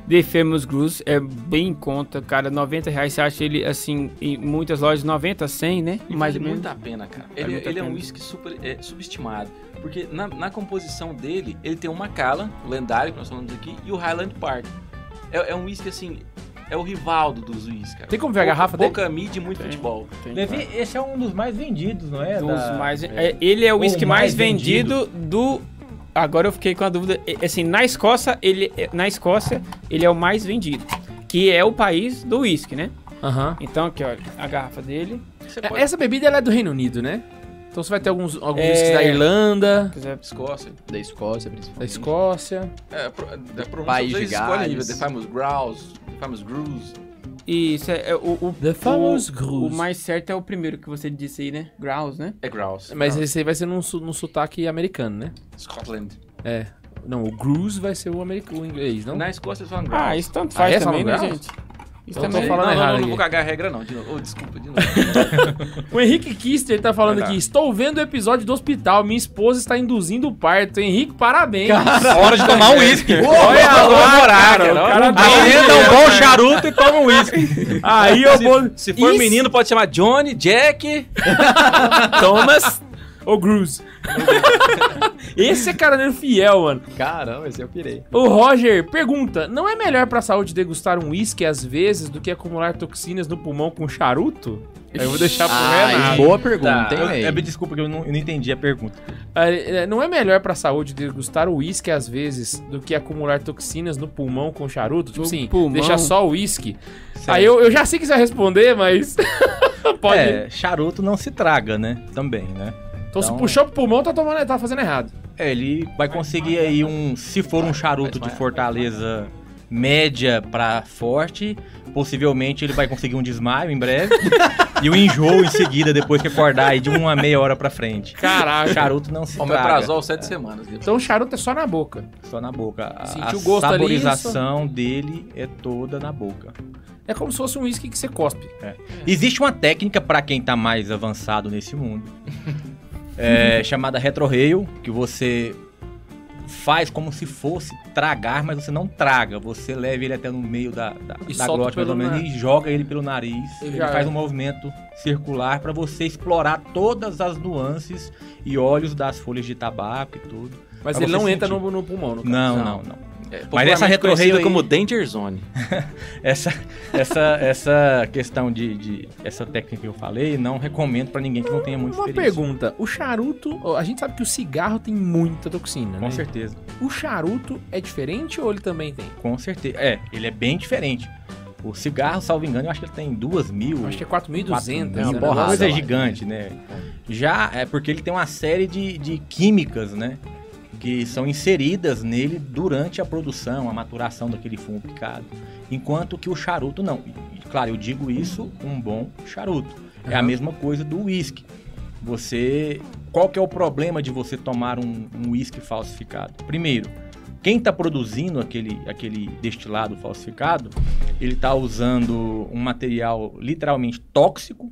Speaker 5: The Famous Grouse é bem em conta, cara. 90 reais, você acha ele, assim, em muitas lojas, 90, 100, né?
Speaker 4: E
Speaker 5: Mais
Speaker 4: vale
Speaker 5: ou menos.
Speaker 4: muito a pena, cara.
Speaker 5: Vale
Speaker 4: Ele,
Speaker 5: muito a
Speaker 4: ele é um
Speaker 5: pena.
Speaker 4: uísque super é, subestimado. Porque na, na composição dele, ele tem o Macallan, o lendário que nós falamos aqui, e o Highland Park. É, é um uísque assim. É o rivaldo dos uísques, cara.
Speaker 2: Tem como ver a garrafa
Speaker 4: pouca,
Speaker 2: dele?
Speaker 4: pouca mídia e muito
Speaker 5: Tem.
Speaker 4: futebol.
Speaker 6: Levi, esse é um dos mais vendidos, não é?
Speaker 5: Um
Speaker 6: Da-
Speaker 5: dos mais- é, ele é o
Speaker 6: O
Speaker 5: uísque mais
Speaker 6: mais
Speaker 5: vendido do. Agora eu fiquei com a dúvida. É, Assim, na Escócia, ele, é- na Escócia, ele é o mais vendido. Que é o país do uísque, né?
Speaker 2: Aham.
Speaker 5: Então, aqui, olha, a garrafa dele.
Speaker 4: Você
Speaker 2: É,
Speaker 4: pode
Speaker 2: Essa bebida ela é do Reino Unido, né? Então você vai ter alguns, alguns
Speaker 5: É.
Speaker 2: uísques da Irlanda,
Speaker 5: Quiser,
Speaker 4: Escócia.
Speaker 3: Da Escócia, principalmente.
Speaker 2: da Escócia.
Speaker 4: É, pro, da pronúncia
Speaker 3: País
Speaker 4: vocês
Speaker 3: de
Speaker 4: escolhem,
Speaker 3: Gales.
Speaker 4: The Famous Grouse, The Famous Grouse.
Speaker 5: e isso é, é o, o,
Speaker 2: The Famous
Speaker 5: o, o
Speaker 2: Grouse.
Speaker 5: mais certo é o primeiro que você disse aí, né? Grouse, né?
Speaker 4: É Grouse.
Speaker 2: Mas esse aí vai ser num, su- num sotaque americano, né?
Speaker 4: Scotland.
Speaker 2: É. Não, o Grouse vai ser o, americano, o inglês, não?
Speaker 4: Na Escócia eles falam Grouse.
Speaker 5: Ah, isso tanto
Speaker 2: Ah,
Speaker 5: faz
Speaker 2: é?
Speaker 5: também, né,
Speaker 2: Fala
Speaker 5: gente? Isso
Speaker 2: Então eu tô
Speaker 5: também.
Speaker 2: falando
Speaker 4: não,
Speaker 2: errado
Speaker 4: Não, não,
Speaker 2: aqui.
Speaker 4: vou cagar a regra não, de novo. Ô, desculpa, de novo.
Speaker 2: O Henrique Kister tá falando
Speaker 4: Vai lá.
Speaker 2: aqui: estou vendo o episódio do hospital, minha esposa está induzindo o parto. Henrique, parabéns.
Speaker 6: Hora de tomar um uísque.
Speaker 2: Olha lá, cara, o cara
Speaker 6: Acenda um bom charuto e toma um uísque.
Speaker 2: Aí eu vou.
Speaker 4: Se for
Speaker 2: Isso-
Speaker 4: menino, pode chamar Johnny, Jack.
Speaker 2: Thomas ou Cruz. Esse é caralho fiel, mano.
Speaker 3: Caramba, esse eu pirei.
Speaker 2: O Roger pergunta: não é melhor pra saúde degustar um uísque às vezes do que acumular toxinas no pulmão com charuto? Aí eu vou deixar pro
Speaker 3: Ah,
Speaker 2: Renato.
Speaker 3: boa pergunta, hein,
Speaker 6: né? Tá. Eu, é,
Speaker 3: velho?
Speaker 6: me desculpa que eu não, eu não entendi a pergunta.
Speaker 2: Ah, é, Não é melhor pra saúde degustar o uísque às vezes do que acumular toxinas no pulmão com charuto? Tipo
Speaker 5: No
Speaker 2: assim,
Speaker 5: pulmão.
Speaker 2: deixar só o uísque. Aí eu, eu já sei que você vai responder, mas. Pode.
Speaker 6: É, charuto não se traga, né? Também, né?
Speaker 2: então, se
Speaker 6: então-
Speaker 2: puxou pro pulmão, tá, tomando, tá fazendo errado.
Speaker 6: É, ele vai conseguir aí um, se for um charuto de fortaleza média pra forte, possivelmente ele vai conseguir um desmaio em breve e um enjoo em seguida depois que acordar aí de uma meia hora pra frente.
Speaker 2: Caraca.
Speaker 6: Charuto não se traga,
Speaker 4: Omeprazol, sete semanas. né?
Speaker 2: Então o charuto é só na boca.
Speaker 6: só na boca. A,
Speaker 2: Sentiu o
Speaker 6: a
Speaker 2: gosto ali,
Speaker 6: saborização dele é toda na boca.
Speaker 2: É como se fosse um uísque que você cospe.
Speaker 6: Existe uma técnica pra quem tá mais avançado nesse mundo, é, chamada retrohale, que você faz como se fosse tragar, mas você não traga. Você leva ele até no meio da, da,
Speaker 2: E
Speaker 6: da
Speaker 2: solta
Speaker 6: glote, mais
Speaker 2: pelo
Speaker 6: ou menos,
Speaker 2: nariz.
Speaker 6: e joga ele pelo nariz.
Speaker 2: E
Speaker 6: Ele
Speaker 2: já
Speaker 6: faz
Speaker 2: é.
Speaker 6: um movimento circular para você explorar todas as nuances e olhos das folhas de tabaco e tudo.
Speaker 2: Mas
Speaker 6: Pra
Speaker 2: ele
Speaker 6: você
Speaker 2: não entra
Speaker 6: sentir.
Speaker 2: no, no pulmão, no caso.
Speaker 6: Não, não, não.
Speaker 4: É,
Speaker 6: Mas
Speaker 4: popularmente
Speaker 6: essa retrohale
Speaker 4: conhecida
Speaker 6: aí-
Speaker 4: como Danger Zone.
Speaker 6: Essa, essa, essa questão de, de- Essa técnica que eu falei, não recomendo para ninguém que não tenha muito
Speaker 2: Uma pergunta, o charuto, ó, a gente sabe que o cigarro tem muita toxina, né?
Speaker 6: Com certeza.
Speaker 2: O charuto é diferente ou ele também tem?
Speaker 6: Com certeza. É, ele é bem diferente. O cigarro, salvo engano, eu acho que ele tem duas mil.
Speaker 2: Eu acho que é 4.200,
Speaker 6: É
Speaker 2: né?
Speaker 6: uma
Speaker 2: Um
Speaker 3: porrada
Speaker 2: negócio
Speaker 6: coisa
Speaker 3: lá.
Speaker 6: gigante, né? Já é porque ele tem uma série de, de químicas, né? Que são inseridas nele durante a produção, a maturação daquele fumo picado. Enquanto que o charuto não. E, claro, eu digo isso, um bom charuto. É a
Speaker 2: Aham.
Speaker 6: mesma coisa do uísque. Você. Qual que é o problema de você tomar um um uísque falsificado? Primeiro, quem está produzindo aquele, aquele destilado falsificado, ele está usando um material literalmente tóxico,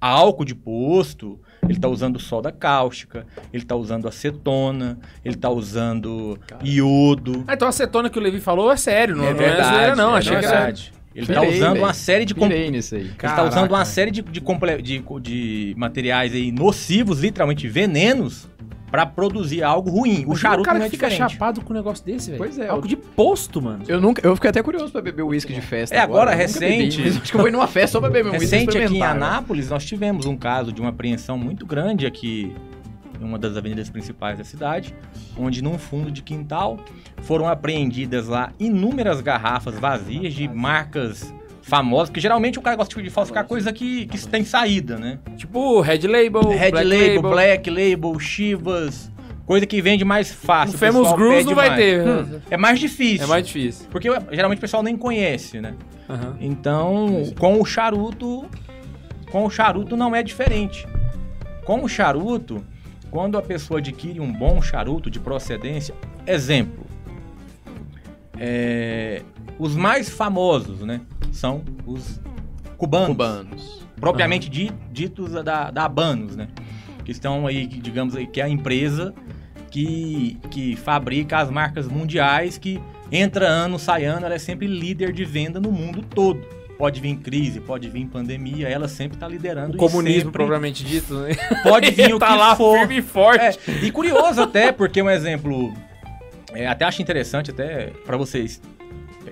Speaker 6: álcool de posto, ele está usando soda cáustica, ele está usando acetona, ele está usando iodo.
Speaker 2: Ah, então a acetona que o Levi falou é sério, não não é, zoeira, não.
Speaker 6: é
Speaker 2: Achei que era.
Speaker 6: verdade. Ele está
Speaker 3: Pirei,
Speaker 6: usando uma
Speaker 3: velho.
Speaker 6: série de com-
Speaker 3: Pirei nisso aí.
Speaker 6: ele está usando uma série de, de, comple- de- de materiais aí nocivos, literalmente venenos, para produzir algo ruim. O
Speaker 2: Imagina
Speaker 6: charuto
Speaker 2: o cara
Speaker 6: não é
Speaker 2: que fica
Speaker 6: diferente.
Speaker 2: chapado com um negócio desse, velho.
Speaker 3: Pois é,
Speaker 2: Álcool de posto, mano.
Speaker 3: Eu nunca, eu fiquei até curioso pra beber uísque de festa.
Speaker 6: É, agora,
Speaker 3: eu nunca bebi,
Speaker 6: recente-
Speaker 3: mas acho que eu fui numa festa só pra beber um uísque
Speaker 6: Recente aqui em
Speaker 3: experimentar, né?
Speaker 6: Anápolis, nós tivemos um caso de uma apreensão muito grande aqui em uma das avenidas principais da cidade, onde num fundo de quintal foram apreendidas lá inúmeras garrafas vazias de marcas famosas, porque geralmente o cara gosta tipo, de falsificar coisa que, que tem saída, né?
Speaker 2: Tipo, Red Label,
Speaker 6: Red
Speaker 2: Black
Speaker 6: Label, Black Label, Chivas, coisa que vende mais
Speaker 2: O
Speaker 6: fácil. o
Speaker 2: Um Famous
Speaker 6: pessoal
Speaker 2: Grooves
Speaker 6: pede
Speaker 2: não vai
Speaker 6: mais.
Speaker 2: ter.
Speaker 6: É mais difícil.
Speaker 2: É mais difícil.
Speaker 6: Porque geralmente o pessoal nem conhece, né?
Speaker 2: Aham.
Speaker 6: Então, com o charuto, com o charuto não é diferente. Com o charuto, quando a pessoa adquire um bom charuto de procedência, exemplo, é, os mais famosos, né, são os cubanos,
Speaker 3: Cubanos.
Speaker 6: propriamente di- ditos da, da Habanos, né, que estão aí, que, digamos aí, que é a empresa que, que fabrica as marcas mundiais que entra ano, sai ano, ela é sempre líder de venda no mundo todo. Pode vir crise, pode vir pandemia, ela sempre está liderando.
Speaker 2: O Um
Speaker 6: e
Speaker 2: comunismo,
Speaker 6: sempre
Speaker 2: propriamente dito, né?
Speaker 6: Pode vir o
Speaker 2: tá
Speaker 6: que
Speaker 2: lá
Speaker 6: for.
Speaker 2: firme e forte.
Speaker 6: É, e curioso até, porque um exemplo, é, até acho interessante até para vocês,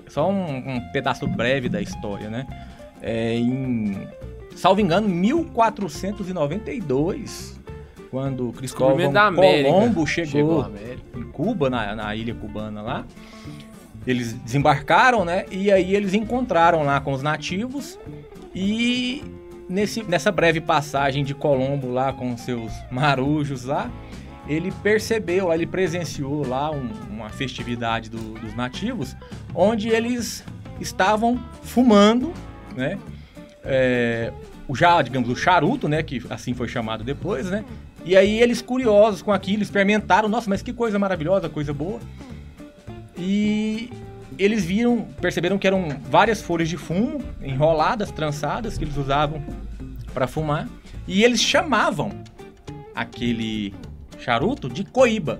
Speaker 6: só um, um pedaço breve da história, né? É, em, salvo engano, 1492, quando Cristóvão
Speaker 2: Descobrimento da América.
Speaker 6: Colombo
Speaker 3: Chegou
Speaker 6: chegou
Speaker 3: a América.
Speaker 6: em Cuba, na, na ilha cubana lá. Eles desembarcaram, né? E aí eles encontraram lá com os nativos. E nesse, nessa breve passagem de Colombo lá com seus marujos lá, ele percebeu, ele presenciou lá um- uma festividade do- dos nativos, onde eles estavam fumando, né? É, o já, digamos, o charuto, né? Que assim foi chamado depois, né? E aí eles curiosos com aquilo, experimentaram, nossa, mas que coisa maravilhosa, coisa boa. E eles viram, perceberam que eram várias folhas de fumo enroladas, trançadas que eles usavam para fumar, e eles chamavam aquele charuto de coíba.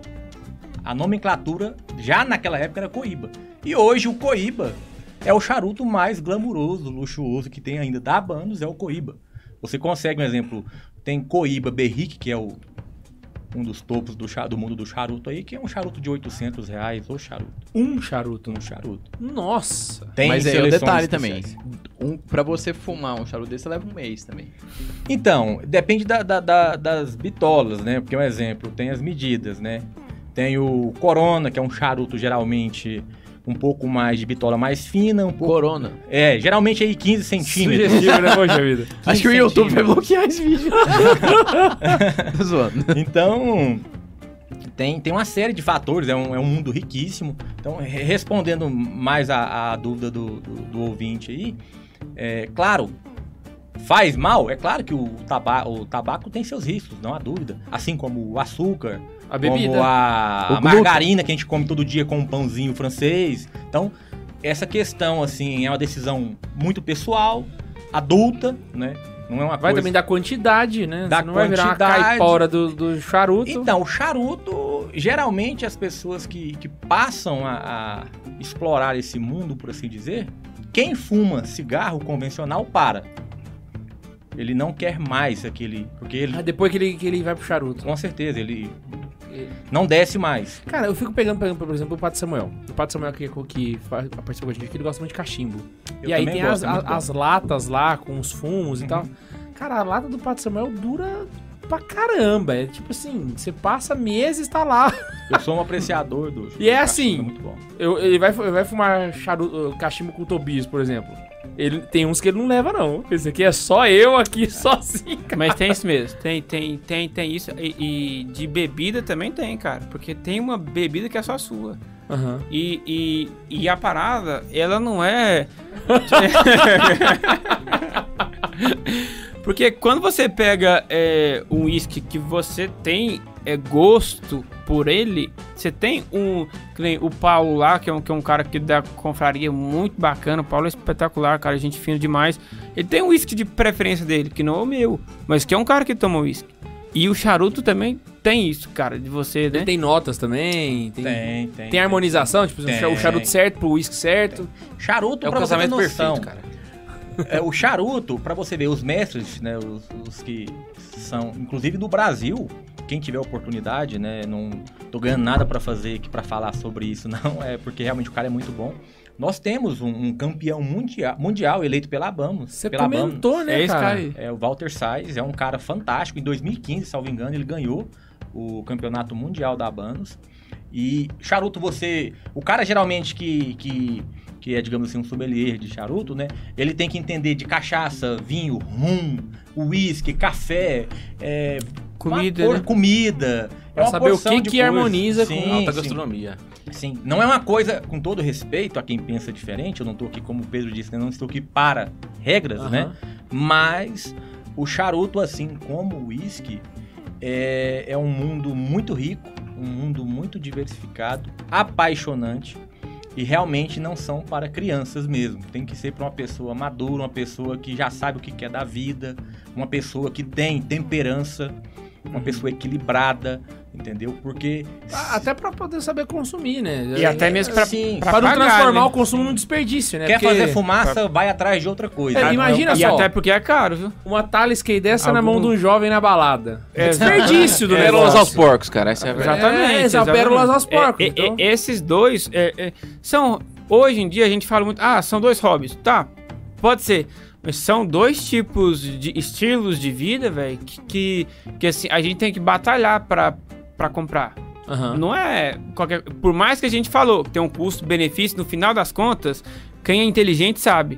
Speaker 6: A nomenclatura já naquela época era coíba. E hoje o coíba é o charuto mais glamuroso, luxuoso que tem ainda da Habanos, é o coíba. Você consegue um exemplo tem Coíba Berrique, que é o, um dos topos do, cha- do mundo do charuto aí, que é um charuto de 800 reais, ou charuto,
Speaker 2: Um charuto.
Speaker 6: um charuto.
Speaker 2: Nossa.
Speaker 6: Tem
Speaker 3: Mas aí é o
Speaker 6: seleções
Speaker 3: detalhe também.
Speaker 6: especiais.
Speaker 3: Um, pra você fumar um charuto desse, você leva um mês também.
Speaker 6: Então, depende da- da- da- das bitolas, né? Porque, um exemplo, tem as medidas, né? Tem o Corona, que é um charuto geralmente um pouco mais de bitola mais fina, um pouco...
Speaker 3: Corona.
Speaker 6: É, geralmente aí 15 centímetros.
Speaker 2: Sugestivo, né? Poxa vida.
Speaker 6: 15
Speaker 3: Acho que o YouTube vai
Speaker 6: centímetros.
Speaker 3: bloquear esse vídeo. Tô zoando. Ah,
Speaker 6: Então, tem, tem uma série de fatores, é um, é um mundo riquíssimo. Então, re- respondendo mais a, a dúvida do, do, do ouvinte aí, é claro, faz mal? É claro que o, taba o tabaco tem seus riscos, não há dúvida. Assim como o açúcar,
Speaker 2: A
Speaker 6: como
Speaker 2: bebida.
Speaker 6: a,
Speaker 3: O
Speaker 6: a
Speaker 3: glúten.
Speaker 6: margarina que a gente come todo dia com um pãozinho francês. Então, essa questão, assim, é uma decisão muito pessoal, adulta, né? Não é uma
Speaker 2: Vai
Speaker 6: coisa...
Speaker 2: também da quantidade, né?
Speaker 6: Da
Speaker 2: Você não vai virar uma
Speaker 6: quantidade.
Speaker 2: caipora do, do charuto.
Speaker 6: Então, o charuto eu, geralmente as pessoas que, que passam a, a explorar esse mundo, por assim dizer, quem fuma cigarro convencional para. Ele não quer mais aquele. Porque ele.
Speaker 2: Ah, depois que ele, que ele vai pro charuto.
Speaker 6: Com certeza, ele. Não desce mais.
Speaker 2: Cara, eu fico pegando, pegando, por exemplo, o Pato Samuel. O Pato Samuel que, que fa- participou com a gente aqui, ele gosta muito de cachimbo.
Speaker 6: Eu
Speaker 2: e aí
Speaker 6: também
Speaker 2: tem as,
Speaker 6: gosto, é muito
Speaker 2: as latas lá com os fumos e tal. Cara, a lata do Pato Samuel dura pra caramba. É tipo assim, você passa meses tá lá.
Speaker 6: Eu sou um apreciador do.
Speaker 2: E é
Speaker 6: do
Speaker 2: assim.
Speaker 6: cachimbo, Muito bom.
Speaker 2: Eu- ele, vai, ele vai fumar charu, cachimbo com o Tobias, por exemplo. Ele, tem uns que ele não leva, não. Esse aqui é só eu aqui, sozinho.
Speaker 5: Mas tem isso mesmo, tem, tem, tem, tem isso. E, e de bebida também tem, cara. Porque tem uma bebida que é só sua.
Speaker 2: Aham.
Speaker 5: E, e, e a parada, ela não é. Porque quando você pega é, um uísque que você tem é, gosto por ele, você tem um. que nem O Paulo lá, que é um, que é um cara que da confraria muito bacana. O Paulo é espetacular, cara, gente fina demais. Ele tem um uísque de preferência dele, que não é o meu, mas que é um cara que toma uísque. E o charuto também tem isso, cara, de você, né?
Speaker 2: Ele tem notas também. Tem,
Speaker 6: Tem, tem.
Speaker 2: tem harmonização, tipo,
Speaker 6: Tem.
Speaker 2: o charuto certo pro uísque certo.
Speaker 6: Charuto
Speaker 4: É o
Speaker 6: pra você ter
Speaker 4: casamento
Speaker 6: noção.
Speaker 4: perfeito, cara.
Speaker 6: É, o charuto, pra você ver, os mestres, né, os, os que são, inclusive do Brasil, quem tiver oportunidade, né, não tô ganhando nada pra fazer aqui para falar sobre isso, não, é porque realmente o cara é muito bom. Nós temos um, um campeão mundial, mundial eleito pela Bamos.
Speaker 2: Você
Speaker 6: pela Bahamas.
Speaker 2: comentou, né,
Speaker 5: É esse cara
Speaker 2: cara?
Speaker 5: aí.
Speaker 6: É o Walter Sais, é um cara fantástico. Em 2015, salvo engano, ele ganhou o campeonato mundial da Abanos. E charuto, você. O cara geralmente que, que, que é, digamos assim, um sommelier de charuto, né? Ele tem que entender de cachaça, vinho, rum, uísque, café, é,
Speaker 5: Comida,
Speaker 6: uma por-
Speaker 5: né?
Speaker 6: comida. É
Speaker 2: Pra
Speaker 6: uma
Speaker 2: saber o
Speaker 6: porção
Speaker 2: que
Speaker 6: de
Speaker 2: que
Speaker 6: coisa.
Speaker 2: harmoniza com
Speaker 6: sim,
Speaker 4: Alta
Speaker 6: sim.
Speaker 4: gastronomia.
Speaker 6: Sim, não é uma coisa, com todo respeito a quem pensa diferente, eu não tô aqui, como o Pedro disse, eu não estou aqui para regras, né?
Speaker 2: Aham.
Speaker 6: Mas o charuto, assim como o uísque, é, é um mundo muito rico, um mundo muito diversificado, apaixonante e realmente não são para crianças mesmo. Tem que ser para uma pessoa madura, uma pessoa que já sabe o que quer da vida, uma pessoa que tem temperança, uma
Speaker 2: Uhum.
Speaker 6: pessoa equilibrada, entendeu? Porque
Speaker 2: A- Ah, Até pra poder saber consumir, né?
Speaker 5: E até mesmo pra-
Speaker 6: Sim,
Speaker 5: pra
Speaker 2: Pra não
Speaker 5: pagar,
Speaker 2: transformar
Speaker 5: né?
Speaker 2: o consumo num desperdício, né?
Speaker 6: Quer
Speaker 2: Porque
Speaker 6: fazer fumaça, vai atrás de outra coisa.
Speaker 2: É,
Speaker 6: Não um
Speaker 2: imagina
Speaker 6: o
Speaker 5: E
Speaker 2: só.
Speaker 5: até porque é caro, viu?
Speaker 2: uma Talisca dessa na
Speaker 5: Algum-
Speaker 2: mão de um jovem na balada. É desperdício do
Speaker 4: Pérolas
Speaker 2: negócio.
Speaker 4: aos porcos, cara. Essa é a verdade.
Speaker 5: Exatamente.
Speaker 2: é, são
Speaker 5: exatamente.
Speaker 2: pérolas aos porcos,
Speaker 5: É, é,
Speaker 2: então.
Speaker 5: é, esses dois é, é, são. Hoje em dia a gente fala muito. Ah, são dois hobbies. Tá, pode ser. Mas são dois tipos de estilos de vida, velho, que, que, que, assim, a gente tem que batalhar pra, pra comprar.
Speaker 2: Aham.
Speaker 5: Não é qualquer. Por mais que a gente falou que tem um custo-benefício, no final das contas, quem é inteligente sabe.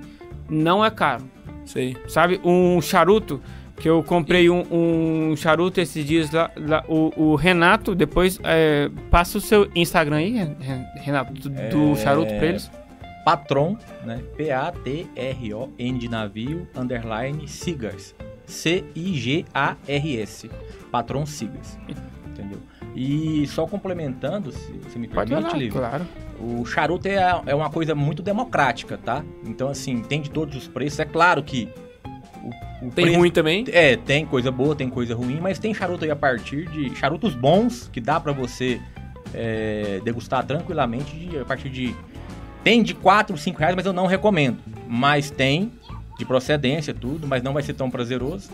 Speaker 5: Não é caro.
Speaker 2: Sei.
Speaker 5: sabe? Um charuto, que eu comprei um, um charuto esses dias lá, lá- o, o Renato, depois é, passa o seu Instagram aí, Ren- Ren- Renato, do, do charuto pra eles.
Speaker 6: Patron, né? P-A-T-R-O-N de navio, underline, cigars. C-I-G-A-R-S. Patron Cigars. Entendeu? E só complementando, se você me
Speaker 5: Pode
Speaker 6: permite,
Speaker 5: olhar,
Speaker 6: Lívia,
Speaker 5: claro.
Speaker 6: o charuto é, a- é uma coisa muito democrática, tá? Então, assim, tem de todos os preços. É claro que o, o
Speaker 2: Tem ruim também?
Speaker 6: É, tem coisa boa, tem coisa ruim, mas tem charuto aí a partir de charutos bons que dá pra você é, degustar tranquilamente de- a partir de tem de 4, 5 reais, mas eu não recomendo. Mas tem de procedência tudo, mas não vai ser tão prazeroso.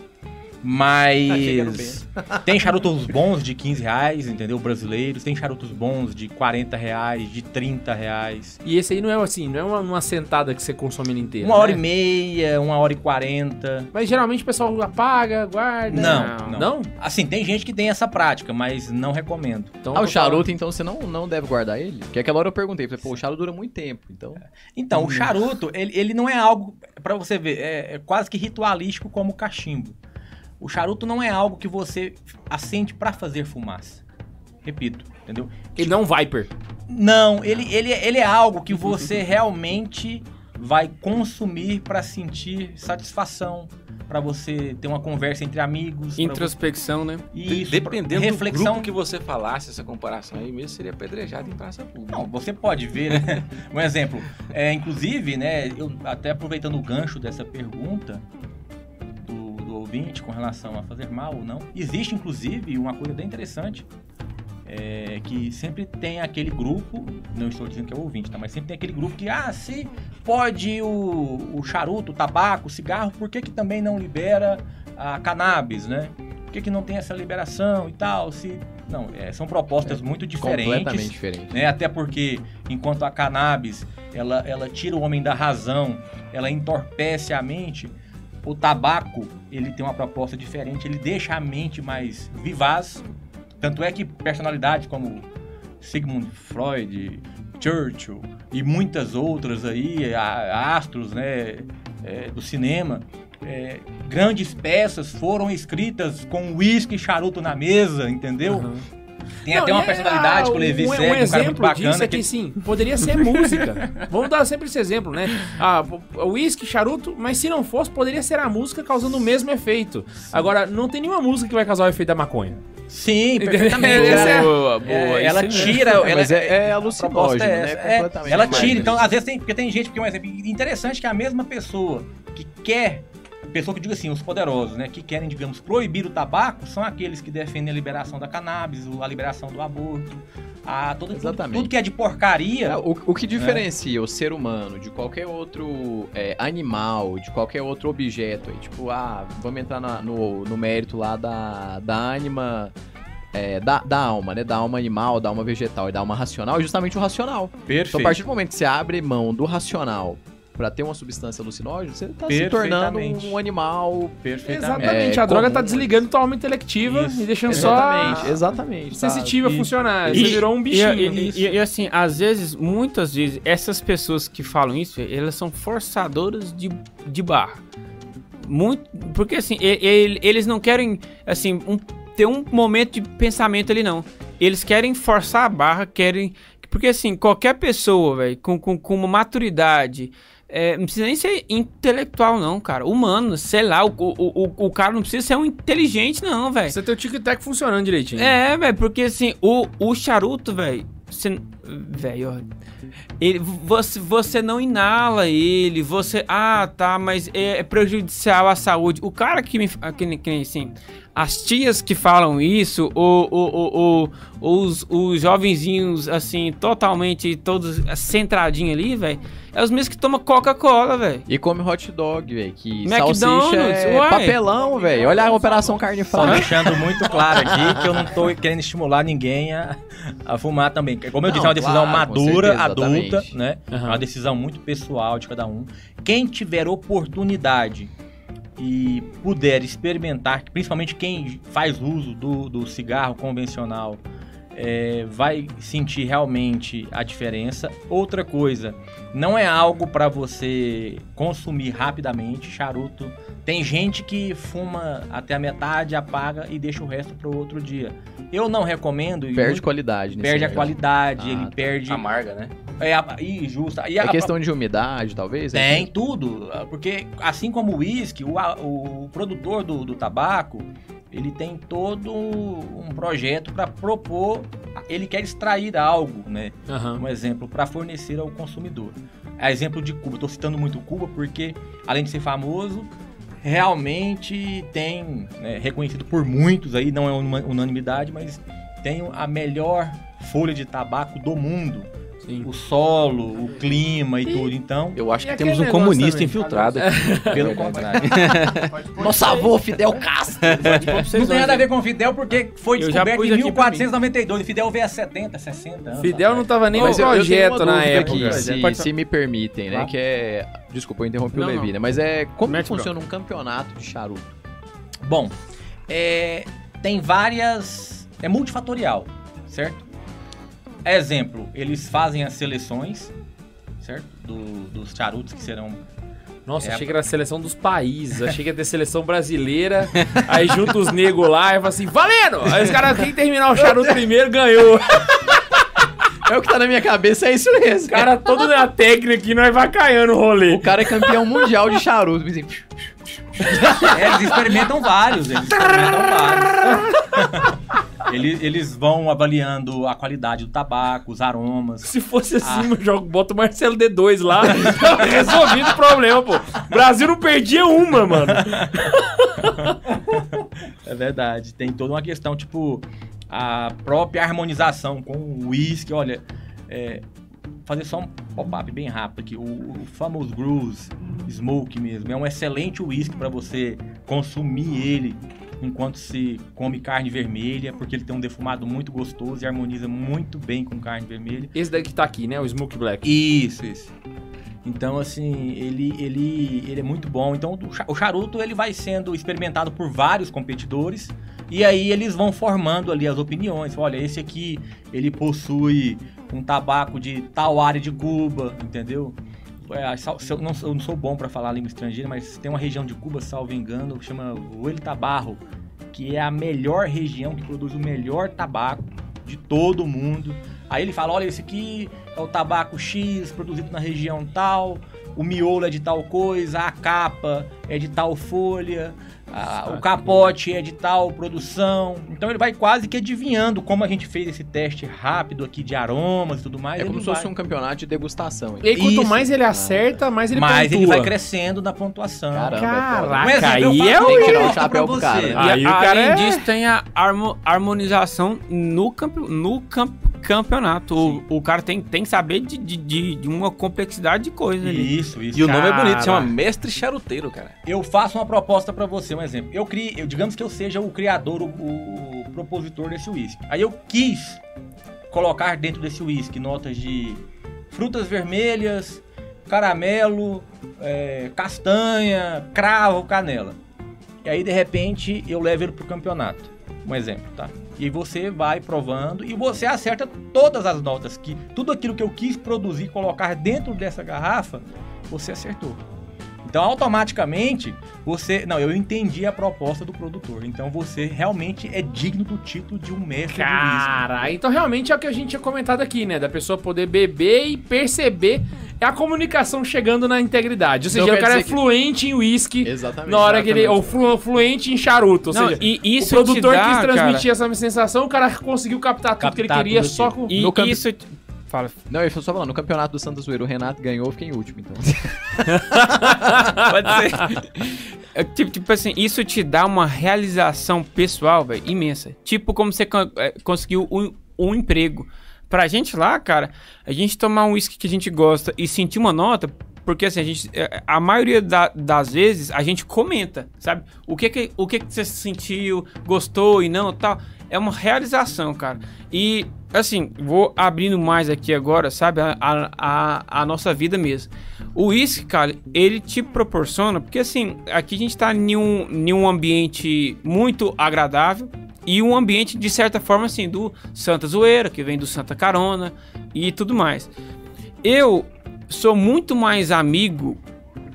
Speaker 6: Mas tem charutos bons de 15 reais, entendeu? Brasileiros, tem charutos bons de 40 reais, de 30 reais.
Speaker 2: E esse aí não é assim, não é uma, uma sentada que você consome ele inteiro.
Speaker 6: Uma hora e
Speaker 2: né?
Speaker 6: meia, uma hora e quarenta.
Speaker 2: Mas geralmente o pessoal apaga, guarda.
Speaker 6: Não, não.
Speaker 2: Não?
Speaker 6: Assim, tem gente que tem essa prática, mas não recomendo.
Speaker 2: Então,
Speaker 3: Ah, o
Speaker 2: eu falo-
Speaker 3: charuto, então, você não, não deve guardar ele? Porque aquela hora eu perguntei, falei, pô, o charuto dura muito tempo, então...
Speaker 4: Uhum.
Speaker 6: Então, o charuto, ele, ele não é algo, pra você ver, é, é quase que ritualístico como o cachimbo. O charuto não é algo que você acende pra fazer fumaça. Repito, entendeu?
Speaker 2: Ele não é um Viper.
Speaker 6: Não, ele, ele, é- ele é algo
Speaker 4: Uhum.
Speaker 6: que você realmente vai consumir pra sentir satisfação, pra você ter uma conversa entre amigos, pra
Speaker 5: Introspecção, né?
Speaker 6: você-
Speaker 4: De-
Speaker 6: isso, pra-
Speaker 4: Dependendo do
Speaker 6: reflexão
Speaker 4: grupo que você falasse essa comparação aí, mesmo seria apedrejado em praça pública.
Speaker 6: Não, você pode ver, né? Um exemplo. É, inclusive, né, eu até aproveitando o gancho dessa pergunta do, do ouvinte com relação a fazer mal ou não, existe, inclusive, uma coisa bem interessante. é, que sempre tem aquele grupo, não estou dizendo que é o ouvinte, tá? Mas sempre tem aquele grupo que, ah, se pode o, o charuto, o tabaco, o cigarro, por que, que também não libera a cannabis, né? Por que, que não tem essa liberação e tal? Se... Não, é, são propostas muito
Speaker 3: Completamente
Speaker 6: diferentes
Speaker 3: diferente.
Speaker 6: né? Até porque, enquanto a cannabis ela, ela tira o homem da razão, ela entorpece a mente, o tabaco ele tem uma proposta diferente, ele deixa a mente mais vivaz. Tanto é que personalidades como Sigmund Freud, Churchill e muitas outras aí, a- astros né, é, do cinema, é, grandes peças foram escritas com uísque e charuto na mesa, entendeu?
Speaker 2: Aham.
Speaker 6: Tem
Speaker 2: Não,
Speaker 6: até uma
Speaker 2: e,
Speaker 6: personalidade
Speaker 2: ah,
Speaker 6: que eu levei
Speaker 2: um,
Speaker 6: segue,
Speaker 2: um
Speaker 6: um cara muito
Speaker 2: exemplo disso
Speaker 6: bacana.
Speaker 2: é que, sim, poderia ser música. Vamos dar sempre esse exemplo, né? Ah, uísque, charuto, mas se não fosse, poderia ser a música causando o mesmo efeito. Agora, não tem nenhuma música que vai causar o efeito da maconha.
Speaker 6: Sim,
Speaker 2: Entendeu?
Speaker 6: perfeitamente.
Speaker 2: Essa é a-
Speaker 6: Ela-
Speaker 2: boa,
Speaker 6: é, ela tira, ela,
Speaker 3: Mas é, é
Speaker 6: a proposta
Speaker 3: alucinógeno,
Speaker 6: é
Speaker 3: né?
Speaker 6: essa, é,
Speaker 3: Completamente.
Speaker 6: ela
Speaker 3: Mas-
Speaker 6: tira. Então, às vezes tem, porque tem gente, porque um exemplo interessante que a mesma pessoa que quer, pessoa que diga assim, os poderosos, né, que querem, digamos, proibir o tabaco, são aqueles que defendem a liberação da cannabis, a liberação do aborto, a todo tudo,
Speaker 3: Exatamente.
Speaker 6: tudo que é de porcaria.
Speaker 3: É, O, o que diferencia o ser humano de qualquer outro é, animal, de qualquer outro objeto, aí, tipo, ah, vamos entrar na- no, no mérito lá da, da ânima, é, da, da alma, né? Da alma animal, da alma vegetal e da alma racional, é justamente o racional. Então, a
Speaker 6: Perfeito.
Speaker 3: partir do momento que você abre mão do racional pra ter uma substância alucinógena, você tá se tornando
Speaker 6: Perfeitamente.
Speaker 3: um animal.
Speaker 6: Perfeitamente.
Speaker 2: Exatamente,
Speaker 3: É
Speaker 2: a droga
Speaker 3: comum,
Speaker 2: tá desligando tua alma intelectiva
Speaker 6: Isso,
Speaker 2: e deixando só a-
Speaker 3: Exatamente, exatamente. tá?
Speaker 2: sensitiva
Speaker 6: E-
Speaker 2: funcionar.
Speaker 6: e-
Speaker 2: Você virou um
Speaker 5: E,
Speaker 2: bichinho.
Speaker 5: e- e- e, assim, às vezes, muitas vezes, essas pessoas que falam isso, elas são forçadoras de, de barra. Muito, porque assim, e- e- eles não querem, assim, um- ter um momento de pensamento ali, não. Eles querem forçar a barra, querem... Porque assim, qualquer pessoa, velho, com, com, com uma maturidade... é, não precisa nem ser intelectual, não, cara. Humano, sei lá, o, o, o, o cara não precisa ser um inteligente, não, velho.
Speaker 2: Você tem o tic-tac funcionando direitinho.
Speaker 5: É, velho, porque assim, o, o charuto, velho, você. Velho, ó. Ele, você, você não inala ele, você. Ah, tá, mas é, é prejudicial à saúde. O cara que me. ah, Que, nem- que nem assim. As tias que falam isso, ou, ou, ou- ou- ou os, os jovenzinhos, assim, totalmente todos centradinhos ali, velho, é os mesmos que tomam Coca-Cola, velho.
Speaker 3: E come hot dog, velho. Que
Speaker 5: McDonald's,
Speaker 3: salsicha é
Speaker 5: uai.
Speaker 3: papelão, velho. Olha a Operação Carne
Speaker 6: É, Só
Speaker 3: Fraca.
Speaker 6: deixando muito claro aqui que eu não tô querendo estimular ninguém a, a fumar também. Como eu
Speaker 3: Não,
Speaker 6: disse, é uma decisão
Speaker 3: claro, com
Speaker 6: madura,
Speaker 3: certeza,
Speaker 6: adulta,
Speaker 3: exatamente.
Speaker 6: né? É
Speaker 2: Ah.
Speaker 6: uma decisão muito pessoal de cada um. Quem tiver oportunidade e puder experimentar, principalmente quem faz uso do, do cigarro convencional, é, vai sentir realmente a diferença. Outra coisa, não é algo para você consumir rapidamente. Charuto. Tem gente que fuma até a metade, apaga e deixa o resto para outro dia. Eu não recomendo. e
Speaker 3: Perde
Speaker 6: muito-
Speaker 3: qualidade. nesse
Speaker 6: perde a
Speaker 3: momento.
Speaker 6: qualidade,
Speaker 3: Ah,
Speaker 6: ele
Speaker 3: tá.
Speaker 6: perde.
Speaker 4: Amarga, né?
Speaker 6: É, a- e justa. E a,
Speaker 3: É questão de umidade, talvez? né?
Speaker 6: Tem tudo, porque assim como o uísque, o, a- o produtor do, do tabaco, ele tem todo um projeto para propor, ele quer extrair algo, né?
Speaker 2: Aham.
Speaker 6: Um exemplo, para fornecer ao consumidor. É exemplo de Cuba, estou citando muito Cuba porque, além de ser famoso, realmente tem, né, reconhecido por muitos aí, não é uma unanimidade, mas tem a melhor folha de tabaco do mundo.
Speaker 2: Sim.
Speaker 6: O solo, o clima e tudo, então...
Speaker 4: Eu acho
Speaker 2: E
Speaker 4: que temos
Speaker 2: aquele
Speaker 4: um
Speaker 2: negócio
Speaker 4: comunista
Speaker 2: também?
Speaker 4: infiltrado aqui.
Speaker 6: Pelo contrário.
Speaker 3: Nossa avô, Fidel Castro!
Speaker 6: Não tem nada a ver com o Fidel, porque foi
Speaker 5: Eu já
Speaker 6: descoberto
Speaker 5: pus
Speaker 6: em
Speaker 5: aqui pra
Speaker 6: 1492. E Fidel veio há 70, 60 anos.
Speaker 2: Fidel não
Speaker 6: atrás.
Speaker 2: tava nem
Speaker 3: Mas
Speaker 2: no
Speaker 3: eu, eu
Speaker 2: um
Speaker 3: tenho
Speaker 2: projeto
Speaker 3: uma
Speaker 2: na
Speaker 3: dúvida
Speaker 2: época.
Speaker 3: aqui, se,
Speaker 2: Pode
Speaker 3: se me permitem, né?
Speaker 6: Claro.
Speaker 3: Que é... Desculpa, eu interrompi
Speaker 5: Não,
Speaker 3: o Levi,
Speaker 5: não.
Speaker 3: né? Mas é... Como que
Speaker 5: Mete
Speaker 3: funciona um campeonato de charuto?
Speaker 6: Bom, é, tem várias... É multifatorial, certo? Exemplo, eles fazem as seleções, certo? Do- dos charutos que serão...
Speaker 2: Nossa,
Speaker 6: É.
Speaker 2: achei que era a seleção dos países. Achei que ia ter seleção brasileira. aí junta os negros lá e fala assim: valendo! Aí os caras, quem terminar o charuto primeiro ganhou. O
Speaker 3: É o que tá na minha cabeça, é isso mesmo.
Speaker 2: cara todo na técnica aqui, nós vacaiando o rolê.
Speaker 3: O cara é campeão mundial de charuto. assim,
Speaker 6: É, eles experimentam vários, eles experimentam vários. Eles, eles vão avaliando a qualidade do tabaco, os aromas.
Speaker 2: Se fosse assim, meu jogo, bota o Marcelo D2 lá. resolvido o problema, pô. O Brasil não perdia uma, mano.
Speaker 6: É verdade. Tem toda uma questão, tipo, a própria harmonização com o uísque. Olha, é, fazer só um pop-up bem rápido aqui. O, o famoso Brews Smoke mesmo é um excelente uísque para você consumir ele enquanto se come carne vermelha, porque ele tem um defumado muito gostoso e harmoniza muito bem com carne vermelha.
Speaker 2: Esse daí que tá aqui, né? O Smoke Black.
Speaker 6: Isso, isso. Então, assim, ele, ele, ele é muito bom. Então, o cha- o charuto ele vai sendo experimentado por vários competidores e aí eles vão formando ali as opiniões. Olha, esse aqui ele possui um tabaco de tal área de Cuba, entendeu? É, sal- se eu, não, sou- eu não sou bom para falar a língua estrangeira, mas tem uma região de Cuba, salvo engano, que chama Huel Tabarro, que é a melhor região que produz o melhor tabaco de todo o mundo. Aí ele fala: olha, esse aqui é o tabaco X, produzido na região tal, o miolo é de tal coisa, a capa é de tal folha, a- o capote é de tal produção. Então ele vai quase que adivinhando como a gente fez esse teste rápido aqui de aromas e tudo mais.
Speaker 3: É
Speaker 6: ele
Speaker 3: como se
Speaker 6: vai-
Speaker 3: fosse um campeonato de degustação.
Speaker 2: E aí, quanto
Speaker 6: Isso.
Speaker 2: mais ele acerta, mais ele é
Speaker 6: mas ele
Speaker 2: pontua.
Speaker 6: vai crescendo na pontuação.
Speaker 2: Caraca,
Speaker 6: Um exemplo, eu
Speaker 2: aí
Speaker 6: faço
Speaker 2: é
Speaker 6: uma
Speaker 2: o...
Speaker 6: proposta
Speaker 3: tirar o chapéu
Speaker 6: pra
Speaker 3: pro
Speaker 6: você.
Speaker 3: cara, né?
Speaker 5: E
Speaker 2: Aí o
Speaker 5: além
Speaker 2: cara é-
Speaker 5: disso, tem a harmo- harmonização no, campe- no camp- campeonato. O, o cara tem, tem que saber de, de- de- de uma complexidade de coisa ali.
Speaker 6: Isso, isso.
Speaker 4: E o nome é bonito,
Speaker 2: Cara.
Speaker 4: chama Mestre Charuteiro, cara.
Speaker 6: Eu faço uma proposta pra você, um exemplo. Eu crie, eu, digamos que eu seja o criador, o, o propositor desse uísque. Aí eu quis colocar dentro desse uísque notas de frutas vermelhas, caramelo, é, castanha, cravo, canela. E aí de repente eu levo ele pro campeonato. Um exemplo, tá? E aí você vai provando e você acerta todas as notas que tudo aquilo que eu quis produzir, colocar dentro dessa garrafa, você acertou. Então automaticamente você, não, eu entendi a proposta do produtor. Então você realmente é digno do título de um mestre do uísque.
Speaker 2: Cara, então realmente é o que a gente tinha comentado aqui, né? Da pessoa poder beber e perceber é a comunicação chegando na integridade. Ou seja,
Speaker 3: Então quer
Speaker 2: o cara é
Speaker 3: dizer que-
Speaker 2: fluente em uísque
Speaker 3: Exatamente.
Speaker 2: na hora que ele... Ou
Speaker 3: Exatamente.
Speaker 2: flu- fluente em charuto. Ou
Speaker 5: Não,
Speaker 2: seja,
Speaker 5: e
Speaker 2: o
Speaker 5: isso te
Speaker 2: produtor
Speaker 5: dá,
Speaker 2: quis
Speaker 5: cara,
Speaker 2: transmitir essa sensação, o cara conseguiu captar tudo que ele
Speaker 6: Captar
Speaker 2: queria
Speaker 6: tudo
Speaker 2: só
Speaker 6: aquilo.
Speaker 2: com...
Speaker 5: E
Speaker 3: No campe-
Speaker 5: isso. te- Fala.
Speaker 3: Não, eu só falando, no campeonato do Santa Zoeira, o Renato ganhou, eu fiquei em último, então.
Speaker 5: Pode ser. É, tipo, tipo assim, isso te dá uma realização pessoal, velho, imensa. Tipo como você con- é, conseguiu um, um emprego. Pra gente lá, cara, a gente tomar um uísque que a gente gosta e sentir uma nota, porque assim, a gente. é, A maioria da- das vezes a gente comenta, sabe? O que que, o que que você sentiu, gostou e não tal. É uma realização, cara. E, assim, vou abrindo mais aqui agora, sabe? A, a, a- a nossa vida mesmo. O uísque, cara, ele te proporciona, porque assim, aqui a gente tá em um, em um ambiente muito agradável e um ambiente, de certa forma, assim, do Santa Zoeira, que vem do Santa Carona e tudo mais. Eu sou muito mais amigo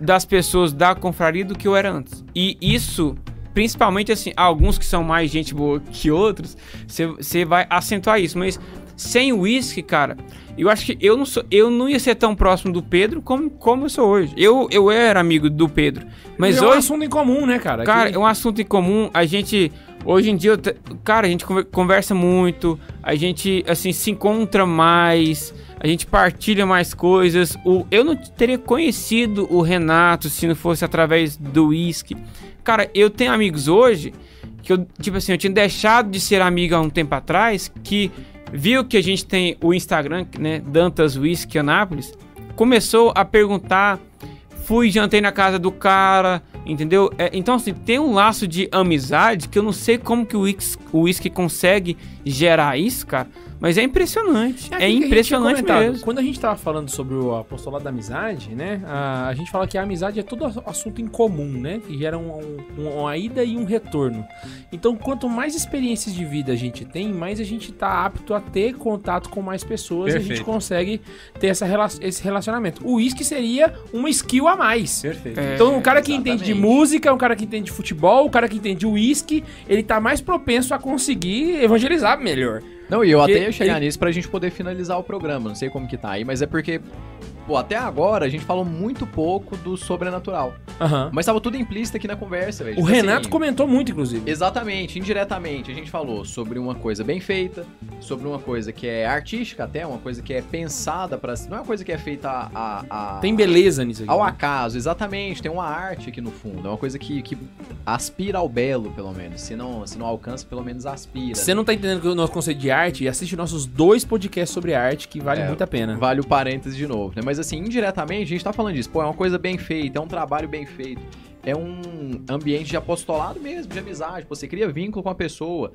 Speaker 5: das pessoas da confraria do que eu era antes. E isso, principalmente assim, alguns que são mais gente boa que outros, você vai acentuar isso, mas sem uísque, cara, eu acho que eu não, sou, eu não ia ser tão próximo do Pedro como, como eu sou hoje. Eu, eu era amigo do Pedro, mas
Speaker 2: E é um
Speaker 5: hoje.
Speaker 2: assunto em comum, né, cara?
Speaker 5: Cara,
Speaker 2: Que-
Speaker 5: é um assunto em comum. A gente. Hoje em dia, eu te- cara, a gente conver- conversa muito, a gente, assim, se encontra mais, a gente partilha mais coisas. O, eu não teria conhecido o Renato se não fosse através do uísque. Cara, eu tenho amigos hoje que eu, tipo assim, eu tinha deixado de ser amigo há um tempo atrás, que viu que a gente tem o Instagram, né, Dantas Whisky Anápolis, começou a perguntar, fui, jantei na casa do cara, entendeu? É, então, assim, tem um laço de amizade que eu não sei como que o whis- o whisky consegue gerar isso, cara, mas é impressionante, é,
Speaker 2: aquilo que a gente
Speaker 5: impressionante
Speaker 2: tinha comentado.
Speaker 5: mesmo.
Speaker 2: Quando a gente tava falando sobre o apostolado da amizade, né? A, a gente fala que a amizade é todo ass- assunto em comum, né? Que gera um- um- uma ida e um retorno. Então, quanto mais experiências de vida a gente tem, mais a gente tá apto a ter contato com mais pessoas e a gente
Speaker 6: Perfeito.
Speaker 2: consegue ter essa, rela- esse relacionamento. O uísque seria uma skill a mais.
Speaker 6: Perfeito.
Speaker 5: É,
Speaker 2: Então, o cara que entende de
Speaker 3: exatamente.
Speaker 2: música, o cara que entende de futebol, o cara que entende de uísque, ele tá mais propenso a conseguir evangelizar melhor.
Speaker 3: Não, e eu
Speaker 2: Porque
Speaker 3: até ia chegar
Speaker 2: ele-
Speaker 3: nisso pra gente poder finalizar o programa. Não sei como que tá aí, mas é porque, pô, até agora a gente falou muito pouco do sobrenatural.
Speaker 2: Aham.
Speaker 3: Mas tava tudo implícito aqui na conversa,
Speaker 2: O
Speaker 3: velho. Tipo assim,
Speaker 2: Renato comentou muito, inclusive.
Speaker 3: Exatamente, indiretamente. A gente falou sobre uma coisa bem feita, sobre uma coisa que é artística até, uma coisa que é pensada pra. Não é uma coisa que é feita a. a- a-
Speaker 2: Tem beleza nisso aqui.
Speaker 3: Ao
Speaker 2: né?
Speaker 3: acaso, exatamente. Tem uma arte aqui no fundo. É uma coisa que, que aspira ao belo, pelo menos. Se não, se não alcança, pelo menos aspira. né?
Speaker 2: Se você não tá entendendo o nosso conceito de arte, assiste nossos dois podcasts sobre arte que vale
Speaker 3: É.
Speaker 2: muito a pena.
Speaker 3: Vale o parênteses de novo, né? Mas assim, indiretamente, a gente tá falando disso. Pô, é uma coisa bem feita, é um trabalho bem feito. É um ambiente de apostolado mesmo, de amizade. Pô, você cria vínculo com a pessoa.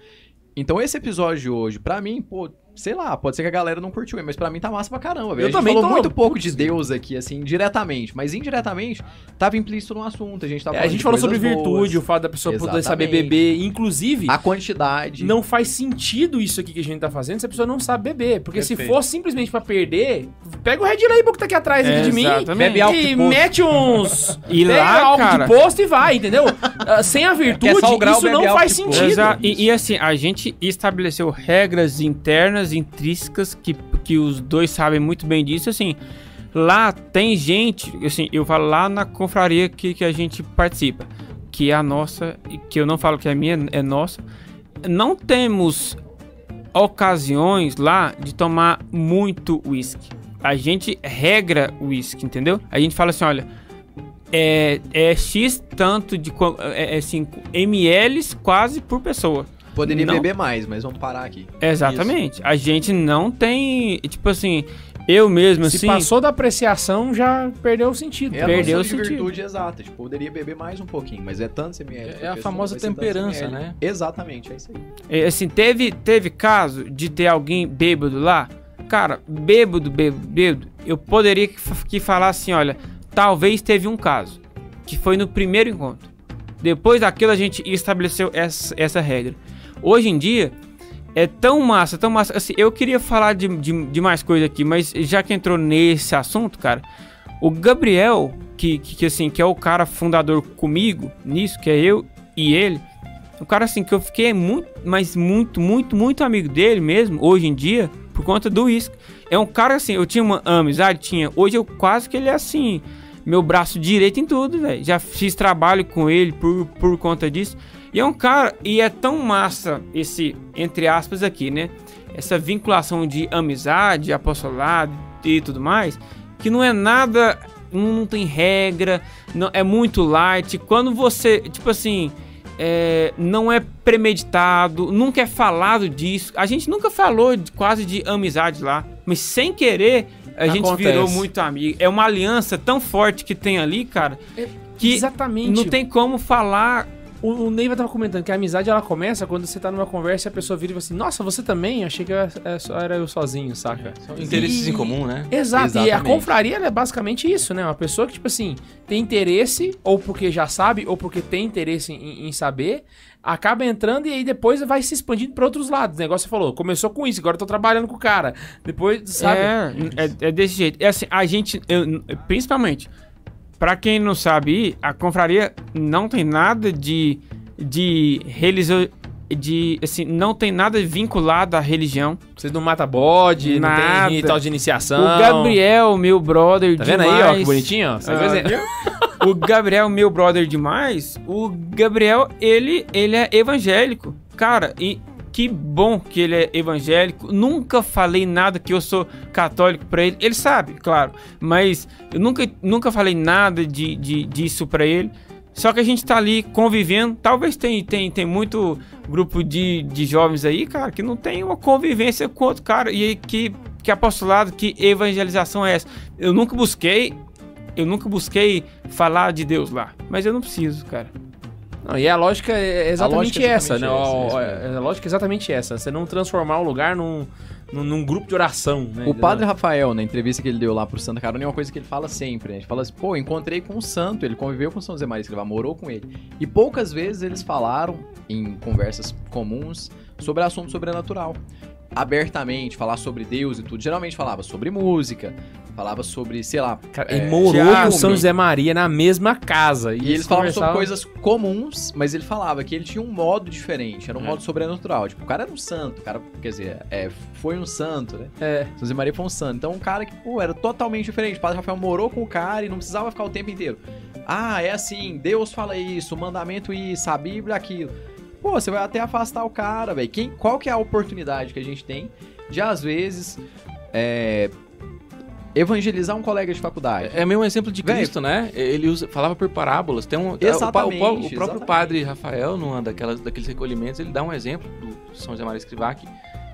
Speaker 3: Então esse episódio de hoje, pra mim, pô, sei lá, pode ser que a galera não curtiu, mas pra mim tá massa pra caramba,
Speaker 2: Eu
Speaker 3: velho. A gente
Speaker 2: também
Speaker 3: falou
Speaker 2: tô-
Speaker 3: muito pouco de Deus aqui, assim, diretamente. Mas indiretamente, tava implícito no assunto. A gente tá tava
Speaker 2: É, a gente falou sobre virtude, o fato da pessoa poder
Speaker 3: Exatamente.
Speaker 2: saber beber. Inclusive,
Speaker 3: a quantidade.
Speaker 2: não faz sentido isso aqui que a gente tá fazendo se a pessoa não sabe beber. Porque se
Speaker 4: Perfeito.
Speaker 2: for simplesmente pra perder, pega o Red Label que tá aqui atrás aqui de mim.
Speaker 5: Exatamente.
Speaker 2: Bebe álcool de posto. E mete uns.
Speaker 5: E
Speaker 2: pega
Speaker 5: lá,
Speaker 2: álcool
Speaker 5: cara-
Speaker 2: de posto e vai, entendeu? Ah, Sem a virtude,
Speaker 6: Quer só o grau,
Speaker 2: isso
Speaker 6: bebe
Speaker 2: não
Speaker 6: álcool
Speaker 2: faz
Speaker 6: de posto.
Speaker 2: sentido.
Speaker 5: Exa- e, e assim, a gente estabeleceu regras internas, intrínsecas, que, que os dois sabem muito bem disso, assim. Lá tem gente, assim, eu falo lá na confraria que, que a gente participa, que é a nossa, e que eu não falo que é minha, é nossa. Não temos ocasiões lá de tomar muito uísque. A gente regra o uísque, entendeu? A gente fala assim, olha, é, é X tanto de qua- é, é 5 ml quase por pessoa.
Speaker 3: Poderia
Speaker 5: não.
Speaker 3: beber mais, mas vamos parar aqui.
Speaker 5: Exatamente. A gente não tem, tipo assim, eu mesmo
Speaker 2: Se
Speaker 5: assim,
Speaker 2: passou da apreciação, já perdeu o sentido.
Speaker 3: É a
Speaker 5: Perdeu
Speaker 3: noção
Speaker 5: o
Speaker 3: de
Speaker 5: sentido.
Speaker 3: virtude exata. Tipo, poderia beber mais um pouquinho, mas é tanto ml. por
Speaker 6: É a
Speaker 3: pessoa,
Speaker 6: famosa
Speaker 3: vai ser tantos
Speaker 6: temperança,
Speaker 3: ml.
Speaker 6: né?
Speaker 3: Exatamente, é isso aí.
Speaker 5: é, assim, teve teve caso de ter alguém bêbado lá. Cara, bêbado, bêbado, bêbado, eu poderia que, fa- que falar assim, olha, talvez teve um caso que foi no primeiro encontro. Depois daquilo a gente estabeleceu essa, essa regra. Hoje em dia é tão massa, tão massa. Assim, eu queria falar de, de, de mais coisa aqui, mas já que entrou nesse assunto, cara, o Gabriel, que, que, que, assim, que é o cara fundador comigo nisso, que é eu e ele, o cara assim que eu fiquei muito, mas muito, muito, muito amigo dele mesmo, hoje em dia, por conta do uísque. É um cara assim, eu tinha uma amizade, tinha. Hoje eu quase que ele é assim, meu braço direito em tudo, velho. Já fiz trabalho com ele por, por conta disso. E é um cara, e é tão massa esse, entre aspas, aqui, né? Essa vinculação de amizade, apostolado e tudo mais, que não é nada, não não tem regra, não é muito light. Quando você, tipo assim, é, não é premeditado, nunca é falado disso. A gente nunca falou de- quase de amizade lá, mas sem querer a gente
Speaker 2: Acontece.
Speaker 5: virou muito amigo. É uma aliança tão forte que tem ali, cara, que
Speaker 2: Exatamente.
Speaker 5: não tem como falar.
Speaker 2: O, o Neiva tava comentando que a amizade ela começa quando você tá numa conversa e a pessoa vira e fala assim: Nossa, você também? Achei que eu- é, só era eu sozinho, saca?
Speaker 4: Interesses
Speaker 2: E-
Speaker 4: em comum, né?
Speaker 2: Exato, e a
Speaker 3: Exatamente.
Speaker 2: confraria ela é basicamente isso, né? Uma pessoa que, tipo assim, tem interesse, ou porque já sabe, ou porque tem interesse em, em saber, acaba entrando e aí depois vai se expandindo pra outros lados. O negócio você falou, começou com isso, agora eu tô trabalhando com o cara. Depois, sabe?
Speaker 5: É, é, é desse jeito. É assim, a gente, eu- principalmente, pra quem não sabe, a confraria não tem nada de de religio, de assim, não tem nada vinculado à religião.
Speaker 2: Vocês não matam bode, não
Speaker 5: Nada.
Speaker 2: tem ritual de iniciação.
Speaker 5: O Gabriel, meu brother,
Speaker 2: Então. Tá vendo aí, ó, que bonitinho? ó? Essa
Speaker 5: Ah,
Speaker 2: coisa é-
Speaker 5: o Gabriel, meu brother demais, o Gabriel, ele, ele é evangélico. Cara, e que bom que ele é evangélico. Nunca falei nada que eu sou católico pra ele. Ele sabe, claro. Mas eu nunca, nunca falei nada de, de, disso pra ele. Só que a gente tá ali convivendo. Talvez tem, tem, tem muito grupo de, de jovens aí, cara, que não tem uma convivência com outro cara. E aí que, que apostolado, que evangelização é essa? Eu nunca busquei eu nunca busquei falar de Deus lá, mas eu não preciso, cara.
Speaker 2: Não, e a lógica é exatamente
Speaker 3: lógica é
Speaker 2: essa, né?
Speaker 3: exatamente
Speaker 2: O-
Speaker 3: essa, é isso
Speaker 2: a lógica é exatamente essa. Você não transformar o lugar num, num, num grupo de oração, né?
Speaker 3: O padre Rafael, na entrevista que ele deu lá pro Santa Carona, é uma coisa que ele fala sempre, né? Ele fala assim, pô, encontrei com um santo, ele conviveu com São José Maria Escrivá, morou com ele. E poucas vezes eles falaram, em conversas comuns, sobre assunto sobrenatural. Abertamente, falar sobre Deus e tudo. Geralmente falava sobre música, falava sobre, sei lá,
Speaker 2: Cara,
Speaker 3: é,
Speaker 2: ele morou
Speaker 5: Tiago.
Speaker 2: com São José Maria na mesma casa.
Speaker 3: E eles falavam sobre
Speaker 2: conversavam-
Speaker 3: coisas comuns, mas ele falava que ele tinha um modo diferente, era um modo sobrenatural. Tipo, o cara era um santo, o cara, quer dizer, é, foi um santo, né?
Speaker 2: É.
Speaker 3: São José Maria foi um santo. Então, um cara que, pô, era totalmente diferente. O Padre Rafael morou com o cara e não precisava ficar o tempo inteiro. Ah, é assim, Deus fala isso, mandamento isso, a Bíblia aquilo. Pô, você vai até afastar o cara, velho. Quem- Qual que é a oportunidade que a gente tem de, às vezes, é, evangelizar um colega de faculdade?
Speaker 4: É meio um exemplo de
Speaker 3: Véi.
Speaker 4: Cristo, né? Ele usa- falava por parábolas. Tem um, o, pa- o pa- o
Speaker 3: Exatamente,
Speaker 4: próprio
Speaker 3: exatamente.
Speaker 4: padre Rafael, numa daquelas, daqueles recolhimentos, ele dá um exemplo do São José Maria Escrivá, que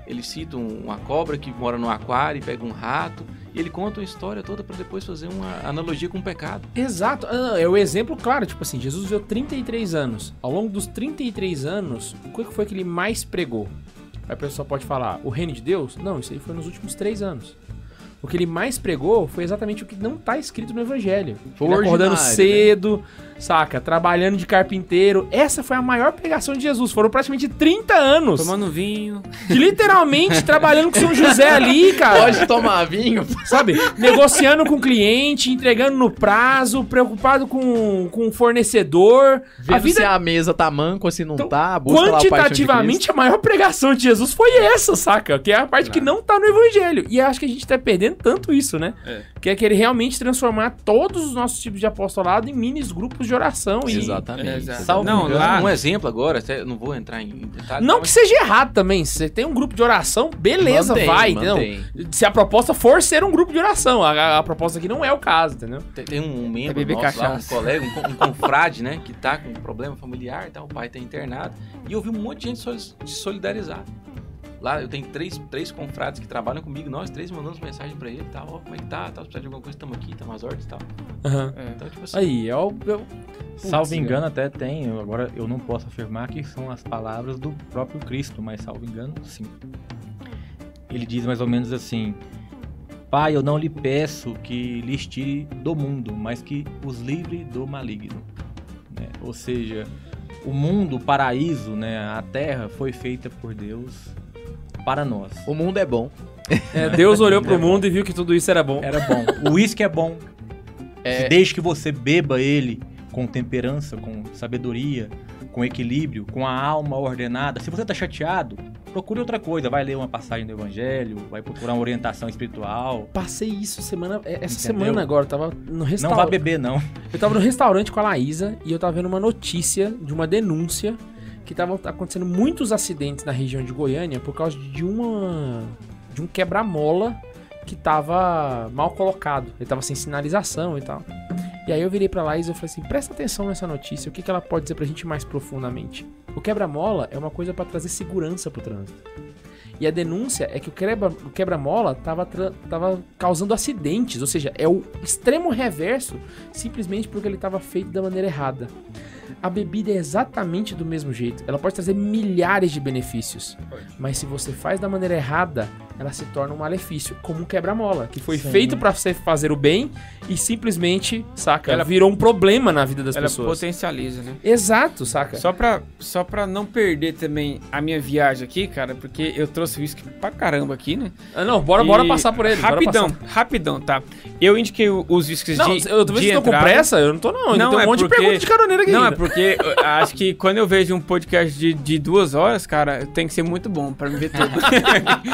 Speaker 4: ele cita um- uma cobra que mora no aquário e pega um rato, e ele conta uma história toda para depois fazer uma analogia com o pecado.
Speaker 2: Exato. Ah, não, É o exemplo claro, tipo assim, Jesus viveu 33 anos. Ao longo dos 33 anos, o que foi que ele mais pregou? Aí a pessoa pode falar, o reino de Deus? Não, isso aí foi nos últimos 3 anos. O que ele mais pregou foi exatamente o que não tá escrito no evangelho.
Speaker 3: Foi
Speaker 2: ele acordando
Speaker 3: ordinário, né?
Speaker 2: cedo, saca? Trabalhando de carpinteiro. Essa foi a maior pregação de Jesus. Foram praticamente 30 anos.
Speaker 5: Tomando vinho.
Speaker 2: Que literalmente trabalhando com São José ali, cara.
Speaker 3: Pode tomar vinho?
Speaker 2: Sabe? Negociando com o cliente, entregando no prazo, preocupado com, com o fornecedor.
Speaker 3: Vendo
Speaker 2: a vida
Speaker 3: se a mesa tá manco, se não
Speaker 2: Então,
Speaker 3: tá, busca lá a paixão de Cristo.
Speaker 2: quantitativamente a maior pregação de Jesus foi essa, saca? Que é a parte que não tá no evangelho. E acho que a gente tá perdendo tanto isso, né? Que é querer realmente transformar todos os nossos tipos de apostolado em minis grupos de oração e
Speaker 3: Exatamente.
Speaker 5: É, exato.
Speaker 3: Salve
Speaker 5: Não,
Speaker 3: engano.
Speaker 5: lá- Ah.
Speaker 4: Um exemplo agora, até não vou entrar em detalhes.
Speaker 2: Não que
Speaker 4: mas
Speaker 2: seja errado também. Se Você tem um grupo de oração, beleza,
Speaker 3: Mantém,
Speaker 2: vai, então. entendeu?
Speaker 3: mantém.
Speaker 2: Se a proposta for ser um grupo de oração, a- a, a proposta aqui não é o caso, entendeu?
Speaker 4: tem- Tem um membro
Speaker 5: beber
Speaker 4: nosso lá, um
Speaker 5: cachaça.
Speaker 4: colega, um, co- um confrade, né, que tá com um problema familiar e tal, o pai tá internado, e eu vi um monte de gente soli- se solidarizar. Lá eu tenho três, três confrades que trabalham comigo, nós três mandamos mensagem pra ele e tal, ó, como é que tá, tal, se precisar de alguma coisa, estamos aqui, estamos às ordens e tal.
Speaker 2: Aham.
Speaker 4: Então, tipo assim,
Speaker 2: Aí, é o. é o-
Speaker 6: Salvo
Speaker 2: Putz,
Speaker 6: engano, até tem. eu- Agora eu não posso afirmar que são as palavras do próprio Cristo, mas salvo engano, sim. Ele diz mais ou menos assim: Pai, eu não lhe peço que lhes tire do mundo, mas que os livre do maligno. né? Ou seja, o mundo, o paraíso, né? a terra foi feita por Deus para nós.
Speaker 3: O mundo é bom.
Speaker 2: É, Deus olhou pro mundo e viu que tudo isso era bom.
Speaker 6: Era bom. O uísque é bom.
Speaker 3: É.
Speaker 6: Desde que você beba ele com temperança, com sabedoria, com equilíbrio, com a alma ordenada. Se você tá chateado, procure outra coisa. Vai ler uma passagem do evangelho, vai procurar uma orientação espiritual.
Speaker 2: Passei isso semana, é- essa
Speaker 6: Entendeu?
Speaker 2: semana agora, eu tava no
Speaker 6: Não vá
Speaker 2: restaurante.
Speaker 6: beber, não.
Speaker 2: Eu tava no restaurante com a Laísa e eu tava vendo uma notícia de uma denúncia que tava acontecendo muitos acidentes na região de Goiânia por causa de uma de um quebra-mola que tava mal colocado. Ele tava sem sinalização e tal. E aí eu virei pra Laísa e falei assim: "Presta atenção nessa notícia, o que que ela pode dizer pra gente mais profundamente?" O quebra-mola é uma coisa pra trazer segurança pro trânsito. E a denúncia é que o quebra- o quebra-mola tava, tra- tava causando acidentes, ou seja, é o extremo reverso simplesmente porque ele estava feito da maneira errada. A bebida é exatamente do mesmo jeito. Ela pode trazer milhares de benefícios. Mas se você faz da maneira errada, ela se torna um malefício, como um quebra-mola, que foi
Speaker 6: Sim.
Speaker 2: feito para você fazer o bem e simplesmente, saca, ela
Speaker 5: Ela-
Speaker 2: virou um problema na vida das
Speaker 5: Ela
Speaker 2: pessoas. É.
Speaker 5: potencializa, né?
Speaker 2: Exato, saca?
Speaker 5: Só pra, só pra não perder também a minha viagem aqui, cara, porque eu trouxe uísque pra caramba aqui, né?
Speaker 2: Ah, não, bora, bora
Speaker 5: E-
Speaker 2: passar por ele. bora
Speaker 5: Rapidão,
Speaker 2: passar.
Speaker 5: rapidão, tá? Eu indiquei o- os uísques de.
Speaker 2: Não, eu tô vendo
Speaker 5: de
Speaker 2: se eu tô com
Speaker 5: entrada.
Speaker 2: pressa, eu não tô não. Ainda
Speaker 5: Não,
Speaker 2: tem um
Speaker 5: é
Speaker 2: monte
Speaker 5: porque-
Speaker 2: de pergunta de caroneira aqui
Speaker 5: Não, é
Speaker 2: ainda.
Speaker 5: porque eu acho que quando eu vejo um podcast de, de duas horas, cara, tem que ser muito bom pra me ver tudo.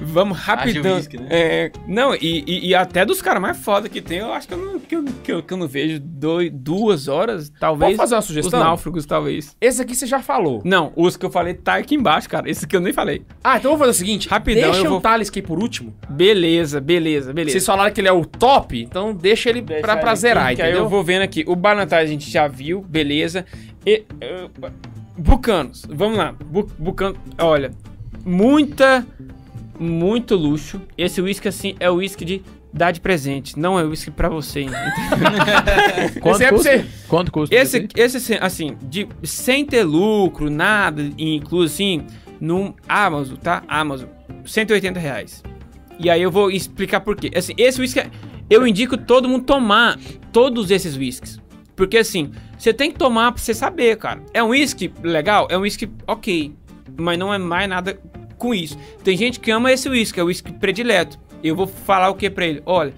Speaker 5: Vamos rapidão.
Speaker 4: Haja whisky, né?
Speaker 5: É, não, e, e- e até dos caras mais foda que tem, eu acho que eu não, que eu, que eu- que eu não vejo dois, duas horas,
Speaker 2: Vamos
Speaker 5: talvez.
Speaker 2: fazer uma
Speaker 5: Os
Speaker 2: sugestão?
Speaker 5: náufragos, talvez.
Speaker 2: Esse aqui você já falou.
Speaker 5: Não, os que eu falei tá aqui embaixo, cara. Esse que eu nem falei.
Speaker 2: Ah, então vamos fazer o seguinte.
Speaker 5: Rapidão,
Speaker 2: deixa
Speaker 5: eu
Speaker 2: o
Speaker 5: vou-
Speaker 2: Thales aqui por último.
Speaker 5: Beleza, beleza, beleza.
Speaker 2: Vocês falaram que ele é o top, então deixa ele
Speaker 5: Deixa
Speaker 2: pra, pra
Speaker 5: aí,
Speaker 2: zerar,
Speaker 5: que aí
Speaker 2: entendeu?
Speaker 5: eu vou vendo aqui. O Banatai a gente já viu, beleza. E, eh, Bucanos, vamos lá. Bu, Bucanos, olha, muita, muito luxo. Esse uísque, assim, é o uísque de dar de presente, não é uísque pra você. hein?
Speaker 3: Quanto
Speaker 2: Esse é pra
Speaker 3: custa?
Speaker 2: você.
Speaker 3: Quanto custa?
Speaker 5: esse,
Speaker 3: isso
Speaker 5: esse, assim, assim, de, sem ter lucro, nada, incluso assim, num Amazon, tá? Amazon, 180 reais. E aí eu vou explicar por quê. Assim, esse uísque, eu indico todo mundo tomar todos esses uísques. Porque assim, você tem que tomar pra você saber, cara. É um uísque legal? É um uísque ok. Mas não é mais nada com isso. Tem gente que ama esse uísque, é o uísque predileto. Eu vou falar o que pra ele? Olha,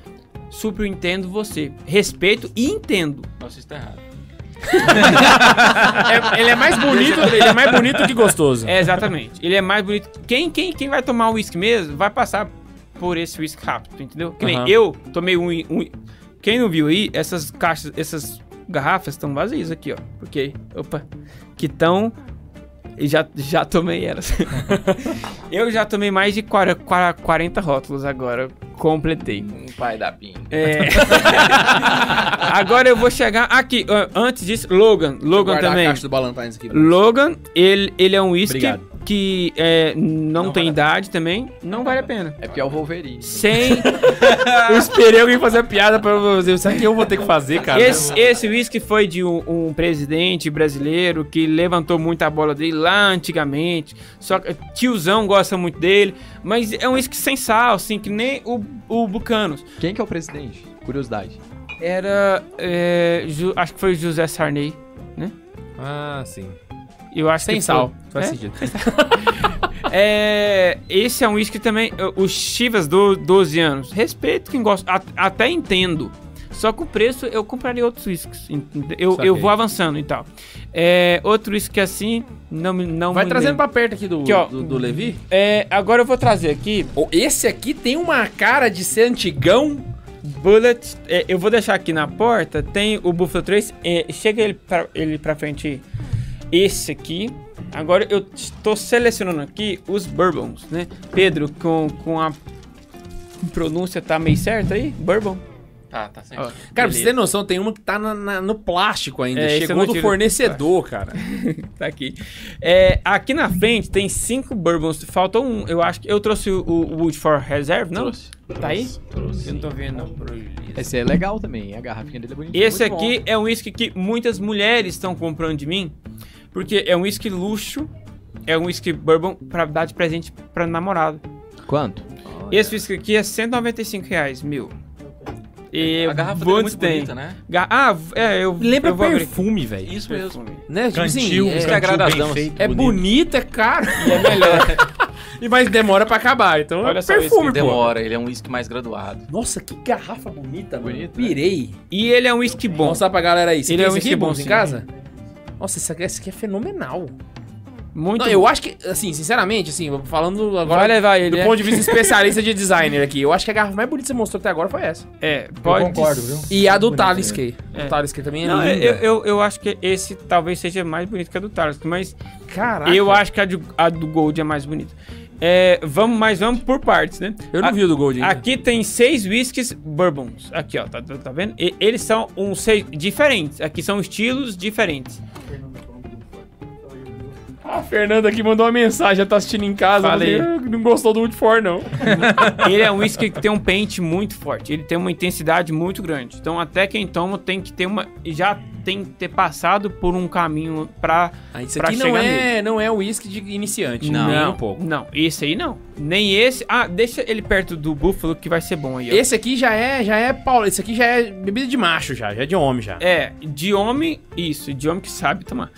Speaker 5: super entendo você. Respeito e entendo.
Speaker 4: nossa, isso tá errado.
Speaker 2: É- ele é mais bonito, ele é mais bonito que gostoso.
Speaker 5: É, exatamente. Ele é mais bonito. Quem, quem, quem vai tomar um uísque mesmo vai passar por esse uísque rápido, entendeu? Que nem
Speaker 2: Aham.
Speaker 5: eu tomei um, um- Quem não viu aí, essas caixas, essas garrafas estão vazias aqui, ó. Porque, opa, que estão. e Já, já tomei elas. eu já tomei mais de 40, 40 rótulos agora. Completei.
Speaker 4: Um pai da pinga.
Speaker 5: É. Agora eu vou chegar aqui. ah, Antes disso, Logan. Logan
Speaker 8: guardar
Speaker 5: também.
Speaker 8: a caixa do Ballantines aqui.
Speaker 5: Logan, ele, ele é um uísque
Speaker 8: Obrigado.
Speaker 5: que é, não,
Speaker 4: Não
Speaker 5: tem
Speaker 4: vale a
Speaker 5: idade também. Não vale a pena.
Speaker 3: É porque é o Wolverine.
Speaker 5: Sem.
Speaker 2: Eu esperei alguém fazer a piada pra eu dizer, isso aqui eu vou ter que fazer, cara.
Speaker 5: esse, esse uísque foi de um, um presidente brasileiro que levantou muito a bola dele lá antigamente. Só que tiozão gosta muito dele. Mas é um uísque sem sal, assim, que nem o, o Bucanos.
Speaker 3: Quem que é o presidente? Curiosidade.
Speaker 5: Era. é, Ju- acho que foi José Sarney.
Speaker 2: Ah, sim.
Speaker 5: Eu acho
Speaker 2: Sem
Speaker 5: que
Speaker 2: sal.
Speaker 5: foi.
Speaker 2: Faz
Speaker 5: É?
Speaker 2: sentido.
Speaker 5: É, esse é um uísque também. O Chivas do 12 anos. Respeito quem gosta. a- até entendo. Só que o preço eu compraria outros uísques. entende? Eu,
Speaker 2: Saquei.
Speaker 5: eu vou avançando e tal. É, outro uísque assim, não me. Não
Speaker 2: Vai
Speaker 5: me
Speaker 2: trazendo pra
Speaker 5: lembro.
Speaker 2: perto aqui do,
Speaker 5: Aqui, ó.
Speaker 2: do, do Levi.
Speaker 5: É, agora eu vou trazer aqui
Speaker 2: Ô, Esse aqui tem uma cara de ser antigão.
Speaker 5: Bullet. é, eu vou deixar aqui na porta. Tem o Buffalo 3. é, chega ele pra, ele pra frente. aí. Esse aqui. Agora eu estou selecionando aqui os bourbons, né? Pedro, com, com a pronúncia tá meio certa aí? Bourbon.
Speaker 4: Tá, tá certo.
Speaker 2: Cara, pra você ter noção, tem uma que tá na- na- no plástico ainda.
Speaker 5: É, esse eu
Speaker 2: Chegou
Speaker 5: não
Speaker 2: do
Speaker 5: tiro.
Speaker 2: fornecedor, cara.
Speaker 5: Tá aqui. É, aqui na frente tem cinco bourbons. Falta um. Eu acho que eu trouxe o, o Wood for Reserve, não?
Speaker 4: Trouxe.
Speaker 5: Tá aí?
Speaker 4: Trouxe.
Speaker 5: Eu não tô vendo. não.
Speaker 3: Esse é legal também, a garrafinha dele é bonita.
Speaker 5: Esse
Speaker 3: muito bom.
Speaker 5: aqui é um uísque que muitas mulheres estão comprando de mim, porque é um uísque luxo, é um uísque bourbon pra dar de presente pra namorado.
Speaker 3: Quanto?
Speaker 5: Esse uísque aqui é 195 reais, mil. E
Speaker 4: A garrafa dele é
Speaker 5: Bundes
Speaker 4: muito
Speaker 5: tem.
Speaker 4: bonita, né?
Speaker 5: Ga- ah, é, eu,
Speaker 2: Lembra
Speaker 5: eu vou abrir.
Speaker 2: perfume, velho.
Speaker 4: Isso mesmo.
Speaker 2: Né? Tipo
Speaker 5: um
Speaker 2: assim, é-
Speaker 4: cantil bem feito,
Speaker 2: É bonito, é caro e é melhor. e mas demora pra acabar, então
Speaker 5: Olha
Speaker 2: é
Speaker 5: só
Speaker 2: perfume, pô.
Speaker 4: Demora, ele é um uísque mais graduado.
Speaker 2: Nossa, que garrafa bonita, bonita
Speaker 3: Bonito,
Speaker 2: mano. Pirei.
Speaker 5: E ele é um uísque
Speaker 2: Vou
Speaker 5: né? bom.
Speaker 2: Mostrar pra galera aí. Você
Speaker 5: Ele
Speaker 2: tem
Speaker 5: é um
Speaker 2: esse
Speaker 5: whisky
Speaker 2: aqui,
Speaker 5: bom,
Speaker 2: Bons, em
Speaker 5: sim.
Speaker 2: casa? Nossa, esse aqui, esse aqui é fenomenal.
Speaker 5: Muito
Speaker 2: Não, eu acho que, assim, sinceramente, assim, falando
Speaker 5: bom. Vai
Speaker 2: agora
Speaker 5: levar
Speaker 2: do
Speaker 5: ele. é.
Speaker 2: ponto de vista especialista de designer aqui, eu acho que a garrafa mais bonita que você mostrou até agora foi essa.
Speaker 5: É,
Speaker 6: Eu
Speaker 5: pode.
Speaker 6: concordo, viu?
Speaker 2: E a do
Speaker 6: Bonita,
Speaker 2: Talisker.
Speaker 5: É.
Speaker 2: O Talisker também é
Speaker 5: Não,
Speaker 2: linda.
Speaker 5: eu, eu, eu acho que esse talvez seja mais bonito que a do Taros, mas
Speaker 2: Caraca.
Speaker 5: Eu acho que a, de- a do Gold é mais bonita. É, vamos, mas vamos por partes, né?
Speaker 2: Eu não
Speaker 5: A-
Speaker 2: vi o do Gold ainda.
Speaker 5: Aqui tem seis whiskies bourbons. Aqui, ó, tá, tá- tá vendo? E- eles são uns seis diferentes. Aqui são estilos diferentes.
Speaker 2: A Fernanda aqui mandou uma mensagem, já tá assistindo em casa.
Speaker 5: Falei.
Speaker 2: falou assim, "Ah, Não gostou do Woodford, não.
Speaker 5: Ele é um whisky que tem um pente muito forte. Ele tem uma intensidade muito grande. Então, até quem toma tem que ter uma. Já tem que ter passado por um caminho pra.
Speaker 2: Ah, isso
Speaker 5: Pra
Speaker 2: aqui não
Speaker 5: chegar
Speaker 2: é, não é whisky de iniciante.
Speaker 4: Não.
Speaker 2: nem
Speaker 5: não,
Speaker 2: um pouco.
Speaker 5: não, esse aí não. Nem esse. Ah, deixa ele perto do Buffalo que vai ser bom aí. ó.
Speaker 2: Esse aqui já é, já é Paulo, esse aqui já é bebida de macho já, já é de homem já.
Speaker 5: É, de homem, isso, de homem que sabe tomar.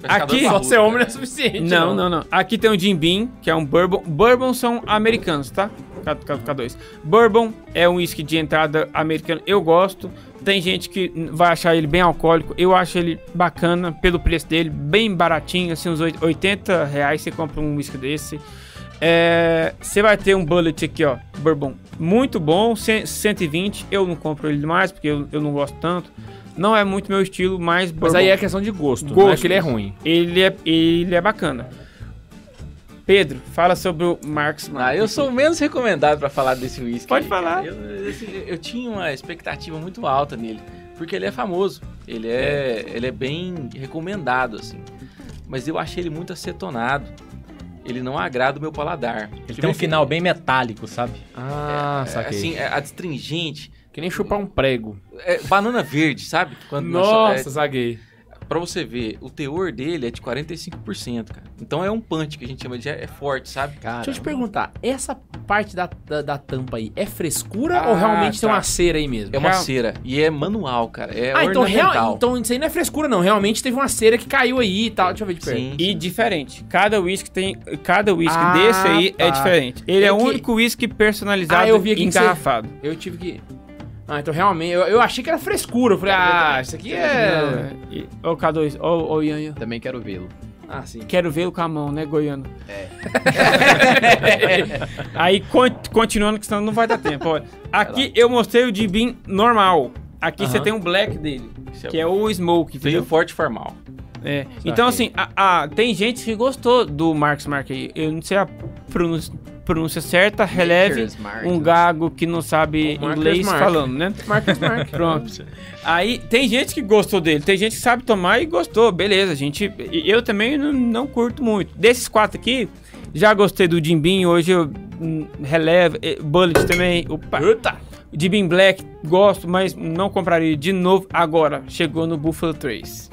Speaker 4: Vai ficar
Speaker 5: Aqui.
Speaker 4: dois
Speaker 2: Só
Speaker 4: barulhos,
Speaker 2: ser homem não
Speaker 4: né?
Speaker 2: é suficiente.
Speaker 5: Não, não, não. Aqui tem o Jim Beam, que é um bourbon. Bourbon são americanos, tá? K- K- K2. Bourbon é um whisky de entrada americano. Eu gosto. Tem gente que n- vai achar ele bem alcoólico. Eu acho ele bacana pelo preço dele, bem baratinho, assim, uns oit- 80 reais você compra um whisky desse. É, Você vai ter um bullet aqui, ó, bourbon. Muito bom, cem- 120. Eu não compro ele mais, porque eu, eu não gosto tanto. Não é muito meu estilo, mas bourbon.
Speaker 2: Mas aí é questão de gosto, não é
Speaker 5: Gosto.
Speaker 2: que ele é ruim.
Speaker 5: Ele é, ele é bacana. Pedro, fala sobre o Marx
Speaker 4: Ah, eu sou o menos recomendado pra falar desse uísque.
Speaker 5: Pode
Speaker 4: aí, cara.
Speaker 5: falar.
Speaker 4: Eu, esse- eu tinha uma expectativa muito alta nele, porque ele é famoso. Ele é, ele é bem recomendado, assim. Mas eu achei ele muito acetonado. Ele não agrada o meu paladar.
Speaker 6: Ele tem um final bem metálico, sabe?
Speaker 2: Ah,
Speaker 4: É, assim, é adstringente.
Speaker 2: que nem chupar um prego.
Speaker 4: É banana verde, sabe? Quando nós- é,
Speaker 2: Nossa, é saquei.
Speaker 4: Pra você ver, o teor dele é de 45%, cara. Então é um punch que a gente chama de é forte, sabe?
Speaker 3: Cara,
Speaker 2: Deixa eu te perguntar, essa parte da, da, da tampa aí é frescura
Speaker 5: Ah,
Speaker 2: ou realmente tem
Speaker 5: tá.
Speaker 2: uma cera aí mesmo?
Speaker 4: É uma
Speaker 5: Real-
Speaker 4: cera e é manual, cara. É
Speaker 2: ah, então,
Speaker 4: ornamental.
Speaker 2: real, então isso aí não é frescura não, realmente teve uma cera que caiu aí e tal. Deixa eu ver de perto.
Speaker 4: Sim.
Speaker 5: E diferente. Cada whisky tem. Cada whisky
Speaker 2: Ah,
Speaker 5: desse aí é
Speaker 2: tá.
Speaker 5: diferente. Ele é
Speaker 2: Eu
Speaker 5: o
Speaker 2: que-
Speaker 5: único whisky personalizado
Speaker 2: Ah, eu vi aqui que você-
Speaker 5: engarrafado.
Speaker 2: Eu tive que... Ah, então realmente, eu, eu achei que era frescura. Eu falei, ah, isso aqui é...
Speaker 5: Ô, K2, ô, ô, Ian.
Speaker 3: também quero vê-lo.
Speaker 2: Ah, sim.
Speaker 5: Quero vê-lo com a mão, né, Goiano? É. aí, con- continuando, que senão não vai dar tempo. Olha, aqui eu mostrei o de Bean normal. Aqui
Speaker 2: Aham.
Speaker 5: você tem um black dele, que é o smoke,
Speaker 4: Veio
Speaker 5: entendeu?
Speaker 4: forte formal.
Speaker 5: É. Então, assim, a- a- tem gente que gostou do Marx Mark aí. Eu não sei a pronúncia, pronúncia certa, releve
Speaker 3: Makers, Marcos.
Speaker 5: um gago que não sabe
Speaker 2: O Marcus
Speaker 5: inglês
Speaker 2: Mark.
Speaker 5: falando, né?
Speaker 2: Marcos Mark.
Speaker 5: Pronto. Aí tem gente que gostou dele, tem gente que sabe tomar e gostou, beleza. Gente, e eu também não, não curto muito. Desses quatro aqui, já gostei do Jim Beam, hoje eu hum, relevo, eh, Bullet também. Opa. De Bean Black, gosto, mas não compraria de novo agora. Chegou no Buffalo 3.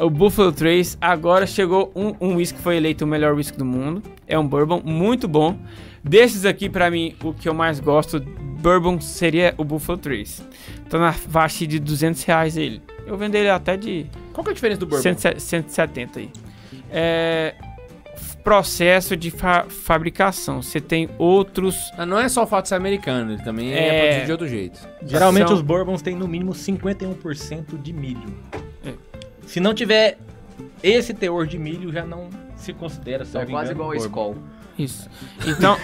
Speaker 5: O Buffalo 3 agora chegou um, um whisky que foi eleito o melhor whisky do mundo. É um bourbon muito bom. Desses aqui, pra mim, o que eu mais gosto bourbon seria o Buffalo 3. Tá na faixa de 200 reais ele. Eu vendo ele até de
Speaker 2: Qual que é a diferença do bourbon?
Speaker 5: 170 170 aí. É, f- processo de fa- fabricação. Você tem outros...
Speaker 2: Ah, não é só o fato de ser americano, ele também é,
Speaker 5: É.
Speaker 2: produzido de outro jeito.
Speaker 6: Geralmente
Speaker 5: São-
Speaker 6: os bourbons têm no mínimo 51% de milho.
Speaker 5: É.
Speaker 6: Se não tiver esse teor de milho, já não se considera, se
Speaker 3: É quase igual a
Speaker 6: esse.
Speaker 3: Skol.
Speaker 5: Isso. Então,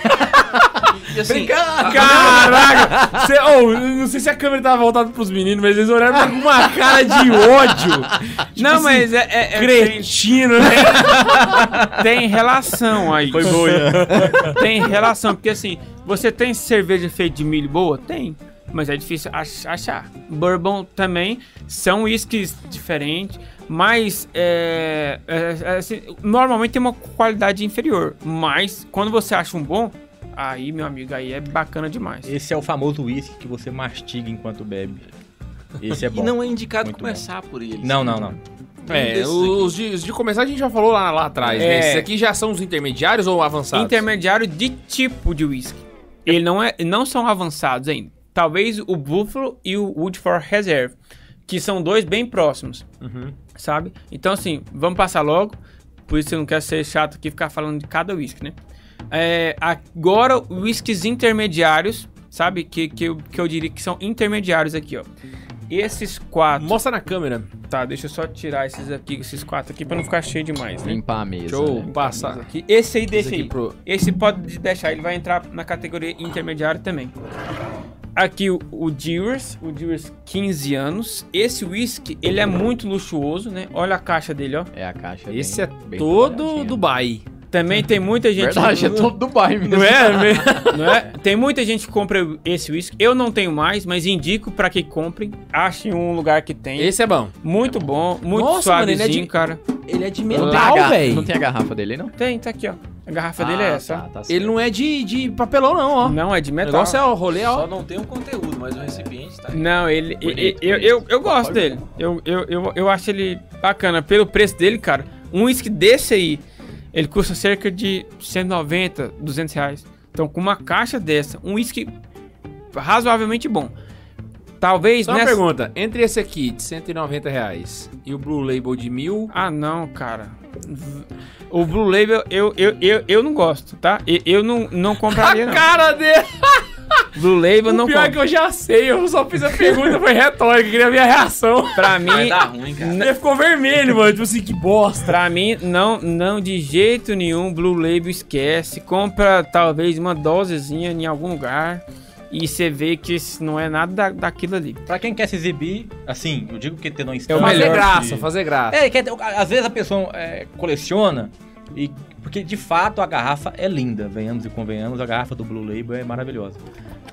Speaker 4: E assim,
Speaker 2: Caraca! Cê- ô, eu não sei se a câmera tava voltada pros meninos, mas eles olharam com uma cara de ódio.
Speaker 5: não, mas é, é- é- tem,
Speaker 2: Cretino, né?
Speaker 5: tem relação aí. Foi boa. Tem relação, porque assim, você tem cerveja feita de milho boa? Tem. Mas é difícil ach- achar. Bourbon também são uísques diferentes, mas é, é- é assim, normalmente tem uma qualidade inferior. Mas quando você acha um bom, aí, meu amigo, aí é bacana demais.
Speaker 6: Esse é o famoso uísque que você mastiga enquanto bebe. Esse é
Speaker 4: e
Speaker 6: bom.
Speaker 4: não é indicado
Speaker 6: Muito
Speaker 4: começar por ele. assim.
Speaker 6: não, não, não.
Speaker 2: É, os de, os de começar a gente já falou lá, lá atrás, né?
Speaker 5: É.
Speaker 2: Esses aqui já são os intermediários ou avançados?
Speaker 5: Intermediário de tipo de whisky. Ele não é, não são avançados ainda. Talvez o Buffalo e o Woodford Reserve, que são dois bem próximos,
Speaker 2: Uhum.
Speaker 5: sabe? Então assim, vamos passar logo. Por isso eu não quero ser chato aqui e ficar falando de cada whisky, né? É, agora whiskies intermediários, sabe? Que, que, eu, que eu diria que são intermediários aqui, ó. Esses quatro.
Speaker 2: Mostra na câmera.
Speaker 5: Tá, deixa eu só tirar esses aqui, esses quatro aqui pra não ficar cheio demais, né?
Speaker 3: Limpar a
Speaker 2: Deixa
Speaker 3: mesa.
Speaker 2: eu
Speaker 3: né?
Speaker 2: passar aqui.
Speaker 5: Aqui. Esse aí
Speaker 2: Esse
Speaker 5: deixa
Speaker 2: aqui
Speaker 5: aí.
Speaker 2: pro...
Speaker 5: Esse pode deixar, ele vai entrar na categoria intermediária também. Aqui o, o Dewars, o Dewars 15 anos. Esse whisky, ele é muito luxuoso, né? Olha a caixa dele, ó.
Speaker 3: É a caixa.
Speaker 2: Esse é
Speaker 3: bem- bem
Speaker 2: todo
Speaker 3: trabalhadinha.
Speaker 2: Dubai.
Speaker 5: Também tem muita gente...
Speaker 3: Verdade, é todo Dubai mesmo.
Speaker 5: Não é? mesmo? Não é? Tem muita gente que compra esse whisky. Eu não tenho mais, mas indico pra que comprem. Achem um lugar que tem.
Speaker 2: Esse é bom.
Speaker 5: muito bom, muito
Speaker 2: Nossa, mano, ele é
Speaker 5: suavezinho,
Speaker 2: de-
Speaker 5: cara.
Speaker 2: Ele é de
Speaker 3: Não tem a
Speaker 2: metal,
Speaker 3: garra-
Speaker 2: velho.
Speaker 3: Não tem a garrafa dele, aí, não?
Speaker 5: Tem, tá aqui, ó. A garrafa dele é
Speaker 3: Ah,
Speaker 5: essa.
Speaker 3: tá, tá certo.
Speaker 2: Ele não é de, de papelão, não, ó.
Speaker 5: ó. Não, é de
Speaker 2: O
Speaker 5: metal.
Speaker 2: negócio é o rolê,
Speaker 4: Só
Speaker 2: ó.
Speaker 4: não tem o conteúdo, mas o recipiente tá aí.
Speaker 2: é
Speaker 5: Não, ele.
Speaker 3: Bonito,
Speaker 5: eu,
Speaker 3: bonito.
Speaker 5: eu, eu gosto dele. Eu, eu, eu, eu acho ele bacana. Pelo preço dele, cara, um uísque desse aí, ele custa cerca de 190, 200 reais. Então, com uma caixa dessa, um uísque razoavelmente bom. Talvez
Speaker 2: Só uma
Speaker 5: nessa.
Speaker 2: pergunta. Entre esse aqui de 190 reais e o Blue Label de mil...
Speaker 5: Ah, não, cara. O Blue Label, eu, eu, eu, eu não gosto, tá? Eu, eu não, não compraria, não.
Speaker 2: cara dele!
Speaker 5: Blue Label não
Speaker 2: o pior é
Speaker 5: compro.
Speaker 2: que eu já sei, eu só fiz a pergunta, foi retórica, queria ver a reação.
Speaker 5: Pra mim,
Speaker 4: Vai dar ruim, cara.
Speaker 2: Ele ficou vermelho, mano, tipo assim, que bosta.
Speaker 5: Pra mim, não, não de jeito nenhum. Blue Label esquece. Compra talvez uma dosezinha em algum lugar. E você vê que isso não é nada da, daquilo ali.
Speaker 6: Pra quem quer se exibir, assim, eu digo que ter
Speaker 3: É
Speaker 6: uma
Speaker 5: o
Speaker 6: estante...
Speaker 2: Fazer
Speaker 5: melhor
Speaker 2: graça,
Speaker 6: que-
Speaker 2: fazer graça.
Speaker 6: É, quer, ter- às vezes a pessoa é, coleciona e porque de fato a garrafa é linda, venhamos e convenhamos, a garrafa do Blue Label é maravilhosa.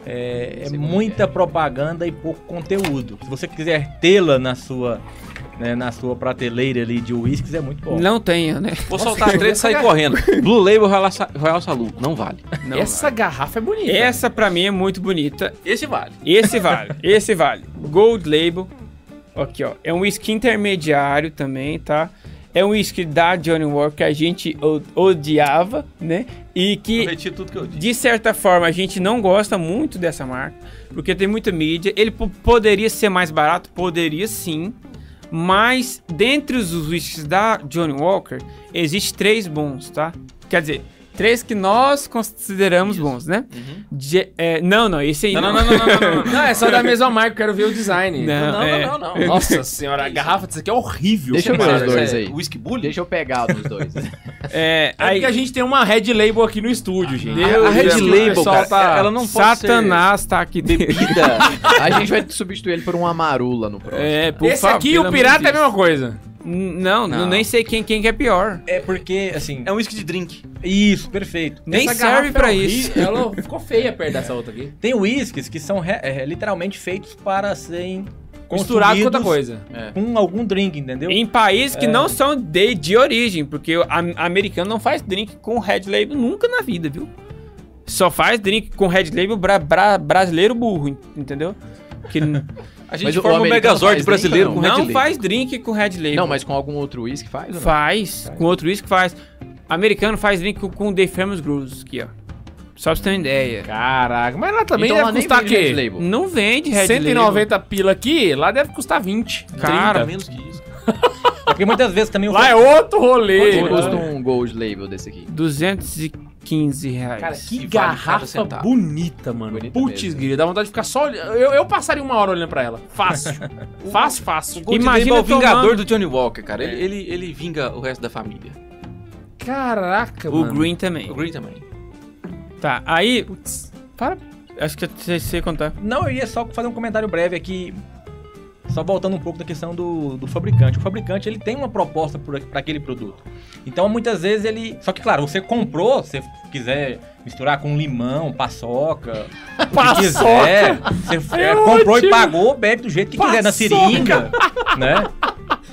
Speaker 6: É, é muita propaganda e pouco conteúdo. Se você quiser tê-la na sua né, na sua prateleira ali de uísques é muito bom.
Speaker 5: Não tenha, né?
Speaker 4: Vou soltar a treta e sair correndo. Blue Label Royal, Sa- Royal Salu. Não vale.
Speaker 5: Não,
Speaker 2: Essa garrafa é bonita.
Speaker 5: Essa pra mim é muito bonita.
Speaker 4: Esse vale.
Speaker 5: Esse vale, esse vale. Gold Label. Aqui, ó. É um whisky intermediário também, tá? É um whisky da Johnny Walker que a gente o- odiava, né? E que
Speaker 4: Prometi tudo que eu disse.
Speaker 5: De certa forma, a gente não gosta muito dessa marca, porque tem muita mídia. Ele po- poderia ser mais barato? Poderia sim. Mas, dentre os whiskies da Johnny Walker, existe três bons, tá? Quer dizer, Três que nós consideramos bons, né? De- é, não, não, esse aí
Speaker 4: Não,
Speaker 5: não.
Speaker 4: não, não, não, não, não, não, não.
Speaker 2: Não, é só da mesma marca, quero ver o design.
Speaker 5: Não,
Speaker 4: Não,
Speaker 5: é.
Speaker 4: não, não, não.
Speaker 2: Nossa senhora, a garrafa disso aqui é horrível.
Speaker 3: Deixa eu ver
Speaker 2: cara.
Speaker 3: os dois
Speaker 4: Isso é
Speaker 3: aí.
Speaker 4: Whisky Bully?
Speaker 3: Deixa eu pegar os dois.
Speaker 5: É,
Speaker 2: É
Speaker 5: aí,
Speaker 2: porque a gente tem uma Red Label aqui no estúdio, gente.
Speaker 5: Ah, Deus
Speaker 4: a Red
Speaker 5: do céu,
Speaker 4: Label,
Speaker 2: pessoal
Speaker 4: cara,
Speaker 2: tá-
Speaker 4: ela não pode
Speaker 5: Satanás tá aqui
Speaker 4: ser
Speaker 5: dentro.
Speaker 4: bebida.
Speaker 3: a gente vai substituir ele por uma marula no próximo.
Speaker 5: É, por
Speaker 2: Esse
Speaker 5: favor,
Speaker 2: aqui,
Speaker 5: pelo
Speaker 2: o
Speaker 5: amor
Speaker 2: pirata
Speaker 5: de
Speaker 2: é a
Speaker 5: Deus.
Speaker 2: mesma coisa.
Speaker 5: Não, não,
Speaker 4: Não.
Speaker 5: nem sei quem, quem que é pior.
Speaker 6: É porque, assim.
Speaker 4: É um whisky de drink.
Speaker 6: Isso, perfeito.
Speaker 5: Nem
Speaker 2: Essa
Speaker 5: serve
Speaker 2: garrafa é
Speaker 5: pra
Speaker 2: horrível.
Speaker 5: isso.
Speaker 2: Ela ficou feia perto dessa outra aqui.
Speaker 6: Tem uísques que são re- é, literalmente feitos para serem
Speaker 2: Misturado com outra
Speaker 6: consumidos
Speaker 2: coisa.
Speaker 6: Com algum drink, entendeu?
Speaker 5: Em países que não são de, de origem, porque o am- americano não faz drink com red label nunca na vida, viu? Só faz drink com red label bra- bra- brasileiro burro, en- entendeu? Que n-
Speaker 4: A gente
Speaker 3: Mas o- o
Speaker 4: forma um
Speaker 3: americano
Speaker 4: Megazord
Speaker 3: faz
Speaker 4: brasileiro
Speaker 3: drink
Speaker 4: com
Speaker 3: ou
Speaker 4: Red
Speaker 5: não
Speaker 4: Label.
Speaker 5: faz drink com red label.
Speaker 3: Não, mas com algum outro uísque faz? ou não?
Speaker 5: faz, com outro isso que faz. Americano faz drink com, com The Famous Grooves aqui, ó. Só pra você ter uma ideia.
Speaker 2: Caraca, mas lá também
Speaker 3: Então
Speaker 2: deve
Speaker 3: ela nem
Speaker 2: custar
Speaker 3: vende Red
Speaker 2: quê? Hum,
Speaker 3: Label.
Speaker 5: Não vende red label.
Speaker 2: 190 pila aqui, lá deve custar 20.
Speaker 5: Cara,
Speaker 2: 30.
Speaker 4: Cara, menos que isso.
Speaker 6: Porque muitas vezes também o
Speaker 2: Lá é outro rolê.
Speaker 3: Quanto
Speaker 2: mano.
Speaker 3: custa um gold label desse aqui?
Speaker 5: 215 reais.
Speaker 2: Cara, que
Speaker 4: Assim, vale cada
Speaker 2: garrafa
Speaker 4: centavo.
Speaker 2: bonita, mano.
Speaker 3: Bonita
Speaker 2: Putz,
Speaker 3: um mesmo.
Speaker 2: grilo, dá vontade de ficar só. olh- Eu, eu passaria uma hora olhando pra ela. Fácil. fácil, fácil.
Speaker 4: Gold
Speaker 5: Imagina
Speaker 4: Label é o
Speaker 5: tomando-
Speaker 4: vingador do Johnny Walker, cara. Ele, ele, ele vinga o resto da família.
Speaker 2: Caraca,
Speaker 5: O
Speaker 2: mano.
Speaker 5: Green também.
Speaker 4: O Green também.
Speaker 5: Tá, aí. para. Acho que eu sei, sei contar.
Speaker 6: Não, eu ia só fazer um comentário breve aqui. Só voltando um pouco da questão do, do fabricante. O fabricante, ele tem uma proposta para aquele produto. Então, muitas vezes ele... Só que, claro, você comprou, se você quiser misturar com limão, paçoca... o que
Speaker 2: Paçoca!
Speaker 6: quiser. Você
Speaker 2: É
Speaker 6: é, comprou
Speaker 2: ótimo!
Speaker 6: e pagou, bebe do jeito que quiser,
Speaker 2: Paçoca!
Speaker 6: na seringa, né?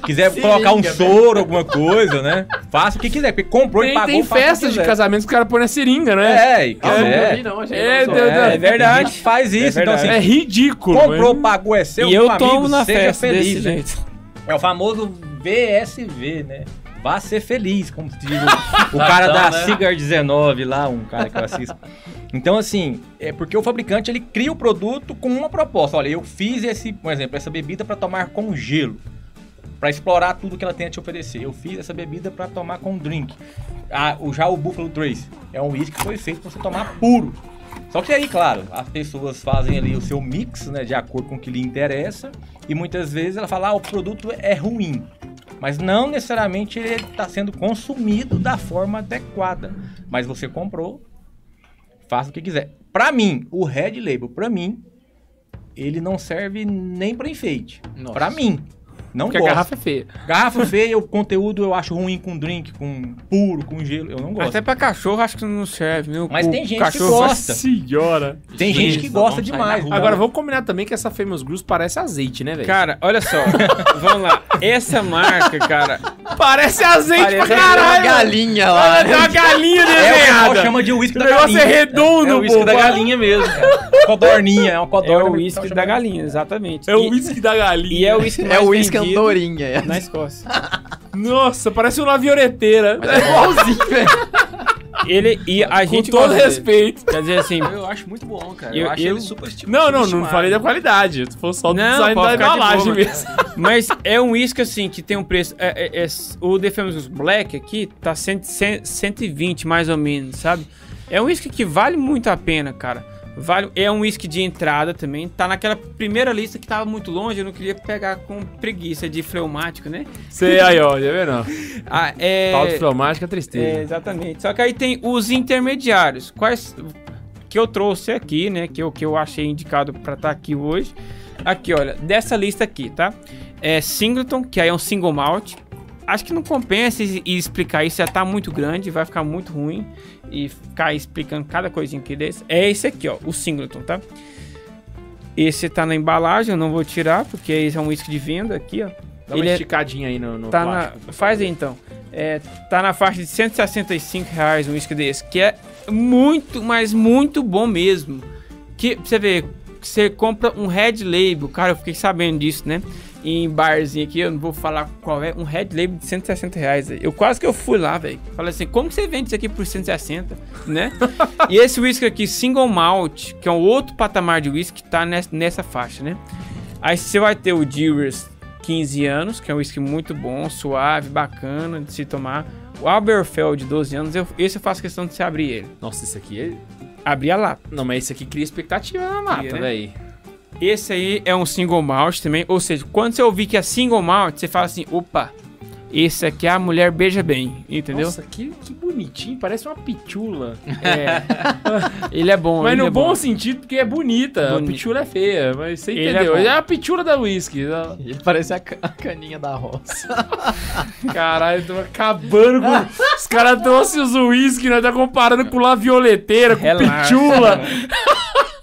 Speaker 6: Quiser
Speaker 2: Seringa, né?
Speaker 6: colocar um
Speaker 2: velho.
Speaker 6: soro, alguma coisa, né? Faça o que quiser, porque comprou e
Speaker 2: Tem,
Speaker 6: pagou,
Speaker 2: tem
Speaker 6: faça o que
Speaker 2: festas de
Speaker 6: quiser.
Speaker 2: casamentos que o cara põe na seringa, né?
Speaker 6: É, e
Speaker 3: Ah, não, eu vi
Speaker 6: quiser.
Speaker 3: não, achei
Speaker 2: É,
Speaker 3: não,
Speaker 2: Deus,
Speaker 3: só-
Speaker 2: Deus.
Speaker 6: É, é verdade. Faz isso,
Speaker 5: É
Speaker 6: então
Speaker 5: verdade.
Speaker 2: É
Speaker 6: assim,
Speaker 2: ridículo.
Speaker 6: Comprou,
Speaker 2: mano.
Speaker 6: pagou, é seu,
Speaker 5: e eu
Speaker 6: meu
Speaker 5: tomo
Speaker 6: amigo,
Speaker 5: na
Speaker 6: seja
Speaker 5: festa
Speaker 6: feliz,
Speaker 5: desse
Speaker 6: né?
Speaker 5: jeito.
Speaker 6: É o famoso VSV, né? Vá ser feliz, como diz o, o cara da Cigar 19 lá, um cara que eu assisto. Então, assim, é porque o fabricante ele cria o produto com uma proposta. Olha, eu fiz esse, por exemplo, essa bebida para tomar com gelo, para explorar tudo que ela tem a te oferecer. Eu fiz essa bebida para tomar com drink. Ah, o, já o Buffalo Trace é um uísque que foi feito para você tomar puro. Só que aí, claro, as pessoas fazem ali o seu mix, né, de acordo com o que lhe interessa, e muitas vezes ela fala, ah, o produto é ruim. Mas não necessariamente ele está sendo consumido da forma adequada. Mas você comprou, faça o que quiser. Pra mim, o Red Label, pra mim, ele não serve nem pra enfeite.
Speaker 3: Nossa.
Speaker 6: Pra mim. Não
Speaker 2: Porque a
Speaker 6: gosto. Garrafa...
Speaker 2: garrafa é feia.
Speaker 6: feia, o conteúdo eu acho ruim com drink, com puro, com gelo. Eu não gosto.
Speaker 5: Até pra cachorro acho que não serve, né? O-
Speaker 6: Mas
Speaker 5: o
Speaker 6: tem gente que
Speaker 5: cachorro
Speaker 6: gosta.
Speaker 5: faz-
Speaker 2: Senhora.
Speaker 6: Tem gente que
Speaker 4: Isso,
Speaker 6: gosta
Speaker 4: vamos sair
Speaker 6: demais.
Speaker 4: na
Speaker 6: não
Speaker 2: Agora,
Speaker 6: gosta.
Speaker 2: vamos combinar também que essa Famous Grooves parece azeite, né, velho?
Speaker 5: Cara, olha só. Vamos lá. Essa marca, cara.
Speaker 2: Parece azeite
Speaker 5: Parece
Speaker 2: pra
Speaker 3: Tem É uma
Speaker 2: caralho.
Speaker 3: galinha lá.
Speaker 2: Tem uma galinha
Speaker 6: É, o pessoal
Speaker 2: desenhada.
Speaker 6: chama de uísque
Speaker 2: O
Speaker 6: da
Speaker 2: negócio
Speaker 6: galinha.
Speaker 2: é redondo,
Speaker 6: É o uísque da
Speaker 2: bobo.
Speaker 6: galinha mesmo. Codorninha, é uma
Speaker 5: É
Speaker 6: codorna.
Speaker 5: o
Speaker 6: mas pessoal
Speaker 5: uísque
Speaker 6: chama
Speaker 5: da
Speaker 6: de-
Speaker 5: galinha, exatamente.
Speaker 2: É o
Speaker 5: E-
Speaker 2: uísque da galinha.
Speaker 5: E é o uísque
Speaker 3: É
Speaker 5: mais
Speaker 3: o uísque
Speaker 5: vendido
Speaker 3: andorinha. é.
Speaker 5: Na Escócia.
Speaker 2: Nossa, parece uma violeteira.
Speaker 4: É
Speaker 3: Igualzinho, velho.
Speaker 5: Ele e a
Speaker 2: Com
Speaker 5: gente
Speaker 2: todo
Speaker 5: gosta dele.
Speaker 2: respeito.
Speaker 5: Quer dizer assim,
Speaker 4: Eu acho muito bom, cara.
Speaker 5: Eu-
Speaker 4: Eu, acho
Speaker 5: eu-
Speaker 4: ele super estimulo.
Speaker 2: Não, não, não falei da qualidade. Foi só do
Speaker 5: Não,
Speaker 2: design
Speaker 5: pode
Speaker 2: da
Speaker 5: ficar de
Speaker 2: embalagem
Speaker 5: boa,
Speaker 2: mesmo.
Speaker 5: Mas é um uísque assim que tem um preço. é- é- é- o The Famous Black aqui tá 100, 100, 120 mais ou menos, sabe? É um uísque que vale muito a pena, cara. Vale, é um uísque de entrada também. Tá naquela primeira lista que tava muito longe, eu não queria pegar com preguiça de fleumático, né?
Speaker 2: Sei aí, ó, já vendo?
Speaker 5: Ah, é.
Speaker 2: Pau de fleumática é
Speaker 5: É,
Speaker 2: tristeza.
Speaker 5: exatamente. Só que aí tem os intermediários. Quais que eu trouxe aqui, né? Que eu, que eu achei indicado pra estar aqui hoje. Aqui, olha, dessa lista aqui, tá? É Singleton, que aí é um single malt. Acho que não compensa e e explicar isso, já tá muito grande, vai ficar muito ruim. E ficar explicando cada coisinha que desse. É esse aqui, ó, o Singleton, tá? Esse tá na embalagem, eu não vou tirar, porque esse é um uísque de venda aqui, ó.
Speaker 2: Dá uma
Speaker 5: ele é-
Speaker 2: esticadinha aí no, no
Speaker 5: Tá
Speaker 2: plástico,
Speaker 5: na,
Speaker 2: por
Speaker 5: faz aí
Speaker 2: favor.
Speaker 5: então. É, tá na faixa de 165 reais um uísque desse, que é muito, mas muito bom mesmo. Que pra você vê, você compra um Red Label, cara, eu fiquei sabendo disso, né? Em barzinho aqui, eu não vou falar qual é, um Red Label de 160 reais. velho. Eu quase que eu fui lá, velho. Falei assim, como que você vende isso aqui por 160, né? e esse uísque aqui, Single Malt, que é um outro patamar de uísque, tá nessa, nessa faixa, né? Aí você vai ter o Dewars 15 anos, que é um whisky muito bom, suave, bacana de se tomar. O Aberfeld de 12 anos, eu, esse eu faço questão de você abrir ele.
Speaker 2: Nossa, isso aqui é...
Speaker 5: Abrir a lata.
Speaker 2: Não, mas isso aqui cria expectativa na lata,
Speaker 5: Cria, né?
Speaker 2: velho.
Speaker 5: Esse aí é um single malt também. Ou seja, quando você ouvir que é single malt, você fala assim, opa, esse aqui a mulher beija bem, entendeu?
Speaker 2: Nossa, que, que bonitinho, parece uma pitula.
Speaker 5: É. ele é bom,
Speaker 2: mas
Speaker 5: ele
Speaker 2: no
Speaker 5: é
Speaker 2: bom, sentido, porque é bonita.
Speaker 5: Bonita.
Speaker 2: A pitula é feia, mas você
Speaker 5: Ele é
Speaker 2: entendeu.
Speaker 5: bom.
Speaker 2: É, a pitula da whisky. né?
Speaker 3: Ele parece a, ca- a caninha da roça.
Speaker 2: Caralho, tô acabando com. Os caras trouxeram os uísque, né? Tá comparando com lá violeteira, com
Speaker 5: Relaxa. né?
Speaker 2: pitula.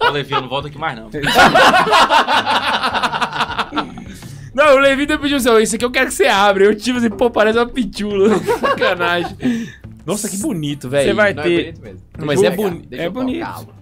Speaker 4: Ô, Levi, eu não volto aqui mais, não.
Speaker 2: Não, o Levi até pediu assim: ó, isso aqui eu quero que você abra. Eu tive assim, pô, parece uma pitula. Sacanagem. Nossa, que bonito, velho.
Speaker 5: Você vai ter...
Speaker 3: é mesmo.
Speaker 2: Não, mas
Speaker 3: Deixa
Speaker 2: é
Speaker 3: eu pegar,
Speaker 2: boni-
Speaker 3: deixa
Speaker 5: é
Speaker 3: eu
Speaker 5: bonito.
Speaker 3: tocá-lo.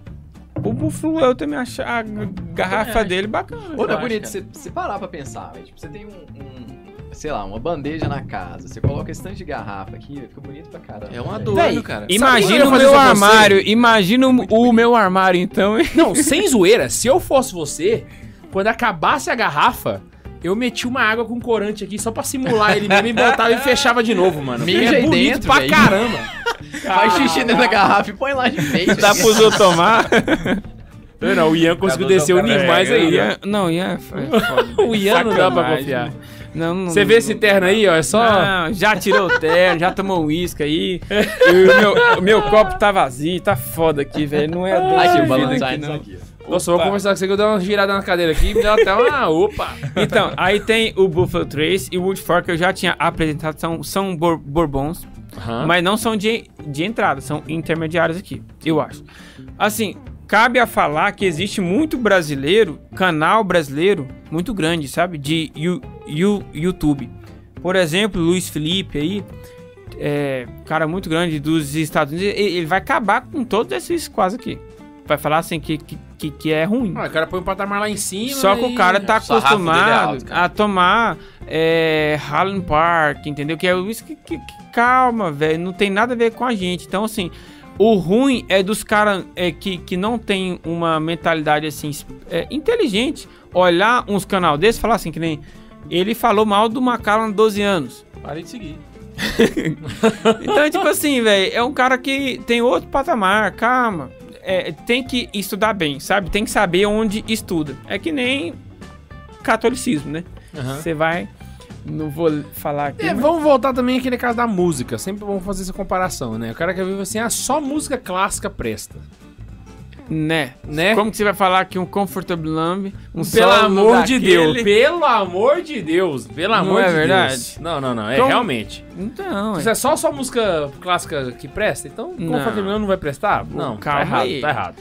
Speaker 5: O Buffalo, eu também acho a g- garrafa dele bacana.
Speaker 3: Ou não é
Speaker 4: acho,
Speaker 3: bonito,
Speaker 4: cara.
Speaker 3: você, você parar pra pensar, velho. Tipo, você tem um, um, sei lá, uma bandeja na casa, você coloca esse tanto de garrafa aqui, fica bonito pra caramba.
Speaker 4: É uma
Speaker 3: velho.
Speaker 4: dor,
Speaker 2: Véi,
Speaker 4: cara.
Speaker 2: Sabe o que eu
Speaker 5: Imagina
Speaker 2: ia
Speaker 5: o
Speaker 2: fazer
Speaker 5: meu
Speaker 2: pra você?
Speaker 5: armário, imagina o- o meu armário, então.
Speaker 2: Não, sem zoeira, se eu fosse você, quando acabasse a garrafa, eu meti uma água com corante aqui só pra simular ele mesmo e botava e fechava de novo, mano. Porque
Speaker 3: Mija
Speaker 2: é
Speaker 3: aí
Speaker 2: bonito
Speaker 3: dentro,
Speaker 2: pra
Speaker 3: velho.
Speaker 2: caramba. tá
Speaker 3: Faz xixi dentro da garrafa e põe lá de assim. vez.
Speaker 5: Dá pro Zô tomar?
Speaker 2: Não, não, o Ian conseguiu descer o nível
Speaker 5: é,
Speaker 2: mais aí. né?
Speaker 5: Ian- Não, Ian foi foda.
Speaker 2: O Ian não dá né? pra
Speaker 5: Sacanagem.
Speaker 2: confiar.
Speaker 5: Não, não-
Speaker 2: Você vê esse terno aí, ó, é só...
Speaker 5: Não, já tirou o terno, já tomou um uísque aí. E o meu, o meu copo tá vazio, tá foda aqui, velho. Não
Speaker 4: Ah,
Speaker 5: é
Speaker 3: Ai,
Speaker 5: doce
Speaker 3: que
Speaker 5: de vida
Speaker 3: balançar
Speaker 5: aqui,
Speaker 3: isso
Speaker 5: não.
Speaker 3: aqui. ó.
Speaker 2: Nossa, eu vou
Speaker 5: Opa.
Speaker 2: conversar com você que eu dei uma girada na cadeira aqui e me deu até uma... Opa!
Speaker 5: Então, aí tem o Buffalo Trace e o Woodford que eu já tinha apresentado, são, são bor- bourbons.
Speaker 2: Aham.
Speaker 5: Mas não são de, de entrada, são intermediários aqui, eu acho. Assim, cabe a falar que existe muito brasileiro, canal brasileiro, muito grande, sabe? De you, you, YouTube. Por exemplo, Luiz Felipe aí, é, cara muito grande dos Estados Unidos, e- ele, vai acabar com todos esses quase aqui. Vai falar assim que, que, que- que é ruim.
Speaker 2: Ah, o cara põe um patamar lá em cima
Speaker 5: Só que o
Speaker 2: e-
Speaker 5: cara tá
Speaker 4: o sarrafo dele é
Speaker 5: acostumado
Speaker 4: alto, cara.
Speaker 5: a tomar é, Highland Park, entendeu? Que é isso que, que- que- calma, velho, não tem nada a ver com a gente. Então, assim, o ruim é dos caras é, que, que não tem uma mentalidade assim es- é, inteligente. Olhar uns canal desse e falar assim, que nem ele falou mal do Macallan 12 anos.
Speaker 4: Parei de seguir.
Speaker 5: Então, é tipo assim, velho, é um cara que tem outro patamar, calma. É, tem que estudar bem, sabe? Tem que saber onde estuda. É que nem catolicismo, né?
Speaker 2: Aham.
Speaker 5: Você vai. Não vou falar aqui.
Speaker 2: É,
Speaker 5: mas-
Speaker 2: vamos voltar também àquele caso da música. Sempre vamos fazer essa comparação, né? O cara que vive assim, ah, só música clássica presta.
Speaker 5: Né?
Speaker 2: Né?
Speaker 5: Como que você vai falar que um Comfortable Lamb, um
Speaker 2: Pelo
Speaker 5: solo
Speaker 2: amor de
Speaker 5: daquele-
Speaker 2: Deus. Pelo amor de Deus. Pelo
Speaker 5: Não
Speaker 2: amor
Speaker 5: é
Speaker 2: de
Speaker 5: verdade?
Speaker 2: Deus. Não, não, não. É
Speaker 5: Então-
Speaker 2: realmente.
Speaker 5: Então,
Speaker 2: Se é só só música clássica que presta, então
Speaker 5: Não.
Speaker 2: confortavelmente não vai prestar? Não,
Speaker 5: calma
Speaker 2: tá errado,
Speaker 5: aí.
Speaker 2: tá errado.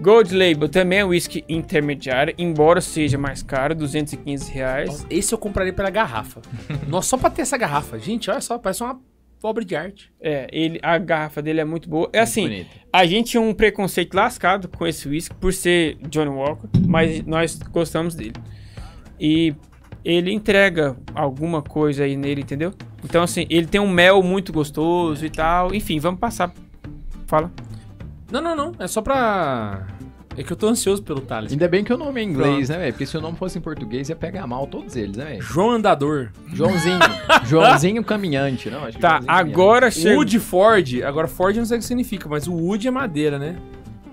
Speaker 5: Gold Label também é whisky intermediário, embora seja mais caro, 215 reais.
Speaker 2: Nossa, Esse eu compraria pela garrafa. Nossa, só pra ter essa garrafa. Gente, olha só, parece uma obra de arte.
Speaker 5: É, ele, a garrafa dele é muito boa. É assim,
Speaker 3: Bonito.
Speaker 5: A gente tinha um preconceito lascado com esse whisky por ser Johnny Walker, mas nós gostamos dele. E ele entrega alguma coisa aí nele, entendeu? Então, assim, ele tem um mel muito gostoso e tal. Enfim, vamos passar. Fala.
Speaker 2: Não, não, não. É só pra. É que eu tô ansioso pelo Thales.
Speaker 3: Ainda bem que o nome é em inglês, né, velho? Porque se o nome fosse em português, ia pegar mal todos eles, né, velho?
Speaker 2: João Andador.
Speaker 3: Joãozinho. Joãozinho caminhante, não? Acho que
Speaker 5: Tá,
Speaker 3: Joãozinho caminhante.
Speaker 5: agora
Speaker 2: Wood
Speaker 5: chegou.
Speaker 2: Ford. Agora, Ford eu não sei o que significa, mas o Wood é madeira, né?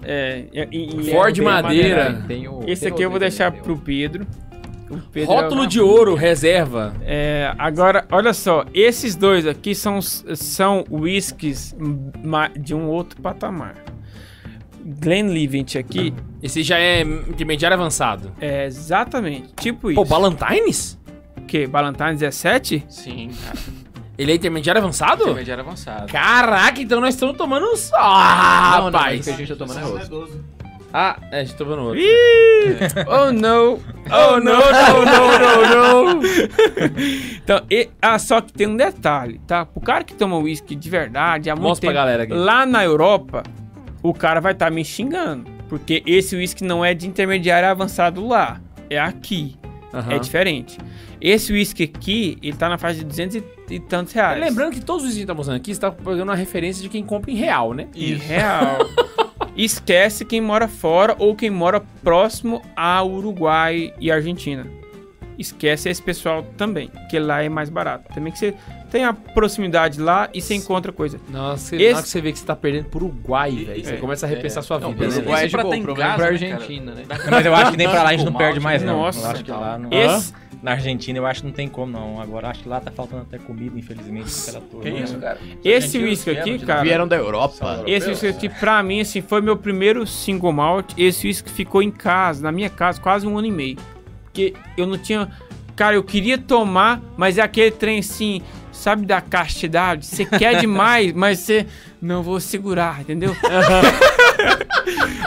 Speaker 5: É, e- e- e-
Speaker 2: Ford
Speaker 5: é-
Speaker 2: Madeira.
Speaker 3: Tem o-
Speaker 5: Esse
Speaker 3: tem
Speaker 5: aqui eu vou
Speaker 3: outro aí
Speaker 5: deixar
Speaker 3: também, né? tem
Speaker 5: pro
Speaker 3: outro.
Speaker 5: Pedro. O Pedro é
Speaker 2: Rótulo
Speaker 5: o-
Speaker 2: de ouro, reserva.
Speaker 5: É, agora, olha só, esses dois aqui são, são whiskies ma- de um outro patamar. Glenlivet aqui
Speaker 2: Esse já é intermediário avançado.
Speaker 5: é exatamente tipo isso.
Speaker 2: Pô, Ballantines?
Speaker 5: O que? Ballantines 17?
Speaker 4: Sim, cara.
Speaker 2: Ele é intermediário avançado?
Speaker 4: Intermediário avançado.
Speaker 2: Caraca, então nós estamos tomando um só. Ah,
Speaker 3: Não, não, mas o
Speaker 2: rapaz.
Speaker 3: que a gente tá tomando é
Speaker 7: Não é
Speaker 3: outro.
Speaker 7: 12.
Speaker 2: Ah, é, a gente tá tomando outro.
Speaker 5: oh no!
Speaker 2: Oh, não, não, não, não, não.
Speaker 5: Então, e- ah, só que tem um detalhe, tá? Pro cara que toma whisky de verdade, há muito
Speaker 2: Mostra pra
Speaker 5: tempo,
Speaker 2: galera aqui.
Speaker 5: lá na Europa, o cara vai estar me xingando. Porque esse whisky não é de intermediário avançado lá, é aqui.
Speaker 2: Aham.
Speaker 5: É diferente. Esse uísque aqui, ele tá na faixa de 200 e, e tantos reais.
Speaker 2: Lembrando que todos os itens que tá mostrando aqui, você tá pegando uma referência de quem compra em real, né?
Speaker 5: Em real. Esquece quem mora fora ou quem mora próximo a Uruguai e Argentina. esquece esse pessoal também, que lá é mais barato. Também que você tem a proximidade lá e você encontra coisa.
Speaker 2: Nossa,
Speaker 5: Esse-
Speaker 2: na hora que você vê que você tá perdendo pro Uruguai, velho. Você
Speaker 5: é.
Speaker 2: começa a repensar sua
Speaker 4: Não,
Speaker 2: vida.
Speaker 4: pelo
Speaker 2: né?
Speaker 4: Uruguai é de
Speaker 3: pra
Speaker 4: boa,
Speaker 3: ter em
Speaker 4: o problema é
Speaker 3: casa,
Speaker 4: pra
Speaker 3: né,
Speaker 4: Argentina, né?
Speaker 6: Mas eu acho que nem pra lá a gente não
Speaker 4: Pô,
Speaker 6: perde
Speaker 4: mal,
Speaker 6: mais, não.
Speaker 5: nossa.
Speaker 6: Eu acho que lá não.
Speaker 5: Esse,
Speaker 6: Na Argentina eu acho que não tem como, não. Agora acho que lá tá faltando até comida, infelizmente, pra
Speaker 4: Que
Speaker 6: toda.
Speaker 4: isso, cara?
Speaker 5: esse
Speaker 4: Argentinos
Speaker 5: uísque
Speaker 4: vieram
Speaker 5: aqui,
Speaker 4: de
Speaker 5: cara.
Speaker 3: Vieram da Europa.
Speaker 5: Esse uísque aqui, pra mim, assim, foi meu primeiro single malt. Esse uísque ficou em casa, na minha casa, quase um ano e meio. Porque eu não tinha. Cara, eu queria tomar, mas é aquele trem assim, sabe, da castidade? Você quer demais, mas você. Não vou segurar, entendeu?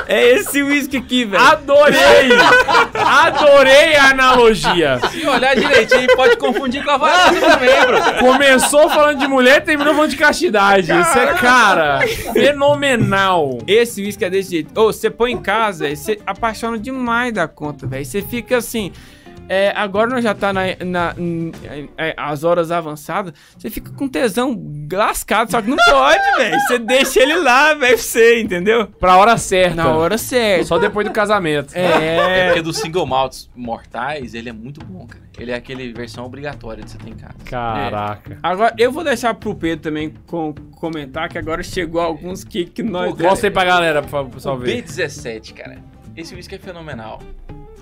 Speaker 5: é esse uísque aqui, velho.
Speaker 2: Adorei! Adorei a analogia!
Speaker 6: Se olhar direitinho, pode confundir com a varinha
Speaker 4: Ah,
Speaker 6: do membro.
Speaker 2: Começou falando de mulher, terminou falando de castidade. Isso é, cara, fenomenal.
Speaker 5: Esse uísque é desse jeito. Ou você põe em casa, velho, você apaixona demais da conta, velho. Você fica assim. é, agora nós já tá na, na- em- é, as horas avançadas, você fica com tesão lascado, só que não pode, velho. Você deixa ele lá, velho, pra você, entendeu? É
Speaker 2: Pra hora certa.
Speaker 4: Tá.
Speaker 5: Na hora certa.
Speaker 2: Só depois do casamento.
Speaker 5: É.
Speaker 4: É porque do single malts mortais, ele é muito bom, cara. Ele é aquele versão obrigatória de você ter em casa.
Speaker 2: Caraca.
Speaker 5: Agora, eu vou deixar pro Pedro também com- comentar que agora chegou alguns que, que nós.
Speaker 4: Pô,
Speaker 2: Mostra aí pra galera, pra pessoal
Speaker 4: o
Speaker 2: ver.
Speaker 4: B17, cara. Esse uísque é fenomenal.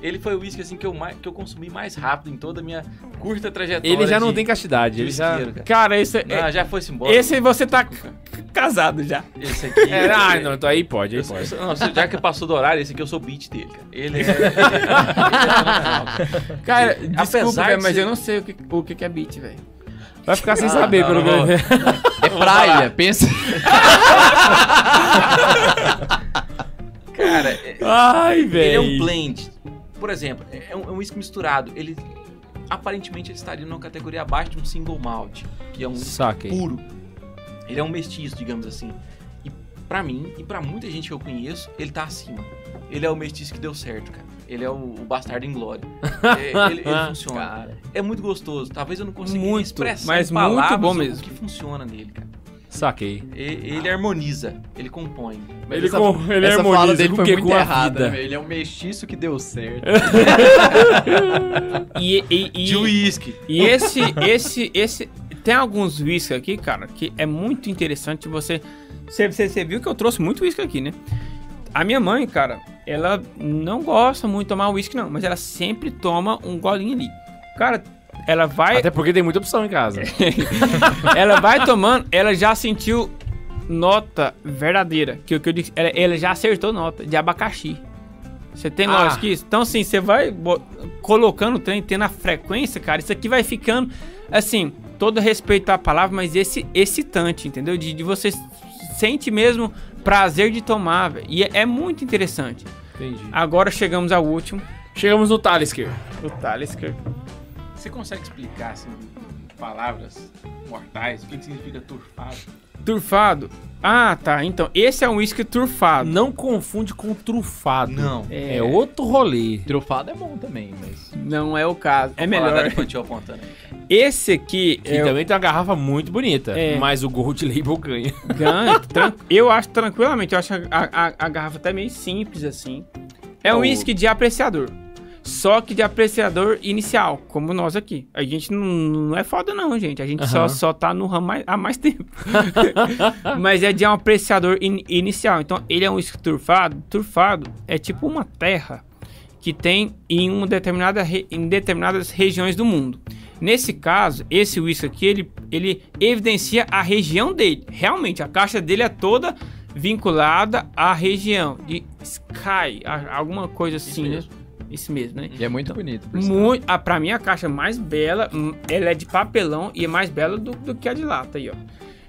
Speaker 4: Ele foi o uísque assim que eu, mais, que eu consumi mais rápido em toda a minha curta trajetória.
Speaker 2: Ele já não
Speaker 4: de-
Speaker 2: tem castidade.
Speaker 4: de
Speaker 2: Ele já... É.
Speaker 4: uísqueiro, cara.
Speaker 5: Cara, esse, é,
Speaker 4: Ah, já foi-se embora.
Speaker 5: esse você tá c- casado já.
Speaker 4: Esse aqui.
Speaker 2: É, ah, não, então aí pode, aí
Speaker 4: Eu sou- eu
Speaker 2: pode.
Speaker 4: sou- não, já que passou do horário, esse aqui eu sou o beat dele, cara. Ele é. ele é fenomenal, cara.
Speaker 5: Cara, desculpa,
Speaker 4: Apesar
Speaker 5: velho,
Speaker 4: de
Speaker 5: mas
Speaker 4: ser-
Speaker 5: eu não sei o que, o que que é beat, velho.
Speaker 2: Vai ficar sem
Speaker 4: Ah,
Speaker 2: saber,
Speaker 4: não,
Speaker 2: pelo
Speaker 4: não.
Speaker 2: menos. né?
Speaker 3: É praia, pensa.
Speaker 4: Cara, é-
Speaker 2: Ai,
Speaker 4: ele é
Speaker 2: velho.
Speaker 4: um blend. Por exemplo, é um é um uísque misturado. Ele. Aparentemente ele estaria numa categoria abaixo de um single malt, que é um uísque
Speaker 2: Saquei.
Speaker 4: puro. Ele é um mestiço, digamos assim. E pra mim, e pra muita gente que eu conheço, ele tá acima. Ele é o mestiço que deu certo, cara. Ele é o, o bastardo em glória. É, ele, ele funciona. É muito gostoso. Talvez eu não consiga
Speaker 5: Muito,
Speaker 4: expressar
Speaker 5: mas
Speaker 4: em palavras
Speaker 5: muito bom
Speaker 4: o
Speaker 5: mesmo.
Speaker 4: que funciona nele, cara.
Speaker 2: Saquei.
Speaker 4: E- ele harmoniza, ele compõe.
Speaker 2: Ele,
Speaker 3: essa-
Speaker 2: com, ele
Speaker 3: Essa
Speaker 2: harmoniza
Speaker 3: fala dele
Speaker 2: com
Speaker 3: foi
Speaker 2: o quê?
Speaker 3: muito
Speaker 2: Com a
Speaker 3: errada.
Speaker 2: vida.
Speaker 3: né, velho? Ele é um mestiço que deu certo.
Speaker 5: E, e, e-
Speaker 4: De um uísque.
Speaker 5: E esse, esse, esse. Tem alguns whisky aqui, cara, que é muito interessante você. Você, você- você viu que eu trouxe muito whisky aqui, né? A minha mãe, cara, ela não gosta muito de tomar whisky, não, mas ela sempre toma um golinho ali. Cara, ela vai.
Speaker 2: Até porque tem muita opção em casa.
Speaker 5: Ela vai tomando, ela já sentiu nota verdadeira. Que o que eu disse, ela, ela já acertou nota de abacaxi. Você tem
Speaker 2: Ah.
Speaker 5: lógica isso? Então, assim, você vai bo- colocando o trem, tendo a frequência, cara. Isso aqui vai ficando, assim, todo respeito à palavra, mas esse excitante, entendeu? De, de você sente mesmo prazer de tomar, velho. E é, é muito interessante.
Speaker 2: Entendi.
Speaker 5: Agora chegamos ao último,
Speaker 2: Chegamos no Talisker.
Speaker 5: o Talisker.
Speaker 4: Você consegue explicar, assim, em palavras mortais, o que, que significa turfado?
Speaker 5: Turfado. Ah, tá. Então, esse é um uísque turfado.
Speaker 2: Não confunde com trufado.
Speaker 4: Não.
Speaker 2: É, outro rolê.
Speaker 3: Trufado é bom também, mas.
Speaker 5: Não é o caso. É
Speaker 4: Paladar
Speaker 5: melhor.
Speaker 4: infantil apontando.
Speaker 5: Esse aqui
Speaker 2: Que
Speaker 5: é
Speaker 2: também tem uma garrafa muito bonita.
Speaker 5: É.
Speaker 2: Mas o Gold Label ganha.
Speaker 5: o Gantt, tran- Eu acho tranquilamente, eu acho a, a- a garrafa até meio simples assim. É um
Speaker 3: O-
Speaker 5: uísque de apreciador. Só que de apreciador inicial, como nós aqui. A gente não, não é foda, não, gente. A gente só,
Speaker 2: Aham.
Speaker 5: só tá no ramo mais- há mais tempo. Mas é de um apreciador in- inicial. Então, ele é um uísque turfado. Turfado é tipo uma terra que tem em, uma determinada re- em determinadas regiões do mundo. Nesse caso, esse uísque aqui, ele, ele evidencia a região dele. Realmente, a caixa dele é toda vinculada à região de Sky, a- alguma coisa assim, né?
Speaker 4: mesmo.
Speaker 5: Isso mesmo, né?
Speaker 3: E é muito bonito. por sinal.
Speaker 5: Muito, ah, pra mim, a caixa mais bela, hum, ela é de papelão e é mais bela do, do que a de lata aí, ó.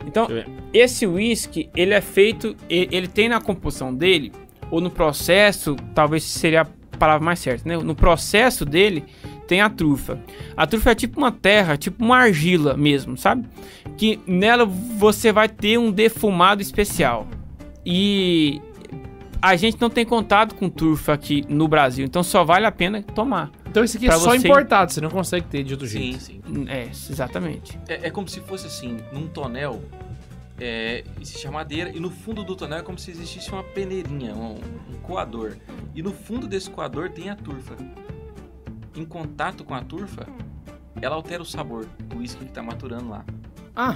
Speaker 5: Então,
Speaker 2: Deixa eu
Speaker 5: esse whisky, ele é feito, e- ele tem na composição dele, ou no processo, talvez seria a palavra mais certa, né? No processo dele, tem a trufa. A trufa é tipo uma terra, tipo uma argila mesmo, sabe? Que nela você vai ter um defumado especial. E a gente não tem contato com turfa aqui no Brasil, então só vale a pena tomar.
Speaker 2: Então isso aqui é
Speaker 5: Pra
Speaker 2: só
Speaker 5: você-
Speaker 2: importado, você não consegue ter de outro jeito.
Speaker 4: sim.
Speaker 5: É, exatamente.
Speaker 4: É, é como se fosse assim, num tonel é, existe a madeira e no fundo do tonel é como se existisse uma peneirinha, um, um coador. E no fundo desse coador tem a turfa. em contato com a turfa, ela altera o sabor do uísque que tá maturando lá.
Speaker 2: Ah,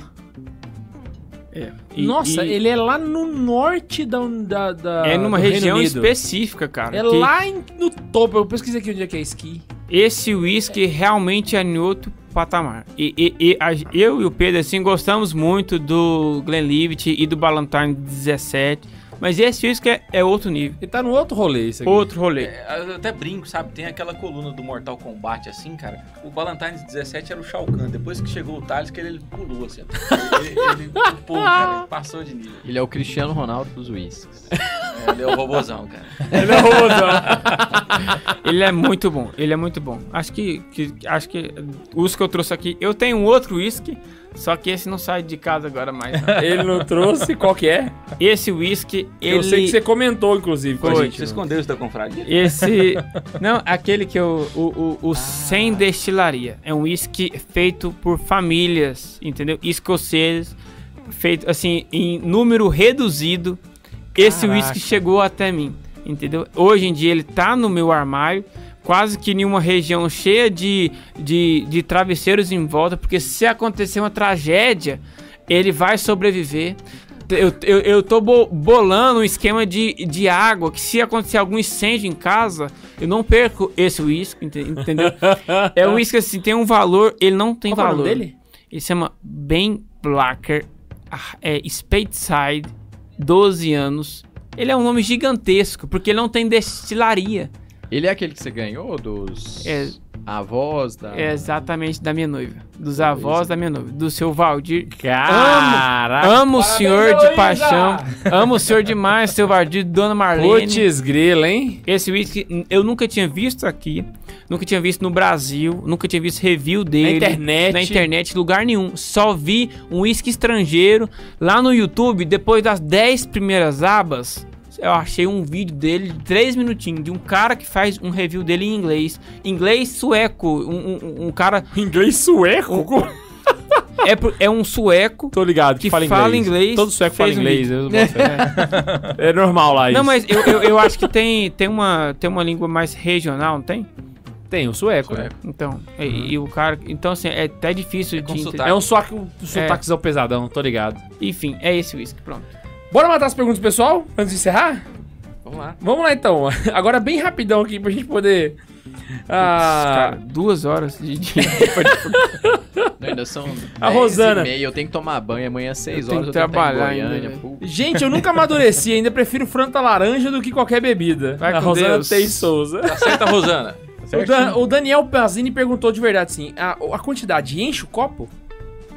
Speaker 5: É. E-
Speaker 2: nossa,
Speaker 5: e
Speaker 2: ele é lá no norte da. da, da-
Speaker 5: é numa
Speaker 2: do Reino
Speaker 5: região
Speaker 2: Unido.
Speaker 5: específica, cara.
Speaker 2: É
Speaker 5: que
Speaker 2: lá em- no topo. Eu pesquisei aqui onde é que é esqui.
Speaker 5: Esse whisky realmente é em outro patamar. E, e- e a- eu e o Pedro, assim, gostamos muito do Glenlivet e do Ballantine 17, mas esse whisky é, é outro nível,
Speaker 2: Ele tá no outro rolê, isso aqui.
Speaker 5: outro rolê.
Speaker 4: É, Eu até brinco, sabe? Tem aquela coluna do Mortal Kombat, assim, cara. O Ballantines 17 era o Shao Kahn. Depois que chegou o Thales, que ele, ele pulou, assim. ó. Ele, ele, pô, cara, ele passou de nível.
Speaker 3: Ele é o Cristiano Ronaldo dos uísques.
Speaker 4: É, Ele é o robozão, cara.
Speaker 5: Ele é outro. Ele é muito bom, ele é muito bom. Acho que, que- acho que os que eu trouxe aqui, eu tenho um outro whisky, só que esse não sai de casa agora mais. não.
Speaker 2: Ele não trouxe. Qual que é?
Speaker 5: Esse whisky, ele
Speaker 2: Eu sei que você comentou, inclusive, com a
Speaker 5: Foi,
Speaker 2: gente.
Speaker 4: Você
Speaker 2: né?
Speaker 4: escondeu isso da confraria.
Speaker 5: Esse. Não, aquele que eu. O, o, o sem destilaria. É um uísque feito por famílias, entendeu? Escoceses. Feito, assim, em número reduzido. Esse
Speaker 2: Caraca.
Speaker 5: uísque chegou até mim, entendeu? Hoje em dia ele tá no meu armário. Quase que em uma região cheia de, de, de travesseiros em volta, porque se acontecer uma tragédia, ele vai sobreviver. Eu, eu, eu tô bo- bolando um esquema de, de água, que se acontecer algum incêndio em casa, eu não perco esse uísque, ente- entendeu? é um uísque assim, tem um valor, ele não tem
Speaker 2: Qual que é o
Speaker 5: valor.
Speaker 2: nome dele?
Speaker 5: Ele se chama Ben Blacker, ah, é Spadeside, 12 anos. Ele é um nome gigantesco, porque ele não tem destilaria.
Speaker 3: Ele é aquele que você ganhou dos
Speaker 5: É.
Speaker 3: avós da.
Speaker 5: É exatamente da minha noiva, dos avós da minha noiva, do seu Valdir,
Speaker 2: Caraca.
Speaker 5: Amo o
Speaker 6: Parabéns,
Speaker 5: senhor
Speaker 6: Heloísa!
Speaker 5: de paixão. Amo o senhor demais, seu Vardir, Dona Marlene.
Speaker 2: Putz, grila, hein?
Speaker 5: Esse whisky n- eu nunca tinha visto aqui, nunca tinha visto no Brasil, nunca tinha visto review
Speaker 2: Na
Speaker 5: dele.
Speaker 2: internet.
Speaker 5: Na internet, lugar nenhum. Só vi um whisky estrangeiro lá no YouTube, depois das 10 primeiras abas. Eu achei um vídeo dele de 3 minutinhos, de um cara que faz um review dele em inglês. Inglês sueco. Um, um- um cara.
Speaker 2: Inglês sueco?
Speaker 5: É, por- é um sueco
Speaker 2: Tô ligado, que,
Speaker 5: Que
Speaker 2: fala,
Speaker 5: fala
Speaker 2: inglês.
Speaker 5: inglês,
Speaker 2: Todo sueco fala
Speaker 5: fez um
Speaker 2: inglês. eu não sei. é. normal lá isso.
Speaker 5: Não, mas eu, eu, eu acho que tem, tem, uma, tem uma língua mais regional, não tem?
Speaker 2: Tem, o sueco, né?
Speaker 5: Então, e, e o cara. Então, assim, é até difícil de
Speaker 4: com
Speaker 5: entender.
Speaker 4: sotaque.
Speaker 2: É um sotaque, um sotaquezão pesadão, tô ligado.
Speaker 5: Enfim, é esse whisky, pronto.
Speaker 2: Bora matar as perguntas, do pessoal? Antes de encerrar?
Speaker 4: Vamos lá.
Speaker 2: Vamos lá, então. Agora, bem rapidão aqui, pra gente poder... Ah,
Speaker 5: Cara, duas horas de. de-
Speaker 3: Não, ainda são.
Speaker 2: A
Speaker 3: 10
Speaker 2: Rosana.
Speaker 3: E meia, eu tenho que tomar banho amanhã às 6
Speaker 5: tenho
Speaker 3: horas.
Speaker 5: que
Speaker 3: eu tenho que estar em
Speaker 5: trabalhar
Speaker 3: Goiânia,
Speaker 5: ainda,
Speaker 3: pô.
Speaker 2: gente, eu nunca amadureci ainda. Prefiro franta laranja do que qualquer bebida.
Speaker 5: Vai
Speaker 2: a
Speaker 5: com
Speaker 2: Rosana
Speaker 5: Deus.
Speaker 2: Tei Souza.
Speaker 4: Tá certa, Rosana.
Speaker 2: O, Dan- o Daniel Pazini perguntou de verdade, assim, a, a quantidade enche o copo?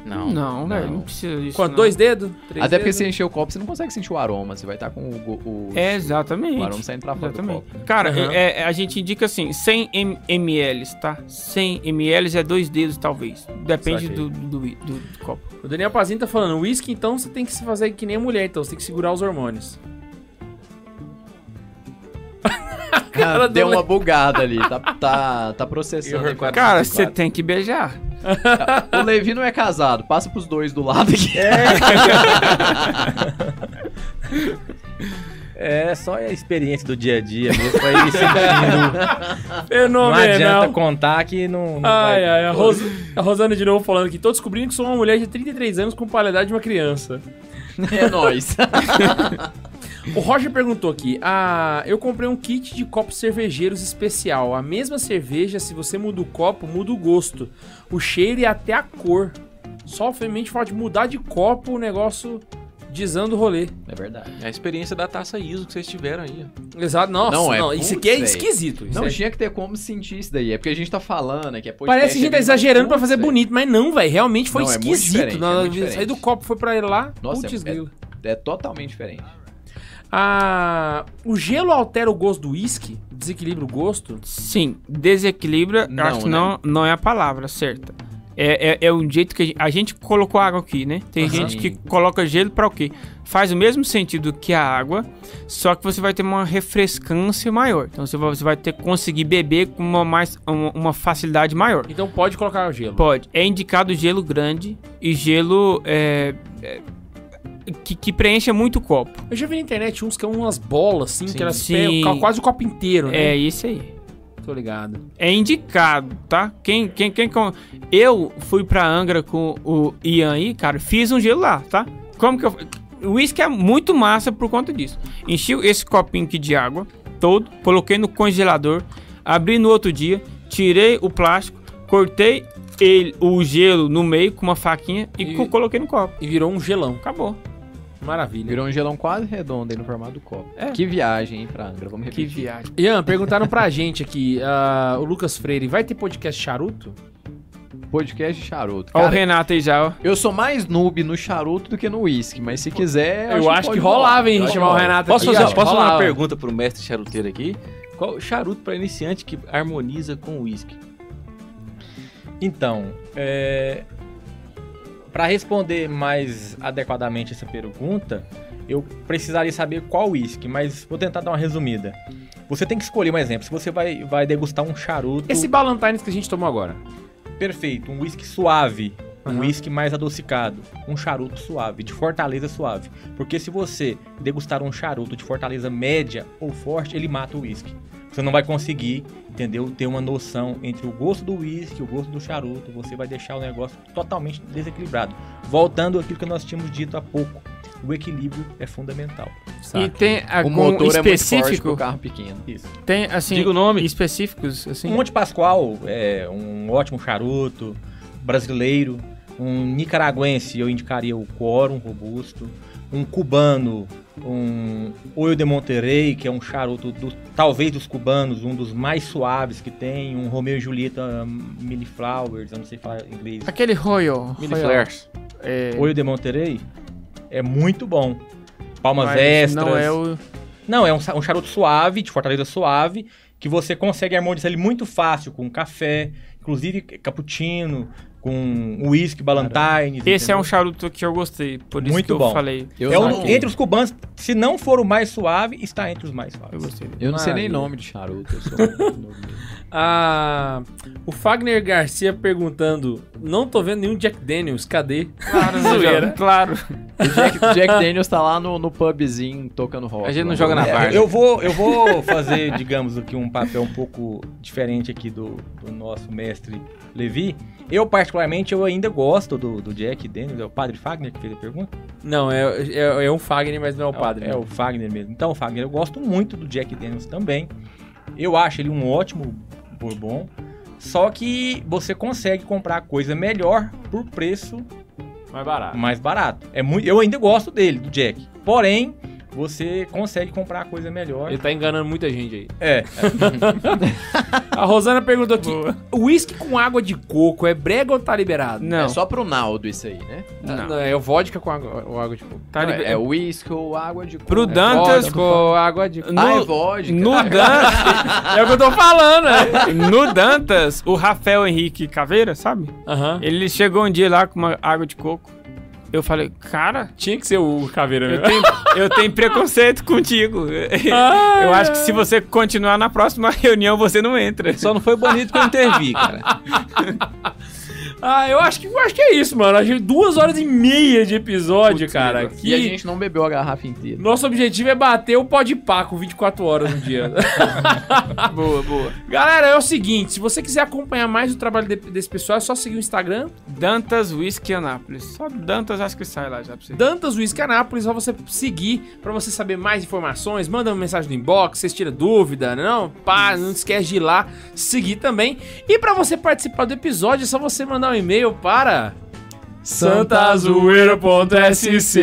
Speaker 5: Não, não, velho, não precisa disso.
Speaker 2: Com
Speaker 5: não.
Speaker 2: dois dedos? Três
Speaker 3: Até porque
Speaker 2: dedos?
Speaker 3: se encher o copo, você não consegue sentir o aroma. Você vai estar com o, go- o, o
Speaker 5: É,
Speaker 3: aroma
Speaker 5: exatamente.
Speaker 3: saindo pra fora do
Speaker 5: Exatamente.
Speaker 3: copo.
Speaker 5: Cara,
Speaker 2: Aham.
Speaker 5: é- é- a gente indica assim: 100 m- ml, tá? 100 ml é dois dedos, talvez. Depende
Speaker 2: Saquei.
Speaker 5: do, do, do- do copo.
Speaker 2: O Daniel Pazini tá falando, uísque então você tem que se fazer que nem a mulher, então você tem que segurar os hormônios.
Speaker 3: Cara,
Speaker 2: do
Speaker 3: deu uma
Speaker 2: Léo.
Speaker 3: bugada ali. Tá, tá, tá
Speaker 4: Eu
Speaker 3: processando. tá
Speaker 4: recordo
Speaker 5: Cara,
Speaker 4: desse
Speaker 5: você
Speaker 4: quadro.
Speaker 5: tem que beijar.
Speaker 3: O Levi não é casado. Passa pros dois do lado aqui.
Speaker 6: É só a experiência do dia a dia mesmo pra ir sentindo. Não adianta
Speaker 2: Fenomenal.
Speaker 6: contar que não. não
Speaker 2: Ai,
Speaker 6: vai-
Speaker 2: ai, a, Ros- a Rosana de novo falando que tô descobrindo que sou uma mulher de 33 anos com qualidade de uma criança.
Speaker 3: É nóis.
Speaker 2: O Roger perguntou aqui: Ah, eu comprei um kit de copos cervejeiros especial. A mesma cerveja, se você muda o copo, muda o gosto, o cheiro e até a cor. Só obviamente pode mudar de copo o negócio desando o rolê.
Speaker 3: É verdade.
Speaker 4: É a experiência da taça ISO que vocês tiveram aí. ó.
Speaker 2: Exato, nossa, não,
Speaker 3: Não, é
Speaker 2: isso
Speaker 3: putz,
Speaker 2: aqui é
Speaker 3: véi.
Speaker 2: esquisito. isso
Speaker 3: Não
Speaker 2: é-
Speaker 3: tinha que ter como sentir isso daí. É porque a gente tá falando, é que é podcast,
Speaker 2: Parece que a gente tá
Speaker 3: é bem
Speaker 2: exagerando pra
Speaker 3: maluco,
Speaker 2: fazer
Speaker 3: velho.
Speaker 2: bonito, mas não, velho. Realmente foi
Speaker 3: Não, é muito
Speaker 2: esquisito.
Speaker 3: diferente,
Speaker 2: na hora
Speaker 3: é muito
Speaker 2: de sair
Speaker 3: diferente.
Speaker 2: do copo, foi pra ele lá.
Speaker 3: Nossa,
Speaker 2: putz,
Speaker 3: é- é-
Speaker 2: grilo.
Speaker 3: É totalmente diferente.
Speaker 2: Ah, o gelo altera o gosto do uísque? Desequilibra o gosto?
Speaker 5: Sim, desequilibra, eu
Speaker 3: Não,
Speaker 5: acho que
Speaker 3: né?
Speaker 5: não, não é a palavra certa. É, é, é um jeito que a gen- a gente colocou água aqui, né? Tem
Speaker 3: Aham.
Speaker 5: gente que coloca gelo pra o quê? Faz o mesmo sentido que a água, só que você vai ter uma refrescância maior. Então você vai, você vai ter que conseguir beber com uma, mais, uma, uma facilidade maior.
Speaker 2: Então pode colocar o gelo.
Speaker 5: Pode. É indicado gelo grande e gelo é, é, que, que preencha muito o copo.
Speaker 2: Eu já vi na internet uns que é umas bolas, assim,
Speaker 3: Sim.
Speaker 2: que elas
Speaker 5: Sim.
Speaker 2: pegam ca- quase o copo inteiro, né?
Speaker 5: É isso aí.
Speaker 2: Tô ligado.
Speaker 5: É indicado, tá? Quem, quem, quem. com- Eu fui pra Angra com o Ian aí, cara, fiz um gelo lá, tá? Como que eu. O uísque é muito massa por conta disso. Enchi esse copinho aqui de água todo, coloquei no congelador, abri no outro dia, tirei o plástico, cortei ele, o gelo no meio com uma faquinha e,
Speaker 2: E-
Speaker 5: co- coloquei no copo.
Speaker 2: E virou um gelão.
Speaker 5: Acabou.
Speaker 2: Maravilha.
Speaker 3: Virou um gelão quase redondo aí no formato do copo.
Speaker 5: É.
Speaker 3: Que viagem, hein, pra Angra. Vamos
Speaker 5: Que
Speaker 3: repetir.
Speaker 5: viagem.
Speaker 2: Ian, perguntaram pra gente aqui, ah, o Lucas Freire, vai ter podcast charuto?
Speaker 3: Podcast de charuto.
Speaker 5: Ó, o
Speaker 3: Cara,
Speaker 5: Renato aí já, ó.
Speaker 3: eu sou mais noob no charuto do que no uísque, mas se quiser.
Speaker 2: Eu acho que rolava, hein,
Speaker 3: Eu acho
Speaker 2: chamar
Speaker 3: que
Speaker 2: o
Speaker 3: rola.
Speaker 2: Renato
Speaker 4: Posso
Speaker 2: aqui,
Speaker 4: fazer,
Speaker 2: ó,
Speaker 4: posso fazer uma
Speaker 2: rolava.
Speaker 4: pergunta pro mestre charuteiro aqui? Qual charuto pra iniciante que harmoniza com uísque?
Speaker 6: Então, é... para responder mais adequadamente essa pergunta, eu precisaria saber qual uísque, mas vou tentar dar uma resumida. Você tem que escolher um exemplo. Se você vai, vai degustar um charuto
Speaker 2: Esse Ballantines que a gente tomou agora.
Speaker 6: perfeito, um uísque suave,
Speaker 2: Aham.
Speaker 6: um uísque mais adocicado, um charuto suave, de fortaleza suave. Porque se você degustar um charuto de fortaleza média ou forte, ele mata o uísque. Você não vai conseguir, entendeu? Ter uma noção entre o gosto do uísque e o gosto do charuto. Você vai deixar o negócio totalmente desequilibrado. Voltando àquilo que nós tínhamos dito há pouco. O equilíbrio é fundamental.
Speaker 5: E tem
Speaker 3: O
Speaker 2: ah,
Speaker 5: algum
Speaker 3: motor é muito forte
Speaker 5: específico?
Speaker 3: pro carro pequeno.
Speaker 6: Isso.
Speaker 5: tem assim.
Speaker 4: Diga o nome.
Speaker 5: Específicos, assim.
Speaker 2: Hum.
Speaker 6: Um Monte Pascoal é um ótimo charuto brasileiro. Um nicaraguense, eu indicaria o Quórum Robusto. Um cubano, um Oio de Monterrey, que é um charuto, do, talvez dos cubanos, um dos mais suaves que tem. Um Romeo e Julieta Milliflowers, eu não sei falar inglês.
Speaker 5: Aquele Royal.
Speaker 4: Mini Flares.
Speaker 5: É,
Speaker 6: Oio de Monterrey é muito bom. Palmas
Speaker 5: mas
Speaker 6: extras.
Speaker 5: Não é o.
Speaker 6: Não, é um, sa- um charuto suave, de fortaleza suave, que você consegue harmonizar ele muito fácil com café, inclusive cappuccino, com uísque, ballantines.
Speaker 5: Esse é um
Speaker 6: entendeu?
Speaker 5: charuto que eu gostei, por isso
Speaker 6: Muito
Speaker 5: que eu
Speaker 6: bom.
Speaker 5: falei.
Speaker 3: Eu,
Speaker 6: É um-
Speaker 3: não,
Speaker 6: entre os cubanos, se não for o mais suave, está entre os mais
Speaker 5: Eu
Speaker 6: suaves.
Speaker 5: gostei.
Speaker 3: eu não sei nem
Speaker 2: Maravilha.
Speaker 3: nome de charuto. Eu sou noob mesmo.
Speaker 2: Ah, o Fagner Garcia perguntando, não tô vendo nenhum Jack Daniels, cadê?
Speaker 5: Claro,
Speaker 2: né, João?
Speaker 5: Claro.
Speaker 3: O Jack, Jack Daniels tá lá no, no pubzinho tocando rock.
Speaker 4: A gente não joga na
Speaker 6: É,
Speaker 4: barra.
Speaker 6: eu, vou, eu vou fazer, digamos, aqui um papel um pouco diferente aqui do, do nosso mestre Levi. Eu, particularmente, eu ainda gosto do, do Jack Daniels, é o padre Fagner que fez a pergunta.
Speaker 2: Não, é, é, é um Fagner, mas não é o
Speaker 6: É
Speaker 2: padre.
Speaker 6: É
Speaker 2: né?
Speaker 6: o Fagner mesmo. Então, Fagner, eu gosto muito do Jack Daniels também. Eu acho ele um ótimo bourbon. Só que você consegue comprar coisa melhor por preço
Speaker 2: mais barato.
Speaker 6: mais barato. É muito, eu ainda gosto dele, do Jack. Porém, você consegue comprar coisa melhor.
Speaker 2: Ele tá enganando muita gente aí.
Speaker 6: É.
Speaker 2: A Rosana perguntou aqui, uísque com água de coco é brega ou tá liberado?
Speaker 5: Não,
Speaker 3: É só pro Naldo isso aí, né?
Speaker 2: Ah,
Speaker 5: não.
Speaker 2: não, é o vodka com água, ou água tipo, de coco.
Speaker 5: Tá
Speaker 3: Não,
Speaker 5: liber-
Speaker 3: é uísque ou água de coco.
Speaker 5: Pro
Speaker 3: É
Speaker 2: então
Speaker 5: Dantas-
Speaker 3: vodka.
Speaker 2: com água de coco.
Speaker 5: No,
Speaker 3: Ah, é vodka.
Speaker 5: no Dantas,
Speaker 2: É o que eu tô falando, né?
Speaker 5: no Dantas, o Rafael Henrique Caveira, sabe?
Speaker 2: Aham.
Speaker 5: Ele chegou um dia lá com uma água de coco. Eu falei, cara,
Speaker 2: Tinha que ser o caveira
Speaker 5: eu
Speaker 2: mesmo.
Speaker 5: tenho, eu tenho preconceito contigo.
Speaker 2: Ah,
Speaker 5: Eu acho que se você continuar na próxima reunião, você não entra.
Speaker 4: Só não foi banido que eu intervi, cara.
Speaker 2: Ah, eu acho que, eu acho que é isso, mano. A gente, duas horas e meia de episódio, cara.
Speaker 3: E a
Speaker 2: Que...
Speaker 3: gente não bebeu a garrafa inteira.
Speaker 2: Nosso objetivo é bater o pó de paco 24 horas no dia.
Speaker 5: Boa, boa.
Speaker 2: Galera, é o seguinte: se você quiser acompanhar mais o trabalho de- desse pessoal, é só seguir o Instagram,
Speaker 5: Dantas Whisky Anápolis. Só Dantas acho que sai lá já pra você.
Speaker 2: Dantas Whisky Anápolis, só você seguir pra você saber mais informações, manda uma mensagem no inbox, vocês tiram dúvida, né, não, pá, não esquece de ir lá seguir também. E pra você participar do episódio, é só você mandar um e-mail para santazoeira.sc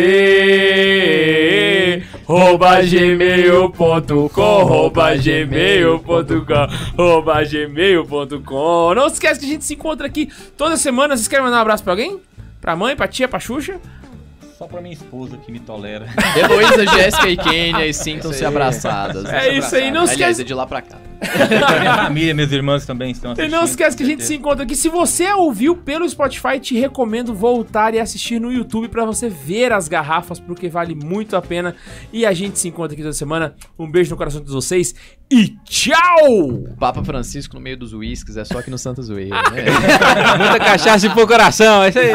Speaker 2: rouba gmail.com rouba gmail.com rouba gmail.com Não esquece que a gente se encontra aqui toda semana. Vocês querem mandar um abraço pra alguém? Pra mãe, pra tia, pra Xuxa?
Speaker 6: Só pra minha esposa que me tolera.
Speaker 3: é Heloísa, Jéssica e Kênia sintam-se abraçadas.
Speaker 2: É isso aí, não
Speaker 3: Aliás,
Speaker 2: esquece.
Speaker 3: é de lá pra cá.
Speaker 6: minha família, meus irmãos também estão
Speaker 2: E
Speaker 6: assistindo.
Speaker 2: não esquece que a gente se encontra aqui. Se você ouviu pelo Spotify, te recomendo voltar e assistir no YouTube pra você ver as garrafas, porque vale muito a pena. E a gente se encontra aqui toda semana. Um beijo no coração de todos vocês e tchau!
Speaker 3: Papa Francisco no meio dos uísques, é só aqui no Santa Zoeira, né?
Speaker 4: Muita cachaça e pouco coração, é isso aí.